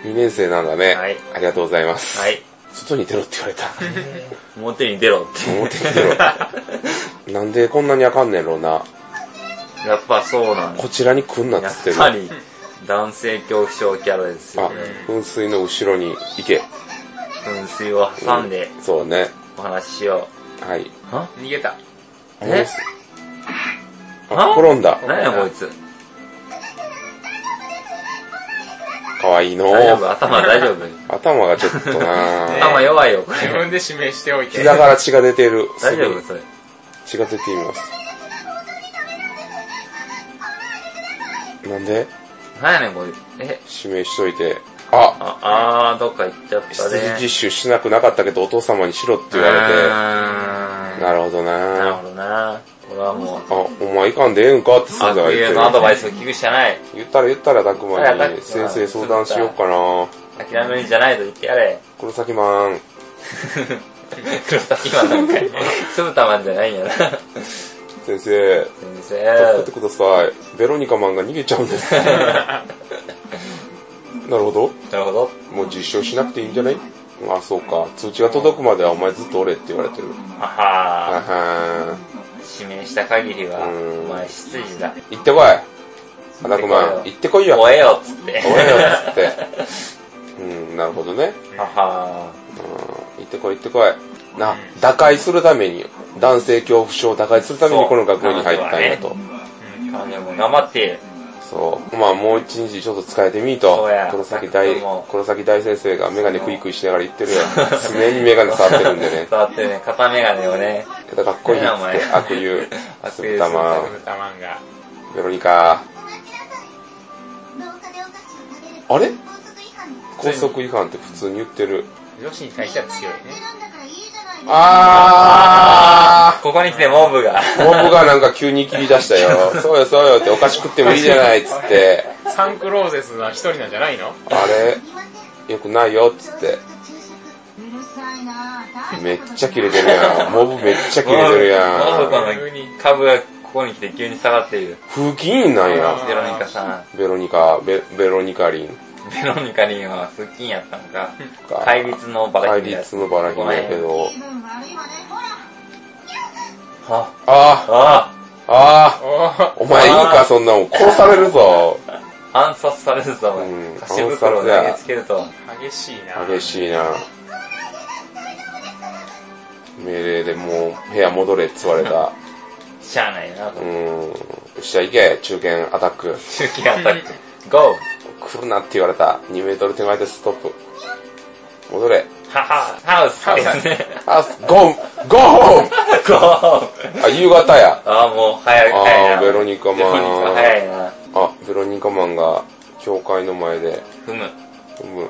Speaker 1: 2年生なんだね。
Speaker 2: はい
Speaker 1: ありがとうございます。
Speaker 2: はい。
Speaker 1: 外に出ろって言われた。
Speaker 2: 表に出ろって。
Speaker 1: 表に出ろなんでこんなにあかんねんろうな。
Speaker 2: やっぱそうなんだ。
Speaker 1: こちらに来んなっ
Speaker 2: やっ
Speaker 1: つってる。
Speaker 2: ぱり、男性恐怖症キャラです
Speaker 1: あ
Speaker 2: よ。、
Speaker 1: 噴水の後ろに行け。
Speaker 2: 噴水を挟んで
Speaker 1: そうね。
Speaker 2: お話ししよ
Speaker 1: はい。
Speaker 3: 逃げた。
Speaker 2: え
Speaker 1: あ、
Speaker 2: あ
Speaker 1: 転んだ
Speaker 2: う。。なんやこいつ。
Speaker 1: かわいいの
Speaker 2: 大丈夫頭大丈 夫
Speaker 1: 頭がちょっと な
Speaker 2: 頭弱いよ、こ
Speaker 3: 自
Speaker 2: れ。
Speaker 3: 分で指名しておいて。
Speaker 1: 膝から血が出てる。
Speaker 2: 大丈
Speaker 1: すご
Speaker 2: 夫
Speaker 1: い
Speaker 2: それ。
Speaker 1: 血が出ています。なんで
Speaker 2: なんやねん、これ。え、
Speaker 1: 指名しといて。あ、
Speaker 2: あ、あー、どっか行っちゃった
Speaker 1: 執
Speaker 2: ね
Speaker 1: 事。実習しなくなかったけどお父様にしろって言われて。
Speaker 2: れ
Speaker 1: なるほど
Speaker 2: てなる
Speaker 1: なあ、
Speaker 2: ほどな。これはもう、
Speaker 1: お前いかんでええんかってすぐ
Speaker 2: 悪
Speaker 1: 言ってる
Speaker 2: 友の。アドバイスを聞くしかない。
Speaker 1: 言ったら言ったらたくま
Speaker 2: 早
Speaker 1: に
Speaker 2: く
Speaker 1: 先生相談しよっかな
Speaker 2: 諦めるんじゃないと言って やれ。
Speaker 1: 黒崎マン。
Speaker 2: 黒崎今なんか、つぶたまんじゃないんやな。先
Speaker 1: 先生、助けて
Speaker 2: 生。
Speaker 1: ください。ベロニカマンが逃げちゃうん です。なるほど。
Speaker 2: なるほど。
Speaker 1: もう実証しなくていいんじゃないあ、そうか。通知が届くまではお前ずっとおれって言われてる。
Speaker 2: あ
Speaker 1: あ
Speaker 2: は
Speaker 1: は
Speaker 2: ー。指名した限りは、
Speaker 1: うん
Speaker 2: お前執事だ。
Speaker 1: ーん。行ってこい。あたくまん、行ってこいよ。
Speaker 2: 追えよっつって。
Speaker 1: おえよっつって。うん、なるほどね。
Speaker 2: はは
Speaker 1: うん、行ってこい行ってこい。な、打開するために、男性恐怖症を打開するためにこの学校に入ったんやと。
Speaker 2: ー。彼女も頑張って、
Speaker 1: そう。まあもう一日ちょっと使えてみーと
Speaker 2: そうや。
Speaker 1: 黒崎大
Speaker 2: も、う
Speaker 1: 黒崎大先生がメガネクイクイしながら言ってるよ。常にメガネ触ってるんでね。
Speaker 2: 触ってね、片眼鏡をね、
Speaker 1: だからかっこいいっつって悪友、
Speaker 2: 悪
Speaker 1: す
Speaker 2: 友
Speaker 1: ぶたま
Speaker 3: ブタマンが。
Speaker 1: ベロニカ。
Speaker 4: 廊下でお菓子を食べる
Speaker 1: あれ
Speaker 4: 法則違反です
Speaker 1: 高速違反って普通に言ってる。
Speaker 3: 女子に対しては強いね。
Speaker 4: 選んだからいいじゃないですか
Speaker 1: あ
Speaker 2: ここに来て文部が、
Speaker 1: ーモブがなんか急に切り出したよ。 そうよそうよっておかしくってもいいじゃないっつって。
Speaker 3: サンクローゼスは一人なんじゃないの
Speaker 1: あれ
Speaker 4: 言いません
Speaker 1: よくないよっつって。
Speaker 4: 昼食うるさいなぁ
Speaker 1: めっちゃ切れてるやん。モブめっちゃ切れてる
Speaker 2: 文部
Speaker 1: やん。
Speaker 2: この株がここに来て急に下がっている。
Speaker 1: 風紀委員なんや。
Speaker 2: ベロニカさん、
Speaker 1: ベロニカ、ベベロニカリン。
Speaker 2: ベロニカリンは腹筋やったのか、
Speaker 1: か
Speaker 2: 怪物のバラ
Speaker 1: 対
Speaker 2: ヒだ
Speaker 1: 立のバラヒネやけど。
Speaker 4: 気分悪いわねほら
Speaker 2: あ、
Speaker 1: ああ、あ
Speaker 2: あ、
Speaker 1: あ、
Speaker 3: おー
Speaker 1: お前いいかそんなもん。殺されるぞ。
Speaker 2: 暗殺されるぞ、
Speaker 1: うん
Speaker 2: 菓子袋を投げつけると。
Speaker 3: 激しいな。
Speaker 1: 激しいな。命令でもう部屋戻れっつわれ た。
Speaker 2: しゃあないなと
Speaker 1: う。ん。よっしゃ行け、中堅アタック。
Speaker 2: 中継アタック。GO!
Speaker 1: 来るなって言われた。2メートル手前でストップ。戻れ。
Speaker 2: ハハハウスですね。
Speaker 1: あ、ゴーゴー
Speaker 2: GO!
Speaker 1: あ、夕方や。
Speaker 2: ああ、もう早い早い
Speaker 1: あ
Speaker 2: な。
Speaker 1: ー、ベロニカ
Speaker 2: ベロニカ
Speaker 1: マン。
Speaker 2: 早いな。
Speaker 1: あ、ベロニカマンが、教会の前で、
Speaker 2: 踏む。
Speaker 1: うむ。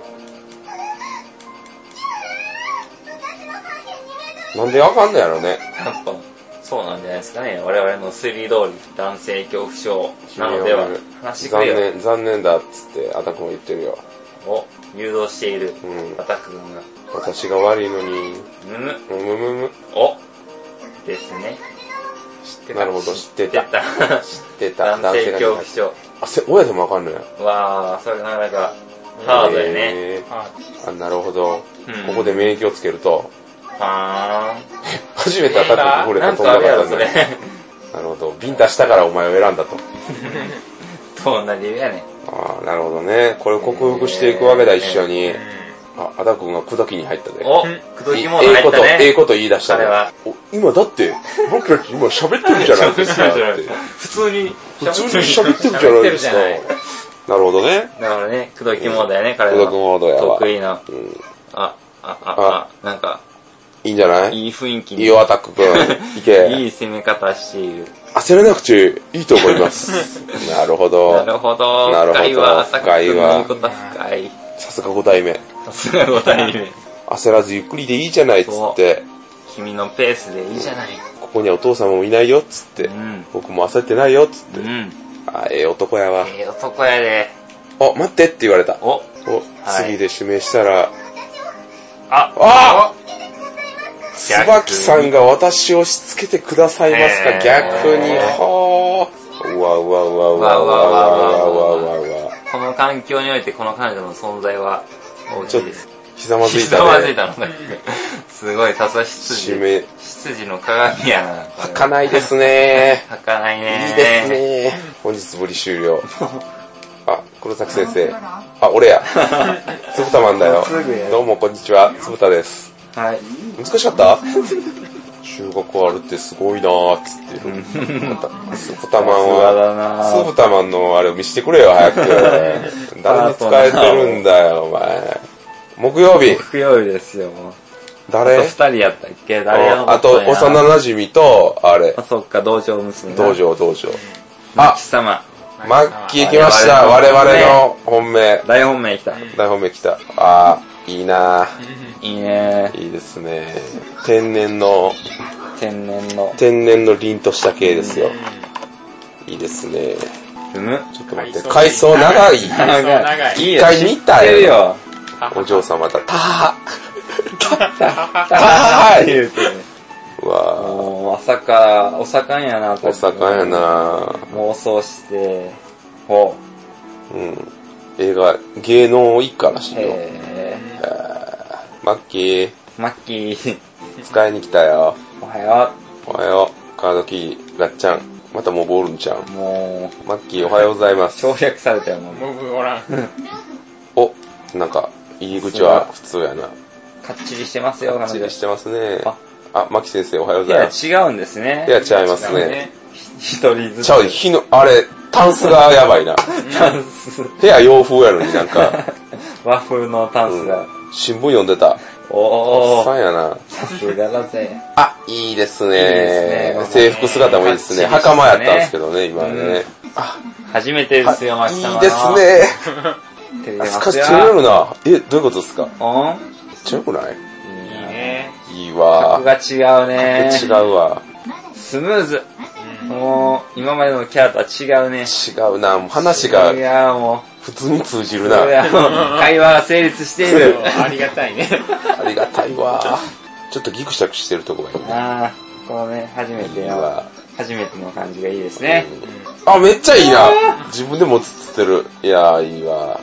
Speaker 1: なんであかんのやろね。
Speaker 2: やっぱ、そうなんじゃないですかね。我々の推理通り、男性恐怖症なのでは、話してく
Speaker 1: 残
Speaker 2: れよ。
Speaker 1: 念、残念だっつって、アタクも言ってるよ。
Speaker 2: を誘導している、
Speaker 1: うん
Speaker 2: アタック君が、
Speaker 1: 私が悪いのに、
Speaker 2: むむ、
Speaker 1: むむむむ。
Speaker 2: お、ですね。
Speaker 1: なるほど、知って
Speaker 2: 出
Speaker 1: た。
Speaker 2: た。
Speaker 1: 出た。
Speaker 2: 男性恐
Speaker 1: 苦
Speaker 2: 怖
Speaker 1: 手
Speaker 2: 症。
Speaker 1: あ、せ、親でもわかんのや。
Speaker 2: わー、それなかなか、ハードやね。
Speaker 1: へ
Speaker 3: あ
Speaker 1: ー。あ、なるほど。
Speaker 2: うん
Speaker 1: ここで免疫をつけると、
Speaker 2: は
Speaker 1: 初めてアタック
Speaker 2: ー
Speaker 1: こ
Speaker 2: ん。
Speaker 1: れ
Speaker 2: な
Speaker 1: た
Speaker 2: ん
Speaker 1: と
Speaker 2: か
Speaker 1: んな
Speaker 2: あるや
Speaker 1: かっ
Speaker 2: ろ、
Speaker 1: た
Speaker 2: それ
Speaker 1: ね。。なるほど。ビンタしたからお前を選んだと。
Speaker 2: どんな理 由やねん。
Speaker 1: ああ、なるほどね。これを克服していくわけだ、一緒に。あ、アダ君が口説きに入ったで。
Speaker 2: お、口説きモード
Speaker 1: ええ
Speaker 2: 入
Speaker 1: こ
Speaker 2: っ
Speaker 1: と、
Speaker 2: た
Speaker 1: ええ
Speaker 2: ね。
Speaker 1: こと言い出したね
Speaker 2: 彼は。
Speaker 1: お今だって、僕たち今喋ってるじゃないですか。って
Speaker 2: 普通に、
Speaker 1: 普通に喋ってるじゃないですか。なるほどね。
Speaker 2: だからね、口説きモードやね、彼
Speaker 1: 口
Speaker 2: の。
Speaker 1: 説きモードやわ
Speaker 2: 得意な。
Speaker 1: うん
Speaker 2: あ、あ、あ、あ、なんか、
Speaker 1: いいんじゃない
Speaker 2: いい雰囲気
Speaker 1: いい
Speaker 2: に。
Speaker 1: よ、アタック君。い
Speaker 2: い
Speaker 1: け。
Speaker 2: い攻め方している。
Speaker 1: 焦らなくていいと思います。なるほ
Speaker 2: な
Speaker 1: ど。
Speaker 2: るほど。
Speaker 1: なるほど
Speaker 2: 深いわ、浅く
Speaker 1: 深いわ
Speaker 2: 言うことは深い。
Speaker 1: さすが5代目。
Speaker 2: さすが5対目。
Speaker 1: 焦らずゆっくりでいいじゃないっつって。
Speaker 2: 君のペースでいいじゃない。
Speaker 1: ここにはお父さんもいないよっつって。
Speaker 2: ん
Speaker 1: 僕も焦ってないよっつっ
Speaker 2: う
Speaker 1: て。
Speaker 2: ん。
Speaker 1: あ、ええ男やわ。
Speaker 2: ええ男やで。
Speaker 1: あ、待ってって言われた。
Speaker 2: お、
Speaker 1: を次で指名したら、
Speaker 8: あ、
Speaker 1: ああ
Speaker 8: 逆に
Speaker 1: 椿さんが私をしつけてくださいますか、
Speaker 8: えー
Speaker 1: 逆に。ほー。うわうわうわうわうわうわうわうわうわうわ。
Speaker 8: この環境においてこの彼女の存在は大
Speaker 1: ちょ
Speaker 8: き
Speaker 1: っ
Speaker 8: い
Speaker 1: と
Speaker 8: です。、
Speaker 1: ひざまずい
Speaker 8: ひ
Speaker 1: た
Speaker 8: ざまずい
Speaker 1: ね。
Speaker 8: たのね。 すごい、さすが執
Speaker 1: 指
Speaker 8: 事。
Speaker 1: 名、
Speaker 8: 執事の鏡やな。これは
Speaker 1: 儚かないですね。
Speaker 8: はかないね。
Speaker 1: いいです。ね。本日ぶり終了。あ、黒崎先生。あ、俺や。つぶたまんだよ。どうもこんにちは、つぶたです。
Speaker 8: はい。
Speaker 1: 難しかった中国あるってすごいなーっつってる。またつぶたまんは、
Speaker 2: だな
Speaker 1: つぶたまんのあれを見してくれよ、早く。誰に使えてるんだよ、お前。木曜日、
Speaker 2: 木曜日ですよ。もうあと
Speaker 1: 誰
Speaker 2: 二人やったっけ誰や
Speaker 1: あと、幼
Speaker 2: な。
Speaker 1: 馴染みと、あれ
Speaker 2: あ、、そっか、道場娘。
Speaker 1: 道。場道場。
Speaker 2: あ、貴様。
Speaker 1: マッキー来ました、我
Speaker 2: 我々
Speaker 1: 々の
Speaker 2: の
Speaker 1: 本命。
Speaker 2: 大本命来た。
Speaker 1: 大本命来た。あー、いいなぁ
Speaker 2: いいね
Speaker 1: いいですね。天然の、
Speaker 2: 天然の。
Speaker 1: 天然の凛とした系ですよ。いいですね。
Speaker 2: うむ。
Speaker 1: ちょっと待って、
Speaker 3: 海
Speaker 1: 海
Speaker 3: 藻
Speaker 1: 藻長い。
Speaker 3: 海藻長い。
Speaker 2: い
Speaker 1: 一
Speaker 2: いよ
Speaker 1: 回見た
Speaker 2: 知ってる
Speaker 1: よ。
Speaker 2: よ。
Speaker 1: お嬢様だ。たは
Speaker 2: あはは言うてね。
Speaker 1: うわぁ。
Speaker 2: もう、まさか、お盛んやなと。
Speaker 1: お魚や。なぁ
Speaker 2: 妄想して、ほう。
Speaker 1: うん。映画、芸能一家らしいよ。
Speaker 2: え
Speaker 1: マッキー、
Speaker 2: ー、マッキー、
Speaker 1: 使いに来たよ。
Speaker 2: おはよ
Speaker 1: おはよう。カードキー、ガッチャン。またもうボールンちゃん
Speaker 2: う。。もう、
Speaker 1: マッキーおはようございます。
Speaker 2: 省略されたよ、もう。
Speaker 3: モブおらん。
Speaker 1: お、なんか、入り口は普通やな。
Speaker 2: かっちりしてますよ、
Speaker 1: ばっちりしてますね
Speaker 2: あ。
Speaker 1: あ、マキ先生おはよう
Speaker 2: 彼
Speaker 1: ござい
Speaker 2: 女
Speaker 1: ます。
Speaker 2: いや、違うんですね
Speaker 1: い。や、違いますね。
Speaker 3: ね。
Speaker 2: 一人ずつ。
Speaker 1: ちゃう、 火の、あれ、タンスがやばいな。
Speaker 2: タンス、
Speaker 1: 部屋洋風やのになんか、
Speaker 2: 和風のタンスが。
Speaker 1: 新聞読んでた。お
Speaker 2: お
Speaker 1: っさ
Speaker 2: ー、
Speaker 1: んやな。
Speaker 2: さすがだぜ。
Speaker 1: あ、いいです
Speaker 2: です
Speaker 1: ね
Speaker 2: ね。
Speaker 1: 制服姿もいいですね。
Speaker 2: かっちりしてね
Speaker 1: 袴やったんですけどね、今ね。
Speaker 8: 初めてですよ、
Speaker 1: あ
Speaker 8: マ
Speaker 1: い
Speaker 8: キ
Speaker 1: い
Speaker 8: 様の。
Speaker 1: ですね。
Speaker 2: 照
Speaker 1: あ
Speaker 2: れますす
Speaker 1: かし
Speaker 2: よ
Speaker 1: ちょるな。え、どういうことですか
Speaker 2: おん
Speaker 1: ちょくない
Speaker 3: いいね。
Speaker 1: いいわ
Speaker 2: 格。が違うね。
Speaker 1: 違うわ。
Speaker 2: スムーズ。もう、今までのキャラとは違うね。
Speaker 1: 違うな。もう話が
Speaker 2: いや、も
Speaker 1: 普通に通じる
Speaker 2: う、
Speaker 1: な。
Speaker 2: それはもう会話が成立している。
Speaker 3: ありがたいね。
Speaker 1: ありがたいわ。ちょっとギクシャクしてるとこがいいね。
Speaker 2: ああ、このね、初めて
Speaker 1: いい
Speaker 2: の、
Speaker 1: わ
Speaker 2: 初めての感じがいいですね。
Speaker 1: あ、めっちゃいいな。自分でも映ってる。いやー、いいわ。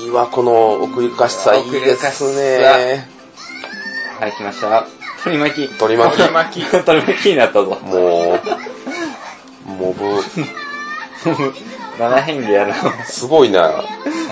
Speaker 1: いいわ、この奥ゆかしさ。いいですね。
Speaker 2: はい、来ました。取り巻き。
Speaker 1: 取り 巻き。
Speaker 3: 取り巻き。
Speaker 2: 取り巻きになったぞ。
Speaker 1: もう、モブ、
Speaker 2: 7変化やな。
Speaker 1: すごいな。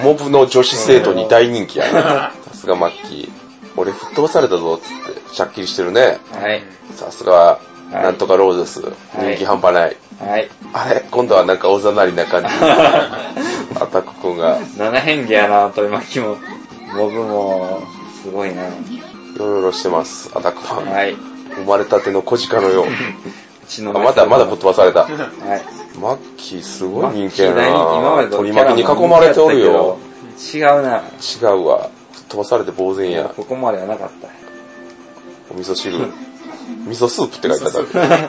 Speaker 1: モブの女子生徒に大人気やな。さすがマッキー。俺吹っ飛ばされたぞ、つって。しゃっきりしてるね。
Speaker 2: はい、
Speaker 1: さすが、なんとかローゼス。人気半端ない。
Speaker 2: はい。
Speaker 1: あれ今度はなんかおざなりな 感じ。アタック君が。
Speaker 2: 7変化やな、取り巻きも。モブも、すごいな。
Speaker 1: よろよろしてます、アタックファン。
Speaker 2: はい。う
Speaker 1: 生まれたての小鹿のよう。
Speaker 2: ちの
Speaker 1: あ、まだまだぶっ飛ばされた。
Speaker 2: はい。
Speaker 1: マッキーすごい人気や
Speaker 2: 左に今ま
Speaker 1: な
Speaker 2: で
Speaker 1: 取り巻きに囲まれておるよ。。
Speaker 2: 違うな。
Speaker 1: 違うわ。吹っ飛ばされて呆然や。
Speaker 2: ここまではなかった。
Speaker 1: お味噌汁。味噌スープって書いてあった。
Speaker 4: ちょっとマク様にこんな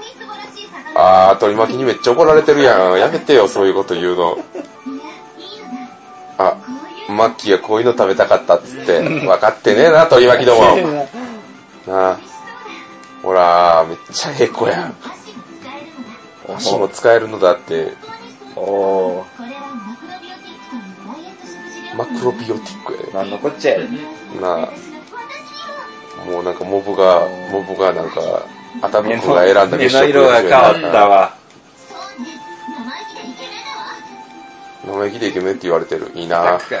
Speaker 4: みすぼらしい魚いや
Speaker 1: あー、取り巻きにめっちゃ怒られてるやん。やめてよ、そういうこと言うの。
Speaker 4: いいよな
Speaker 1: あ、
Speaker 4: こういう
Speaker 1: マッキーがこういうの食べたかったっつ って。分かってねえな、取り巻きども。なあ。ほら、めっちゃええ子やん。
Speaker 4: 箸が使えるのだ
Speaker 1: 足も使えるのだって。
Speaker 2: おー、
Speaker 4: これはマクロビオティックというダイ
Speaker 1: マクロビオティックやね。
Speaker 2: なん
Speaker 4: エット食事療法
Speaker 2: のこっちゃや。
Speaker 1: なあ。
Speaker 4: 私の私
Speaker 1: もうなんかモブが、モブがなんか、アタックが選んだ
Speaker 2: 目
Speaker 1: 飯
Speaker 2: の色が変わったわ。
Speaker 4: にもそうね生意
Speaker 1: 生意気
Speaker 4: 気でイケメンだわ
Speaker 1: でイケメンって言われてる。いいな
Speaker 2: さっき好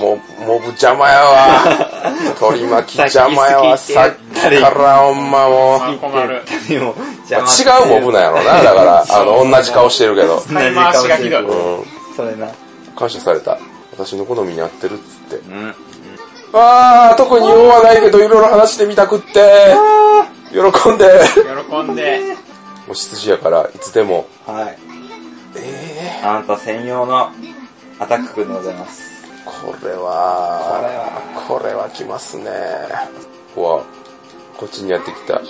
Speaker 1: もう、モブ邪魔や わ。取り巻き邪魔やわ。
Speaker 2: さ
Speaker 1: さ
Speaker 2: っ
Speaker 1: っ
Speaker 2: き好き
Speaker 1: き
Speaker 2: って言ったり
Speaker 1: からほんまもう。
Speaker 3: あ困る。
Speaker 2: きも、邪魔って
Speaker 1: 違うモブなんやろな。だから、あの、同じ顔してるけど。
Speaker 2: 同じ顔してる
Speaker 3: う
Speaker 1: うん。
Speaker 2: それな。
Speaker 1: 感謝された。私の好みに合ってるっつって。
Speaker 2: うん。
Speaker 1: あー、特に用はないけど、いろいろ話してみたくって。喜んで。
Speaker 3: 喜んで。
Speaker 1: もう羊やから、いつでも。
Speaker 2: はい。
Speaker 1: え
Speaker 2: あなた専用のアタックくんでございます。
Speaker 1: ー、これは。
Speaker 2: こ
Speaker 1: こ
Speaker 2: れは、
Speaker 1: れは来ますね。ここは、こっちにやってきた。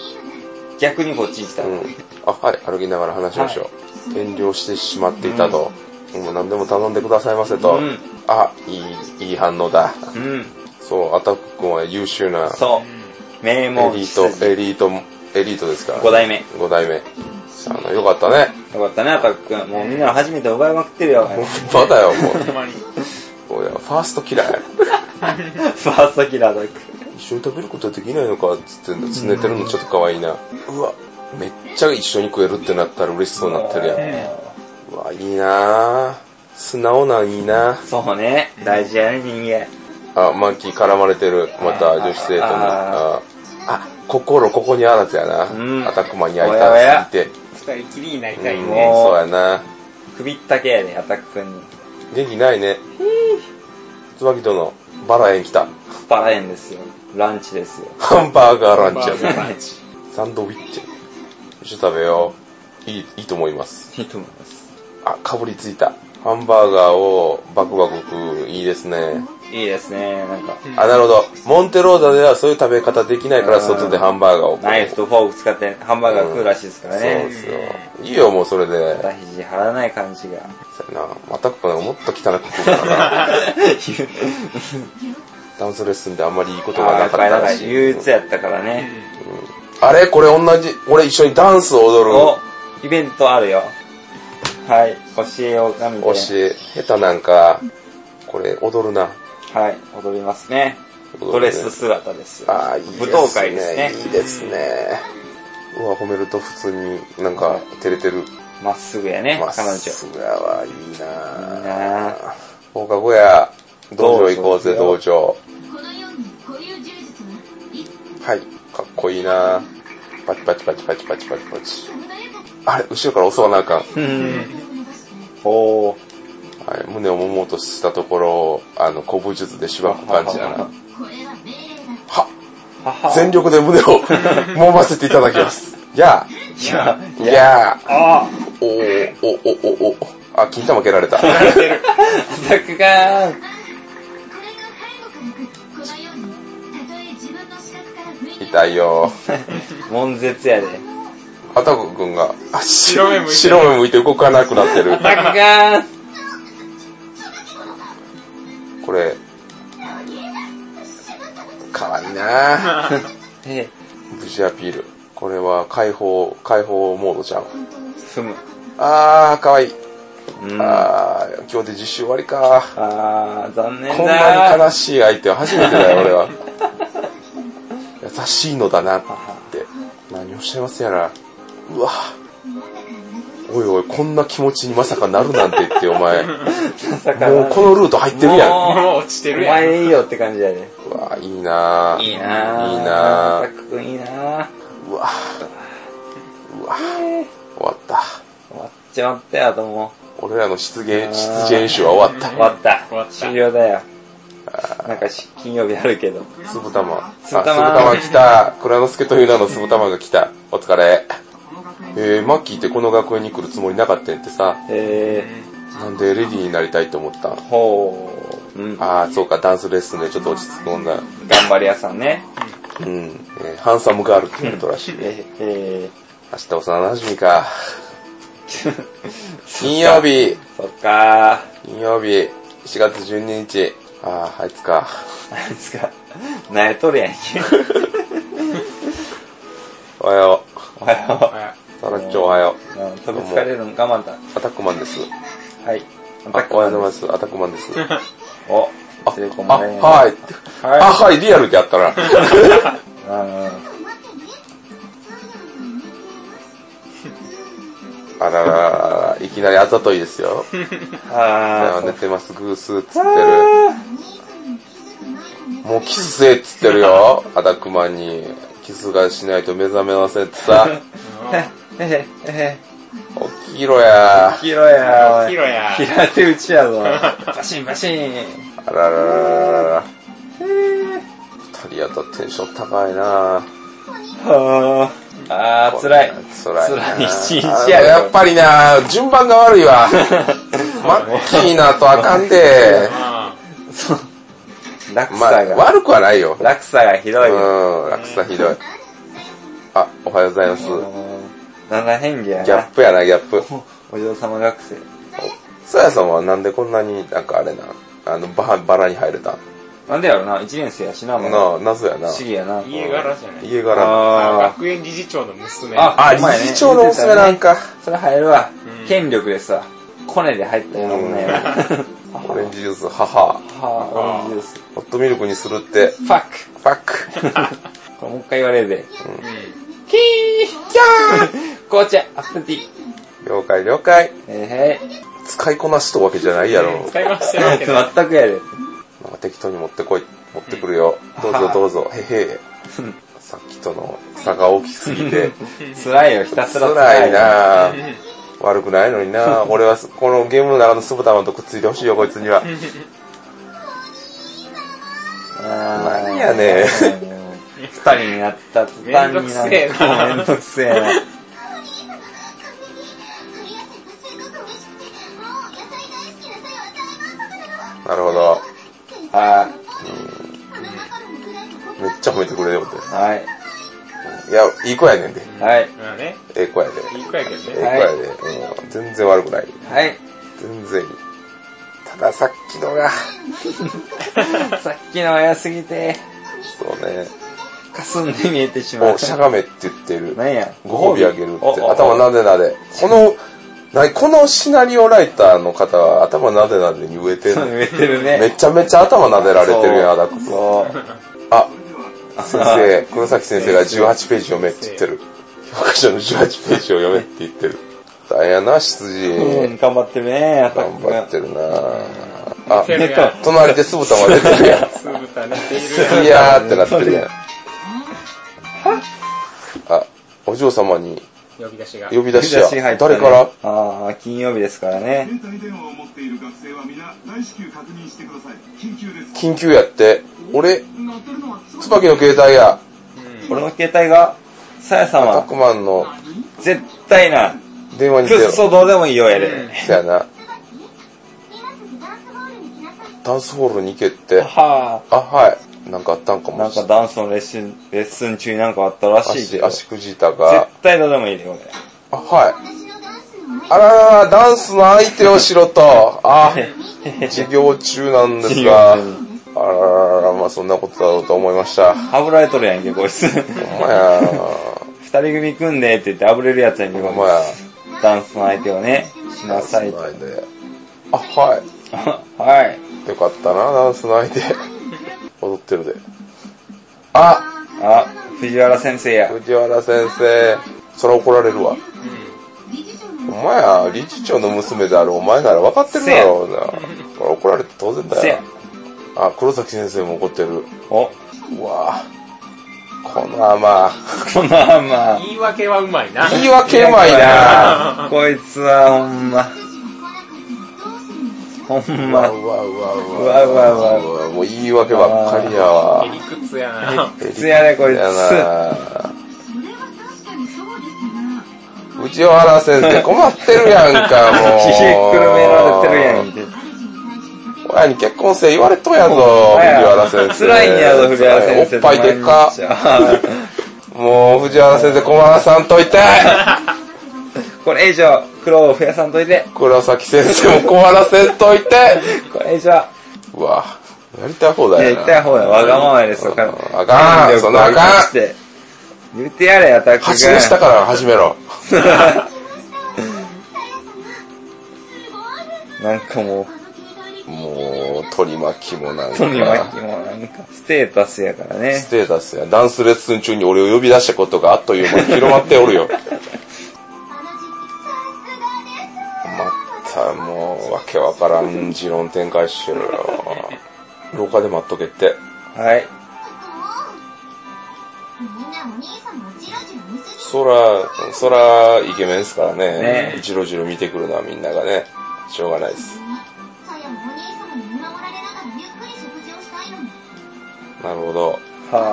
Speaker 2: 逆にこっちに来た。
Speaker 1: うん。あ、はい、歩きながら話しましょう。遠慮してしまっていたと。もう何でも頼んでくださいませと、
Speaker 9: うん
Speaker 1: あいいいい反応だ
Speaker 9: うん。
Speaker 1: そうアタック君は優秀な
Speaker 2: そう。名
Speaker 1: エ
Speaker 2: 門
Speaker 1: リ
Speaker 2: 執
Speaker 1: ート
Speaker 2: 事。
Speaker 1: エリートエリートですから
Speaker 2: 5代目。よ
Speaker 1: 5代目あのよかったね
Speaker 2: かったね、アタック君。もうみんなの初めて奪いまくってるよ。 フ
Speaker 1: まだよも
Speaker 3: ほんまに。
Speaker 1: う もうやファースト嫌い
Speaker 2: ァーストキラーアタック。
Speaker 1: 一緒に食べることはできないのかっつってんだつねてるのちょっと可愛いなうわめっちゃ一緒に食えるってなったら嬉しそうになってるやんうわいいなぁ素直ないいなぁ
Speaker 2: そうね。大事やね、人間。
Speaker 1: あマンキー絡まれてるまた女子生徒にあ
Speaker 2: あ
Speaker 1: あ心ここにあらずやな、
Speaker 2: うん
Speaker 1: アタックマンに会い
Speaker 2: おやお
Speaker 1: た
Speaker 2: や
Speaker 1: いって
Speaker 3: 二人きりになりた
Speaker 1: 言って、
Speaker 3: い
Speaker 1: うん
Speaker 3: ね。
Speaker 1: そうやな
Speaker 2: 首ったけやね、アタック君に。
Speaker 1: 元気ないね椿殿バラ園来た
Speaker 2: バラ園ですよ。ランチですよ。
Speaker 1: ハンバーガーランチや
Speaker 3: ハンバーガー
Speaker 1: な
Speaker 3: ラン
Speaker 1: サンドウィッチ一緒に食べよういいいいと思います
Speaker 2: いいと思います。
Speaker 1: あ、かぶりついた。ハンバーガーをバクバク食う。いいですね。
Speaker 2: いいですね、なんか。
Speaker 1: あ、なるほど。モンテローザではそういう食べ方できないから外でハンバーガーを食う。
Speaker 2: ナイフとフォーク使ってハンバーガー食うらしいですから
Speaker 1: そうで
Speaker 2: ね。
Speaker 1: すよ。いいよ、もうそれで。
Speaker 2: 肩肘張らない感じ が。
Speaker 1: そやな。またこのもっと汚く食うからな。 ダンスレッスンであんまりいいことが
Speaker 2: あ
Speaker 1: な
Speaker 2: やっ
Speaker 1: か
Speaker 2: ぱ
Speaker 1: っ
Speaker 2: りな
Speaker 1: た
Speaker 2: ん
Speaker 1: ら
Speaker 2: か
Speaker 1: しい。
Speaker 2: 憂鬱やったからね。
Speaker 1: あれこれ同じ。俺一緒にダンスを踊
Speaker 2: お
Speaker 1: る。、
Speaker 2: イベントあるよ。はい、教えを神で。
Speaker 1: おし、下手なんか、これ踊るな。
Speaker 2: はい、踊りますね。
Speaker 1: 踊るね
Speaker 2: ドレス姿です。
Speaker 1: あーいいですね。
Speaker 2: 舞踏会ですね
Speaker 1: いいですね。うわ、褒めると普通になんか照れてる。
Speaker 2: まっすぐやね、
Speaker 1: まっ
Speaker 2: 彼女。
Speaker 1: すぐやわ、いいなぁ。
Speaker 2: なあ
Speaker 1: 放課後や、道場行こうぜ、道
Speaker 2: 道
Speaker 1: 場。
Speaker 4: このように固有柔術はいつ
Speaker 1: はい、かっこいいなぁ。パチパチパチパチパチパチパチ。
Speaker 4: も穏やかに
Speaker 1: あれ、後ろから襲わなあかん。
Speaker 2: うん。
Speaker 4: 手を伸ばして
Speaker 2: おー。
Speaker 1: はい、胸を揉もうとしたところ、あの、古武術でしばく感じやな。
Speaker 4: これは命令だ
Speaker 1: は
Speaker 2: 母
Speaker 1: 全力で胸を揉ませていただきます。や
Speaker 2: いや、
Speaker 1: あ、やあ、
Speaker 2: あー
Speaker 1: おーおおおおあ、金玉蹴られた。
Speaker 2: アタックがー
Speaker 4: これが背後から来るこのようにたとえ自分の視覚から不意に
Speaker 1: 痛いよ。
Speaker 2: 悶絶やで。
Speaker 1: あたくくんが、あ、白
Speaker 3: 白目向いてる
Speaker 1: 白目向いて動かなくなってる。
Speaker 2: アタックがー
Speaker 1: これ、かわいいなぁ。
Speaker 2: え、
Speaker 1: 無事アピール。これは解放、解放モードじゃん。
Speaker 4: 本当に
Speaker 2: ふむ。
Speaker 1: あー、かわいい。
Speaker 2: うん。あ
Speaker 1: あー、今日で実習終わりか。
Speaker 2: ー、残念だー。
Speaker 1: こんなに悲しい相手は初めてだよ、俺 は。優しいのだなって。何をおっしゃいますやら。うわおいおい、こんな気持ちにまさかなるなんて言って、お前。も
Speaker 2: 朝から
Speaker 1: うこのルート入ってるやん。
Speaker 2: も
Speaker 3: もう落ちて
Speaker 2: お
Speaker 3: るやん。
Speaker 2: 前いいよって感じやで。
Speaker 1: うわいいなぁ。
Speaker 2: いいなぁ。
Speaker 1: いいな
Speaker 2: アタ
Speaker 1: ぁ。
Speaker 2: ック君いいなぁ。
Speaker 1: うわうわ終わった。
Speaker 2: 終わっちまったよ、とも
Speaker 1: 俺らの出現、出現演習は終わっ
Speaker 2: う。終わった。
Speaker 3: 終わった
Speaker 2: 終了だよ。なんかし金曜日あるけど。
Speaker 1: た。粒玉。あ、
Speaker 2: 酢豚
Speaker 1: 粒玉来た。倉之助という名の粒玉が来た。お疲れ。えー、マッキーってこの学園に来るつもりなかったんやってさ、
Speaker 2: え
Speaker 1: なんでレディーになりたいと思ったん
Speaker 2: ー、ほう。うん。頑
Speaker 1: あー、そうか、ダンスレッスンでちょっと落ち着くんだ。
Speaker 2: 張り屋さんね。
Speaker 1: うん。えーハンサムガールって言われたらしい。
Speaker 2: えー、え
Speaker 1: 明日幼馴染 か。
Speaker 2: ー、
Speaker 1: 金曜日。
Speaker 2: そっか
Speaker 1: 金曜日、4月12日。ああ、あいつか。
Speaker 2: ー。なんですか。慣れとるやんけ。
Speaker 1: おはよ
Speaker 2: おはよ
Speaker 1: う。
Speaker 3: あ
Speaker 1: サラッチョおはよ
Speaker 2: う。うん、飛びつかれるの我慢だ。
Speaker 1: う。アタックマンです。
Speaker 2: はい。
Speaker 1: あ、おはようございます。アタックマンです。あ、
Speaker 2: お、
Speaker 1: あ
Speaker 2: テレコマレーン。
Speaker 1: はい。
Speaker 2: はい。
Speaker 1: あ、はい、リアルでやったな。
Speaker 2: うん
Speaker 1: あらららら、いきなりあざといですよ。
Speaker 2: あー
Speaker 1: 寝てます、グースーっつってる。もうキスせえっつってるよ。アタックマンに。キスがしないと目覚めませんってさ。
Speaker 2: えへ、えへ。
Speaker 1: 起きろや。
Speaker 2: ヒロや、おい
Speaker 3: ヒロや
Speaker 2: 平手打ちやぞ。バシンバシン。
Speaker 1: あらららららら。二人やとテンション高いな
Speaker 2: はぁ。あー、辛い。
Speaker 1: 辛いな。
Speaker 2: 辛い一日や
Speaker 1: あ
Speaker 2: で
Speaker 1: やっぱりな、順番が悪い わ。マッキーなとあかんで。
Speaker 3: あ
Speaker 2: 落
Speaker 1: ま
Speaker 2: 差
Speaker 1: あ、
Speaker 2: が。
Speaker 1: 悪くはないよ。
Speaker 2: 落差がひど
Speaker 1: う
Speaker 2: いよ。
Speaker 1: ん、落差ひどい。あ、おはようございます。ギ
Speaker 2: 七変化や
Speaker 1: ャッ
Speaker 2: な。
Speaker 1: プやな、ギャップ。
Speaker 2: お嬢様学生。
Speaker 1: さやさんはなんでこんなになんかあれな、あの、ババラに入れた
Speaker 2: なんでやろな、一年生やしな、
Speaker 1: な
Speaker 2: も
Speaker 1: あ、
Speaker 2: う。
Speaker 1: 謎やな。
Speaker 2: 不思議やな。
Speaker 3: 家柄じゃない。
Speaker 1: 家柄。
Speaker 3: あ
Speaker 2: あ
Speaker 3: 学園理事長の娘。
Speaker 2: あ
Speaker 1: あ、
Speaker 2: お前ね
Speaker 1: 理事長の娘なんか。
Speaker 2: ー、それ入るわ
Speaker 3: う。ん
Speaker 2: 権力ですわ。コネで入ったようなもんね。
Speaker 1: オレンジジュース、母。
Speaker 2: はぁ、オレンジです。
Speaker 1: ホットミルクにするって、
Speaker 2: ファック
Speaker 1: ファック。
Speaker 2: これもう一回言われるで。
Speaker 3: キー
Speaker 2: 紅茶、アップティー。
Speaker 1: 了解了解。
Speaker 2: えー、へい。
Speaker 1: 使いこなしとわけじゃないやろ。
Speaker 3: 使いましたわけど。
Speaker 2: 全くやで。
Speaker 1: なんか適当に持ってこい、持ってくるよ。どうぞどうぞ、へへ。さっきとの差が大きすぎ て、
Speaker 2: 辛いよ、ひたすら
Speaker 1: 辛い
Speaker 2: よ。
Speaker 1: なぁ 悪くないのに なぁ。俺はすこのゲームの中の酢豚まんとくっついてほしいよ、こいつには。
Speaker 2: 何
Speaker 1: やねん
Speaker 2: 二人になった途端に
Speaker 3: めんどくせえな
Speaker 2: めんどくせえな。
Speaker 4: り合ってすごく美味しくてもう野菜大好きなさやは大満足なの
Speaker 1: なるほど。
Speaker 2: は
Speaker 4: このマカロンくらいのこ
Speaker 1: めっちゃ褒めてくれよって。
Speaker 2: い。はい。
Speaker 1: いや、いい子やねんで。
Speaker 2: はい。
Speaker 3: まあね、
Speaker 1: ええ子やで。
Speaker 3: いい子やけど
Speaker 1: ええ子
Speaker 3: ね。
Speaker 1: やで。うん全然悪くない。
Speaker 2: はい。
Speaker 1: 全然いい。たださっきのが、
Speaker 2: さっきのは早すぎて、
Speaker 1: そうね、
Speaker 2: かすんで見えてしま
Speaker 1: お、
Speaker 2: う。
Speaker 1: しゃがめって言ってる。
Speaker 2: なんや。
Speaker 1: ご褒美あげるって
Speaker 2: おお。お
Speaker 1: 頭なでなで。この、なこのシナリオライターの方は頭なでなでに植えてる
Speaker 2: そう、植えてるね。
Speaker 1: めちゃめちゃ頭なでられてるやん、アダックス。
Speaker 2: そう。
Speaker 1: あ、先生、黒崎先生が18ページ読めって言ってる。教科書の18ページを読めって言ってる。大変やな、
Speaker 2: うん
Speaker 1: 羊。
Speaker 2: 頑張ってるね、アタ
Speaker 1: 頑
Speaker 2: ックが
Speaker 1: 張ってるなあ、
Speaker 3: てるやん。
Speaker 1: 隣で酢豚まで出てるやん。
Speaker 3: 酢豚寝ている
Speaker 1: いやーってなってるやん。あ、お嬢様に
Speaker 3: やん。呼び出しが。
Speaker 1: 呼び出し
Speaker 2: 日差しが入
Speaker 1: や。
Speaker 2: った
Speaker 1: 誰
Speaker 2: ね
Speaker 1: から
Speaker 2: ああ、金曜日ですからね。
Speaker 7: 携帯電話を持っている学生は皆大至急確認してください緊急です
Speaker 1: 緊急やって。俺、
Speaker 7: 乗ってるのはつま
Speaker 1: 椿の携帯や。
Speaker 2: 俺の携帯が、さやさん
Speaker 1: タ
Speaker 2: は、
Speaker 1: クマンの
Speaker 2: 絶対な、
Speaker 1: 電話に
Speaker 2: く
Speaker 1: 出
Speaker 2: っ
Speaker 1: よ。そ
Speaker 2: そどうでもいいよやで。
Speaker 1: やな。
Speaker 4: 今すぐダンスホールに来
Speaker 1: ダンスホールに行けっ
Speaker 4: なさい
Speaker 1: て。
Speaker 2: は
Speaker 1: あ、はい。なんかあったんか
Speaker 2: あ。
Speaker 1: も
Speaker 2: なん
Speaker 1: しれ
Speaker 2: か
Speaker 1: ない。
Speaker 2: ダンスのレッスン、レッスン中になんかあったらしいけ
Speaker 1: 足、
Speaker 2: ど。
Speaker 1: 足
Speaker 2: 絶
Speaker 1: くじいたが。
Speaker 2: 対どうでもいいで、俺。
Speaker 1: あ、はい。
Speaker 4: 私のダンスの前
Speaker 1: あららら、ダンスの相手をしろと。あ、授業中なんですが。あ
Speaker 2: 授
Speaker 1: らららら、まあそんなことだろうと思いました。ほ
Speaker 2: あぶられとるやんけ、こいつ。
Speaker 1: んまや。
Speaker 2: 二人組組んでって言ってあぶれるやつやんけ、
Speaker 1: ほ
Speaker 2: こ
Speaker 1: んまや
Speaker 2: い。つ。ダンスの相手をね、しなさいと。
Speaker 1: ないで。あ、はい。
Speaker 2: はい。
Speaker 1: よかったな、ダンスの相手。踊ってるで。あ、
Speaker 2: あ、藤原先生や。
Speaker 1: 藤原先生。そら怒られるわ。お前や、理事長の娘であるお前なら分かってるだろうな。これ怒られて当然
Speaker 2: せ
Speaker 1: だよ
Speaker 2: や。
Speaker 1: あ、黒崎先生も怒ってる。
Speaker 2: お、
Speaker 1: うわぁ。この甘。
Speaker 2: このあんま。
Speaker 3: 言い訳はうまいな。
Speaker 1: 言い訳うまいな
Speaker 2: こいつはほんま、ほん
Speaker 1: うわ
Speaker 2: ま、
Speaker 1: うわうわう
Speaker 2: う
Speaker 1: わ
Speaker 2: わうわう
Speaker 1: う
Speaker 2: わ。
Speaker 1: わ。もう言い訳ばっかりやわ。
Speaker 3: 理屈やな。
Speaker 1: 理
Speaker 2: つやね、こいつ。
Speaker 1: やな
Speaker 4: それは確かにそうです
Speaker 1: 藤原先生困ってるやんか、もう。
Speaker 2: ひげくるめられてるやんけ。
Speaker 1: 親に結婚せえ言われとんやぞ、藤原先生。
Speaker 2: 辛いんやぞ、藤原先生。
Speaker 1: おっぱいでっか。もう、藤原先生困らさんといて。
Speaker 2: これ以上、苦労を増やさんといて。
Speaker 1: 黒崎先生も困らせんといて。
Speaker 2: これ以上、
Speaker 1: うわ、やりたい放
Speaker 2: いや、
Speaker 1: 題
Speaker 2: 言
Speaker 1: や
Speaker 2: った
Speaker 1: な。
Speaker 2: 方がわがままですよ、から。
Speaker 1: あかん、そんなあかん。
Speaker 2: ん言ってやれや、アタック
Speaker 1: 発信した
Speaker 2: が。
Speaker 1: から始めろ。
Speaker 2: なんかもう、
Speaker 1: もう、取り巻きもなんか。
Speaker 2: 本人はもうなんか、ステータスやからね
Speaker 1: ス。テータスや、ダンスレッスン中に俺を呼び出したことがあっという間に広まっておるよ。またもう、わけわからん持論展開してるよ。廊下で待っとけって。
Speaker 2: はい。
Speaker 4: みんなお兄さんもジロジロ見すぎ
Speaker 1: そら、そら、イケメンですからね
Speaker 2: ね。
Speaker 1: じろじろ見てくるのはみんながね。しょうがないです。
Speaker 4: さやもお兄様に見守られながらゆっくり食事をしたいのに
Speaker 1: なるほど。
Speaker 2: は
Speaker 4: 今度から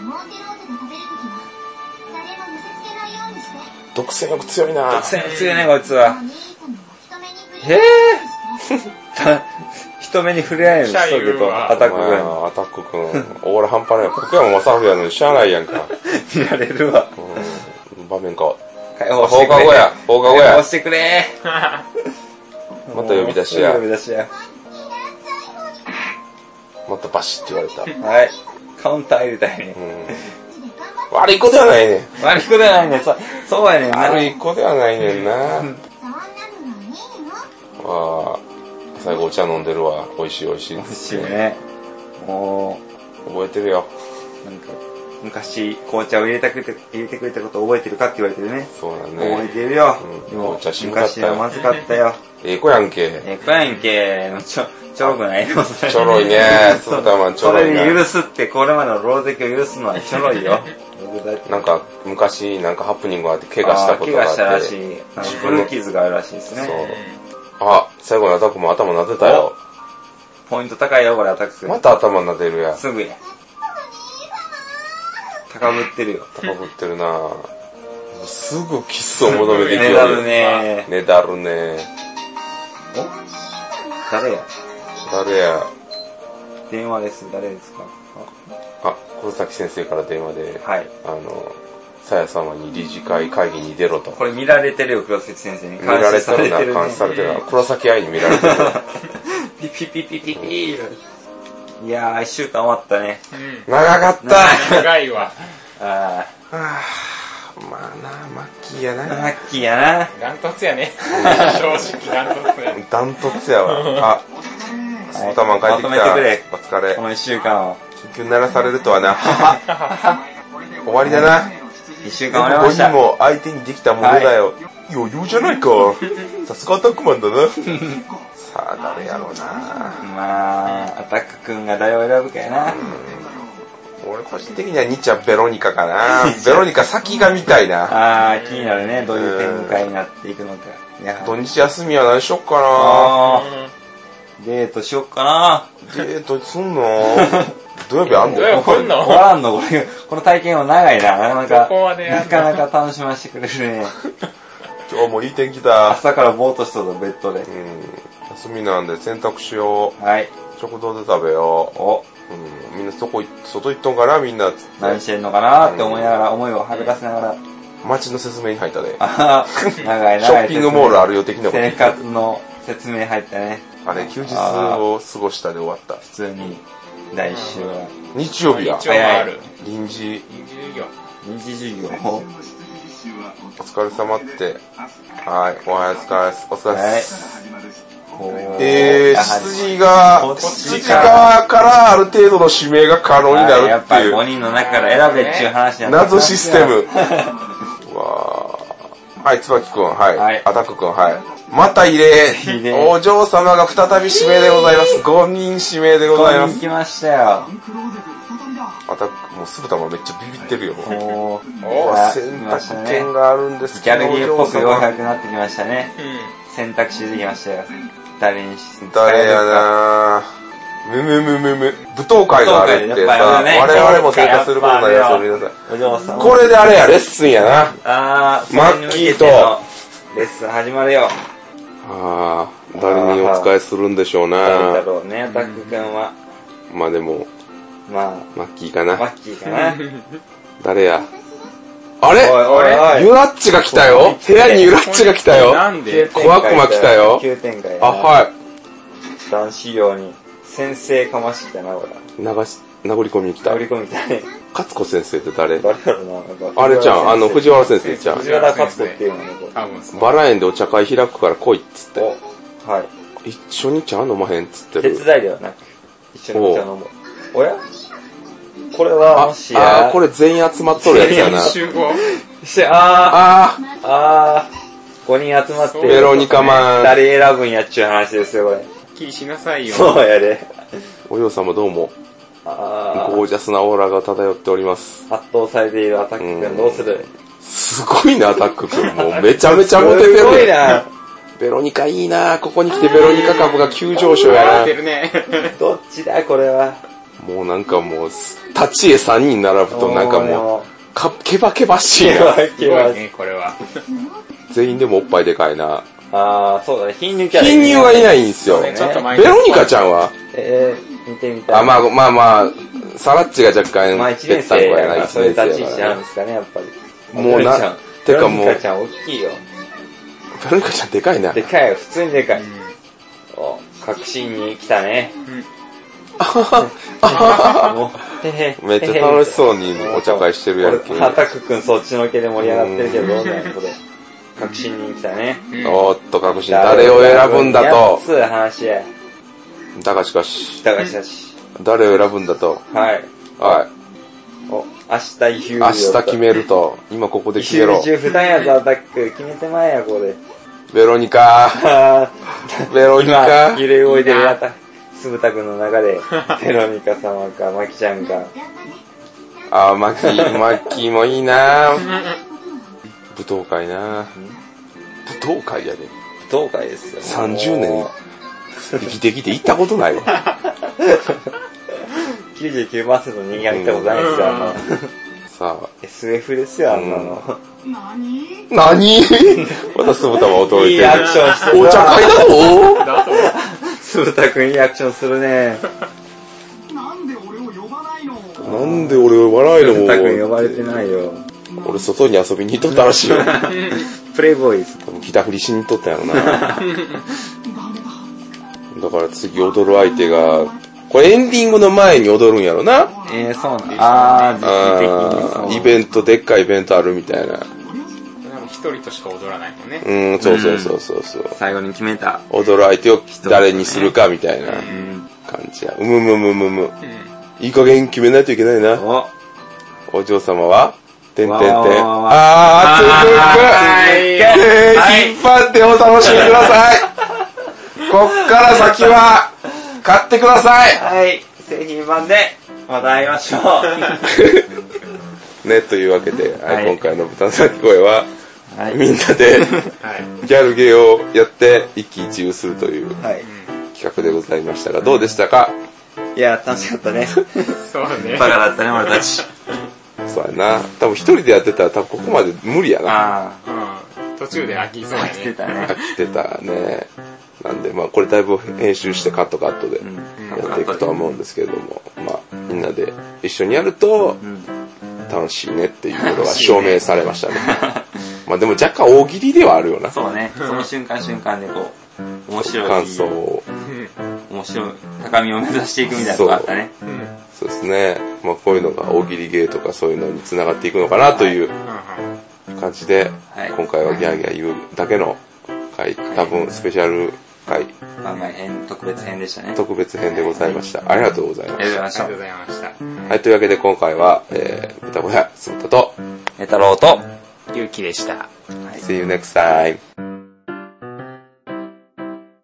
Speaker 4: モンテローゼで食べるときは誰も寄せつけないようにして
Speaker 1: 独占欲強いな
Speaker 2: ぁ。癖が強いね、こいつは
Speaker 4: お。兄様も人目に
Speaker 2: え
Speaker 4: 触れないようにして
Speaker 2: た人目に触れ合える人々とアタックぐらい
Speaker 1: アタック君、オーラ半端ない。福山雅治やのにしゃあないやんか。
Speaker 2: 見られるわ。
Speaker 1: 場面か。
Speaker 2: 解
Speaker 1: 放
Speaker 2: 放してく
Speaker 1: 課
Speaker 2: れ
Speaker 1: 後や、放課後や
Speaker 2: 押。して くれ
Speaker 1: もっと呼び出しや
Speaker 2: もうすぐ呼び出しや。
Speaker 1: もっとバシッて言われた。
Speaker 2: はい。カウンター入れたいね。
Speaker 1: うん悪い子ではないねん。
Speaker 2: 悪い子ではないね。そそうやねんな。
Speaker 1: 悪い子ではないねんな。あ
Speaker 4: そんなのはいい
Speaker 1: あ、
Speaker 4: の
Speaker 1: 最後お茶飲んでるわ。美味しい美味しい。
Speaker 2: 美味しいよね。も
Speaker 1: 覚えてるよ。
Speaker 2: う、なんか、昔、紅茶を入れたくて、入れてくれたこと覚えてるかって言われてるね。
Speaker 1: そうだ
Speaker 2: 覚え
Speaker 1: ね。
Speaker 2: てるよ
Speaker 1: うん。
Speaker 2: でも
Speaker 1: 紅茶しんどかった
Speaker 2: 昔
Speaker 1: よ
Speaker 2: はまずかったよ。
Speaker 1: ええ子やんけ。
Speaker 2: え、こやんけのちょ、ちょろくないよ、それ
Speaker 1: ちょろいねスーターマンちょろいな
Speaker 2: それで許すって、これまでの狼藉を許すのはちょろいよ。僕だって
Speaker 1: なんか、昔、なんかハプニングがあって怪我したこと
Speaker 2: あー怪
Speaker 1: が
Speaker 2: 我した
Speaker 1: あ
Speaker 2: ら
Speaker 1: って。
Speaker 2: しい。あの
Speaker 1: 自分の
Speaker 2: 古傷があるらしいです
Speaker 1: そう
Speaker 2: ね。。
Speaker 1: あ、最後のアタックも頭撫でたよ。
Speaker 2: ポイント高いよ、これ、アタックする
Speaker 1: ま。た頭撫でるやん。
Speaker 2: すぐや。高ぶってるよ。
Speaker 1: 高ぶってるなぁすぐキスを求めていく
Speaker 2: ねだ
Speaker 1: よ
Speaker 2: る
Speaker 1: ね。
Speaker 2: ね。
Speaker 1: ねだるね。
Speaker 2: 誰や
Speaker 1: 誰や。
Speaker 2: 電話です。誰ですかあ
Speaker 1: あ、黒崎先生から電話で、
Speaker 2: はい。
Speaker 1: あの、さや様に理事会会議に出ろと。
Speaker 2: これ見られてるよ、黒瀬先生に。
Speaker 1: 見られてるな、
Speaker 2: 監視
Speaker 1: 監視
Speaker 2: さ
Speaker 1: さ
Speaker 2: れ
Speaker 1: れ
Speaker 2: て
Speaker 1: て
Speaker 2: る
Speaker 1: る
Speaker 2: ね
Speaker 1: な。黒崎愛に見ら れてる。
Speaker 2: ピピピピピピいやー、一週間終わったね。
Speaker 3: うん。
Speaker 1: 長かった
Speaker 3: 長いわ。
Speaker 2: あ
Speaker 1: はぁまあなマッキーや
Speaker 2: ー、
Speaker 1: な
Speaker 2: ラッキーやな。
Speaker 3: ダントツやね。正直ダントツやね。
Speaker 1: ダントツや わ。あ、スータマン帰ってきた。
Speaker 2: まとめて
Speaker 1: お疲れ
Speaker 2: こ。の一週間を。
Speaker 1: 緊急に鳴らされるとはな。終わりだな。
Speaker 2: 一週間終わりまし
Speaker 1: ここ
Speaker 2: た。
Speaker 1: にも相手にできたものだよ。余裕じゃ ないか。さすがアタックマンだな。さあ、誰やろうな。
Speaker 2: まあ、アタック君が誰を選ぶかやな。
Speaker 1: 俺個人的にはニッチャベロニカかな。ベロニカ先が見たいな。
Speaker 2: あー、気になるね。どういう展開になっていくのか。いやー
Speaker 1: 土日休みは何しよっか
Speaker 2: あー、デートしよっかな。
Speaker 1: な。デートすんの土曜日あんの
Speaker 3: 土曜日こんなの
Speaker 2: 終わらんのこれ、 この体験は長いな。なかなか、
Speaker 3: ここまでや
Speaker 2: なんかなか楽しませてくれるね。
Speaker 1: 今日もいい天気だ。
Speaker 2: 朝からぼーっとしとるぞ、ベッドで
Speaker 1: う。ん。休みなんで洗濯しよう。
Speaker 2: はい。
Speaker 1: 食堂で食べよ
Speaker 2: お、
Speaker 1: う。うん。みんなそこい、外行っとんかなみんなっつって。
Speaker 2: 何してんのかなって思いながら、思いをはぐらせながら、
Speaker 1: 街の説明に入ったで。
Speaker 2: あー長い長い。
Speaker 1: ショッピングモールあるよ的なこと。
Speaker 2: 生活の説明入ったね。
Speaker 1: あれ、休日を過ごしたで終わった。
Speaker 2: 普通に、来週は。
Speaker 1: 日曜日や。
Speaker 3: 一応ある。
Speaker 1: 臨時、
Speaker 3: 臨時授業。
Speaker 2: 臨時授業
Speaker 7: 青
Speaker 2: を
Speaker 7: 春の執事実習はお
Speaker 1: お疲れ様って。
Speaker 7: 明日
Speaker 1: はい、おはようお疲れです。お疲れ様です。
Speaker 7: から始まる
Speaker 2: こう
Speaker 1: え
Speaker 2: や
Speaker 1: ー、
Speaker 2: はり
Speaker 1: 羊が、
Speaker 2: 羊
Speaker 1: 羊
Speaker 2: が
Speaker 1: 側からある程度の指名が可能になる
Speaker 2: やっ
Speaker 1: って
Speaker 2: ぱり
Speaker 1: い
Speaker 2: 5
Speaker 1: う、
Speaker 2: 人の中から選べっていう話になって
Speaker 1: 謎システ ム。うわーはい、椿くん、はい、
Speaker 2: はい
Speaker 1: アタックくん、はい。また入れ
Speaker 2: 入れ
Speaker 1: お嬢様が再び指名でございます。5人指名でござい
Speaker 2: 5
Speaker 1: ま
Speaker 2: 人
Speaker 1: す。
Speaker 2: 来ましたよ。
Speaker 1: アタック、もうすぐたまめっちゃビビってるよ。
Speaker 2: お
Speaker 1: う
Speaker 2: ー
Speaker 3: お
Speaker 1: わ
Speaker 2: あ
Speaker 1: 選
Speaker 2: 来ました
Speaker 1: 択
Speaker 2: ね
Speaker 1: 権があるんです
Speaker 2: ギ
Speaker 1: け
Speaker 2: ャ
Speaker 1: ど、
Speaker 2: ルニーっぽく弱
Speaker 1: お嬢様
Speaker 2: くなってきましたね。
Speaker 3: うん。
Speaker 2: 選択肢出てきましたよ。誰に使えるか
Speaker 1: 誰やなむむむむむ。舞踏会があるってさ、
Speaker 2: 舞踏会
Speaker 1: 我
Speaker 2: だよね
Speaker 1: 々も参加することになりますよ、皆
Speaker 2: やっ
Speaker 1: さん。
Speaker 2: お嬢さん。
Speaker 1: これであれや、レッスンやな。
Speaker 2: あー、
Speaker 1: マッキーと。
Speaker 2: レッスン始まるよ。
Speaker 1: ああ、誰にお使いするんでしょう
Speaker 2: 誰だ
Speaker 1: な。
Speaker 2: ろうね、アタック君は。
Speaker 1: まあでも、
Speaker 2: ま
Speaker 1: マッキーか
Speaker 2: あ、マ
Speaker 1: な。
Speaker 2: ッキーかな。
Speaker 1: 誰や。あれ
Speaker 2: おいおいおい
Speaker 1: ユラッチが来たよ。部屋にユラッチが来たよ。
Speaker 3: なんで
Speaker 1: 小悪魔来たよ
Speaker 2: 急展開やな。
Speaker 1: あ、は
Speaker 2: 男子用に先生かましてきたな、ほら。
Speaker 1: い。流し、殴り込みに来た
Speaker 2: 売。り込みたい。
Speaker 1: 勝子先生って誰
Speaker 2: バレやろな。
Speaker 1: あれじゃん、あの、藤
Speaker 2: 原
Speaker 1: 原先生じゃん。
Speaker 2: 藤原勝子っていうのね、こ
Speaker 3: 多分そう。
Speaker 1: バラ園でお茶会開くから来いっつって。
Speaker 2: れ。はい。
Speaker 1: 一緒に茶飲まへんっつって
Speaker 2: 手
Speaker 1: る。
Speaker 2: 伝いではなく、一緒にお茶飲もう。おやこれは、もしや。
Speaker 1: あー、これ全員集まっとるやつやな。
Speaker 3: 集合。
Speaker 2: して、あ
Speaker 1: あ
Speaker 2: ー、あー、5人集まって。
Speaker 1: ベロニカマン
Speaker 2: 誰選ぶんやっちゅう話ですよ、これ。
Speaker 3: きりしなさいよ。
Speaker 2: そうやで。
Speaker 1: ー、お嬢様どうも、
Speaker 2: あ
Speaker 1: ゴージャスなオーラが漂っております。
Speaker 2: ー、圧倒されているアタック君どうする
Speaker 1: すごいな、アタック君。もうめちゃめちゃモテてる
Speaker 2: すごい
Speaker 1: やん。
Speaker 2: な。
Speaker 1: ベロニカいいなここに来てベロニカ株が急上昇
Speaker 3: や
Speaker 1: や
Speaker 3: ってるね。
Speaker 2: どっちだ、これは。
Speaker 1: な。もうなんかもう、立ち絵3人並ぶとなんかもう、
Speaker 2: う、
Speaker 1: か、けばけばしい
Speaker 2: け
Speaker 1: な
Speaker 2: ば。
Speaker 3: す
Speaker 2: け
Speaker 3: ご
Speaker 2: ば
Speaker 3: い。ね、これは。
Speaker 1: 全員でもおっぱいでかいな。
Speaker 2: あー、そうだね、貧乳キャラ。
Speaker 1: 貧乳がいないんですよ。
Speaker 3: ねちょっと
Speaker 1: ベ
Speaker 3: 前に
Speaker 1: ロニカちゃんは
Speaker 2: えー、見てみたい。
Speaker 1: あ、まあまあまあ、サラッチが若干、
Speaker 2: まあ一年
Speaker 1: ぺ
Speaker 2: 生
Speaker 1: ったんこ
Speaker 2: や
Speaker 1: や
Speaker 2: か
Speaker 1: な、
Speaker 2: ら、
Speaker 1: 一
Speaker 2: そういう
Speaker 1: 年生
Speaker 2: 立ち位
Speaker 1: やから
Speaker 2: 置なん
Speaker 1: ね
Speaker 2: ですかね、やっぱり。
Speaker 1: もう
Speaker 2: ちゃ
Speaker 1: な、てか
Speaker 2: ロ
Speaker 1: も
Speaker 2: ニ
Speaker 1: う、
Speaker 2: カちゃん大きいよ。
Speaker 1: ベロニカちゃんでかいな
Speaker 2: で。かいよ、普通にでかい。
Speaker 3: う
Speaker 2: お、確信に来たね。
Speaker 1: あははあはは
Speaker 2: もう、へへ
Speaker 1: めっちゃ楽しそうにお茶会してる やんけ。
Speaker 2: 俺ハタクくんそっちのけで盛り上がってるけど、どうなんこれ。確信に来たね。
Speaker 3: んうん
Speaker 1: おーっと、確信、誰を選ぶんだと。
Speaker 2: つう話や。
Speaker 1: だがしかし、
Speaker 2: だがしたし。
Speaker 1: 誰を選ぶんだと。
Speaker 2: はい。
Speaker 1: はい。
Speaker 2: お、明日夕
Speaker 1: 明日決めると。今ここで決めろ。
Speaker 2: 中負担やぞ、アタック。決めてまえや、これ。
Speaker 1: ベロニ カ、
Speaker 2: あ
Speaker 1: ベロニ
Speaker 2: ー
Speaker 1: カ
Speaker 2: 今、。揺れ動いてるやた。つぶたくんの中 で、テロミカ様か、マキちゃんか。
Speaker 4: 頑張れ
Speaker 1: あー、マッキー、マッキーもいいな舞踏会な舞踏会やで。
Speaker 2: どうかですよ。
Speaker 1: 30年
Speaker 2: も
Speaker 1: 生きてきて行ったことないわ。
Speaker 2: う99%人間見たことないですよ、あんなの。
Speaker 1: さあ、
Speaker 2: SF ですよ、あんなの。
Speaker 1: 何また酢豚は驚いて
Speaker 2: いい
Speaker 1: る
Speaker 2: ア。クションしてる
Speaker 1: お
Speaker 2: わ
Speaker 1: 茶会だぞ
Speaker 3: だと
Speaker 2: つぶたくんいいアクションするね。
Speaker 7: なんで俺を呼ばないの
Speaker 1: なんで俺笑い
Speaker 2: つぶたくん呼
Speaker 1: の
Speaker 2: ばれてないよ。
Speaker 1: 俺外に遊びに行っとったらしい よ。
Speaker 2: プレイボーイです。
Speaker 1: 多分来たふりしに行っとったんやろな。だから次踊る相手が、これエンディングの前に踊るんやろな。
Speaker 2: えー、そうなんだ。あ
Speaker 1: あ
Speaker 2: ー、実
Speaker 1: ーイ
Speaker 2: 質的に
Speaker 1: ベント、でっかいイベントあるみたいな。
Speaker 3: でも一人としか踊らないもんね。
Speaker 1: うん、そうそうそうそうそう。
Speaker 2: そう。最後に決めた。
Speaker 1: 踊る相手を誰にするかみたいな感じや。うむむむむむ。いい加減決めないといけないな。
Speaker 2: お、
Speaker 1: お嬢様はてんてんてん。
Speaker 2: わ
Speaker 1: あ
Speaker 2: ーわー
Speaker 1: あ
Speaker 2: わー
Speaker 1: ー、
Speaker 3: い
Speaker 1: 続くえー引っ張ってお楽しみくださ いこっから先は、買ってください
Speaker 2: はい、製品版で、また会い ましょう。
Speaker 1: ね、というわけで、はい
Speaker 2: い
Speaker 1: 今回の豚さん声は、
Speaker 2: はい
Speaker 1: みんな で
Speaker 3: はい。
Speaker 1: ギャルゲーをやって一喜一憂するという
Speaker 2: はい。
Speaker 1: 企画でございましたが、どうでしたか
Speaker 2: いや、楽しかったね。
Speaker 3: そうね。
Speaker 2: バカだったね、俺たち。
Speaker 1: そうやな。多分一人でやってたら多分ここまで無理やな。
Speaker 2: あ
Speaker 3: うん。途中で飽きそう
Speaker 2: あ、飽
Speaker 3: や
Speaker 2: きて
Speaker 3: ね。
Speaker 2: た
Speaker 1: 飽
Speaker 2: ね。
Speaker 1: きてたね。なんで、まあこれだいぶ編集してカットカットでやっていくとは思うんですけれども、まあみんなで一緒にやると
Speaker 2: ん
Speaker 1: 楽しいねっていうことが証明されましたね。 まあでも若干大喜利ではあるよな。
Speaker 2: そう ね、その瞬間瞬間でこう、面白い。
Speaker 1: 感想を。
Speaker 2: 面白い。高みを目指していくみたいなとこあったね。
Speaker 3: うん。うん。うん。
Speaker 1: そうですね。まあこういうのが大喜利芸とかそういうのに繋がっていくのかなという感じで、
Speaker 2: はい
Speaker 1: 今回はギャーギャー言うだけの回、多分スペシャル回、
Speaker 2: 番外編、特別編でしたね。
Speaker 1: 特別編でございました。ありがとうございま
Speaker 2: あり
Speaker 1: し
Speaker 2: がとうご
Speaker 3: ありが
Speaker 2: ざ
Speaker 3: とう
Speaker 2: い
Speaker 3: ご
Speaker 2: まし
Speaker 3: ざいました。
Speaker 1: た。はい、というわけで今回は、えー、豚小屋、すぶたと、
Speaker 2: た。え太郎と、
Speaker 3: ゆうきでした。
Speaker 1: See you next time!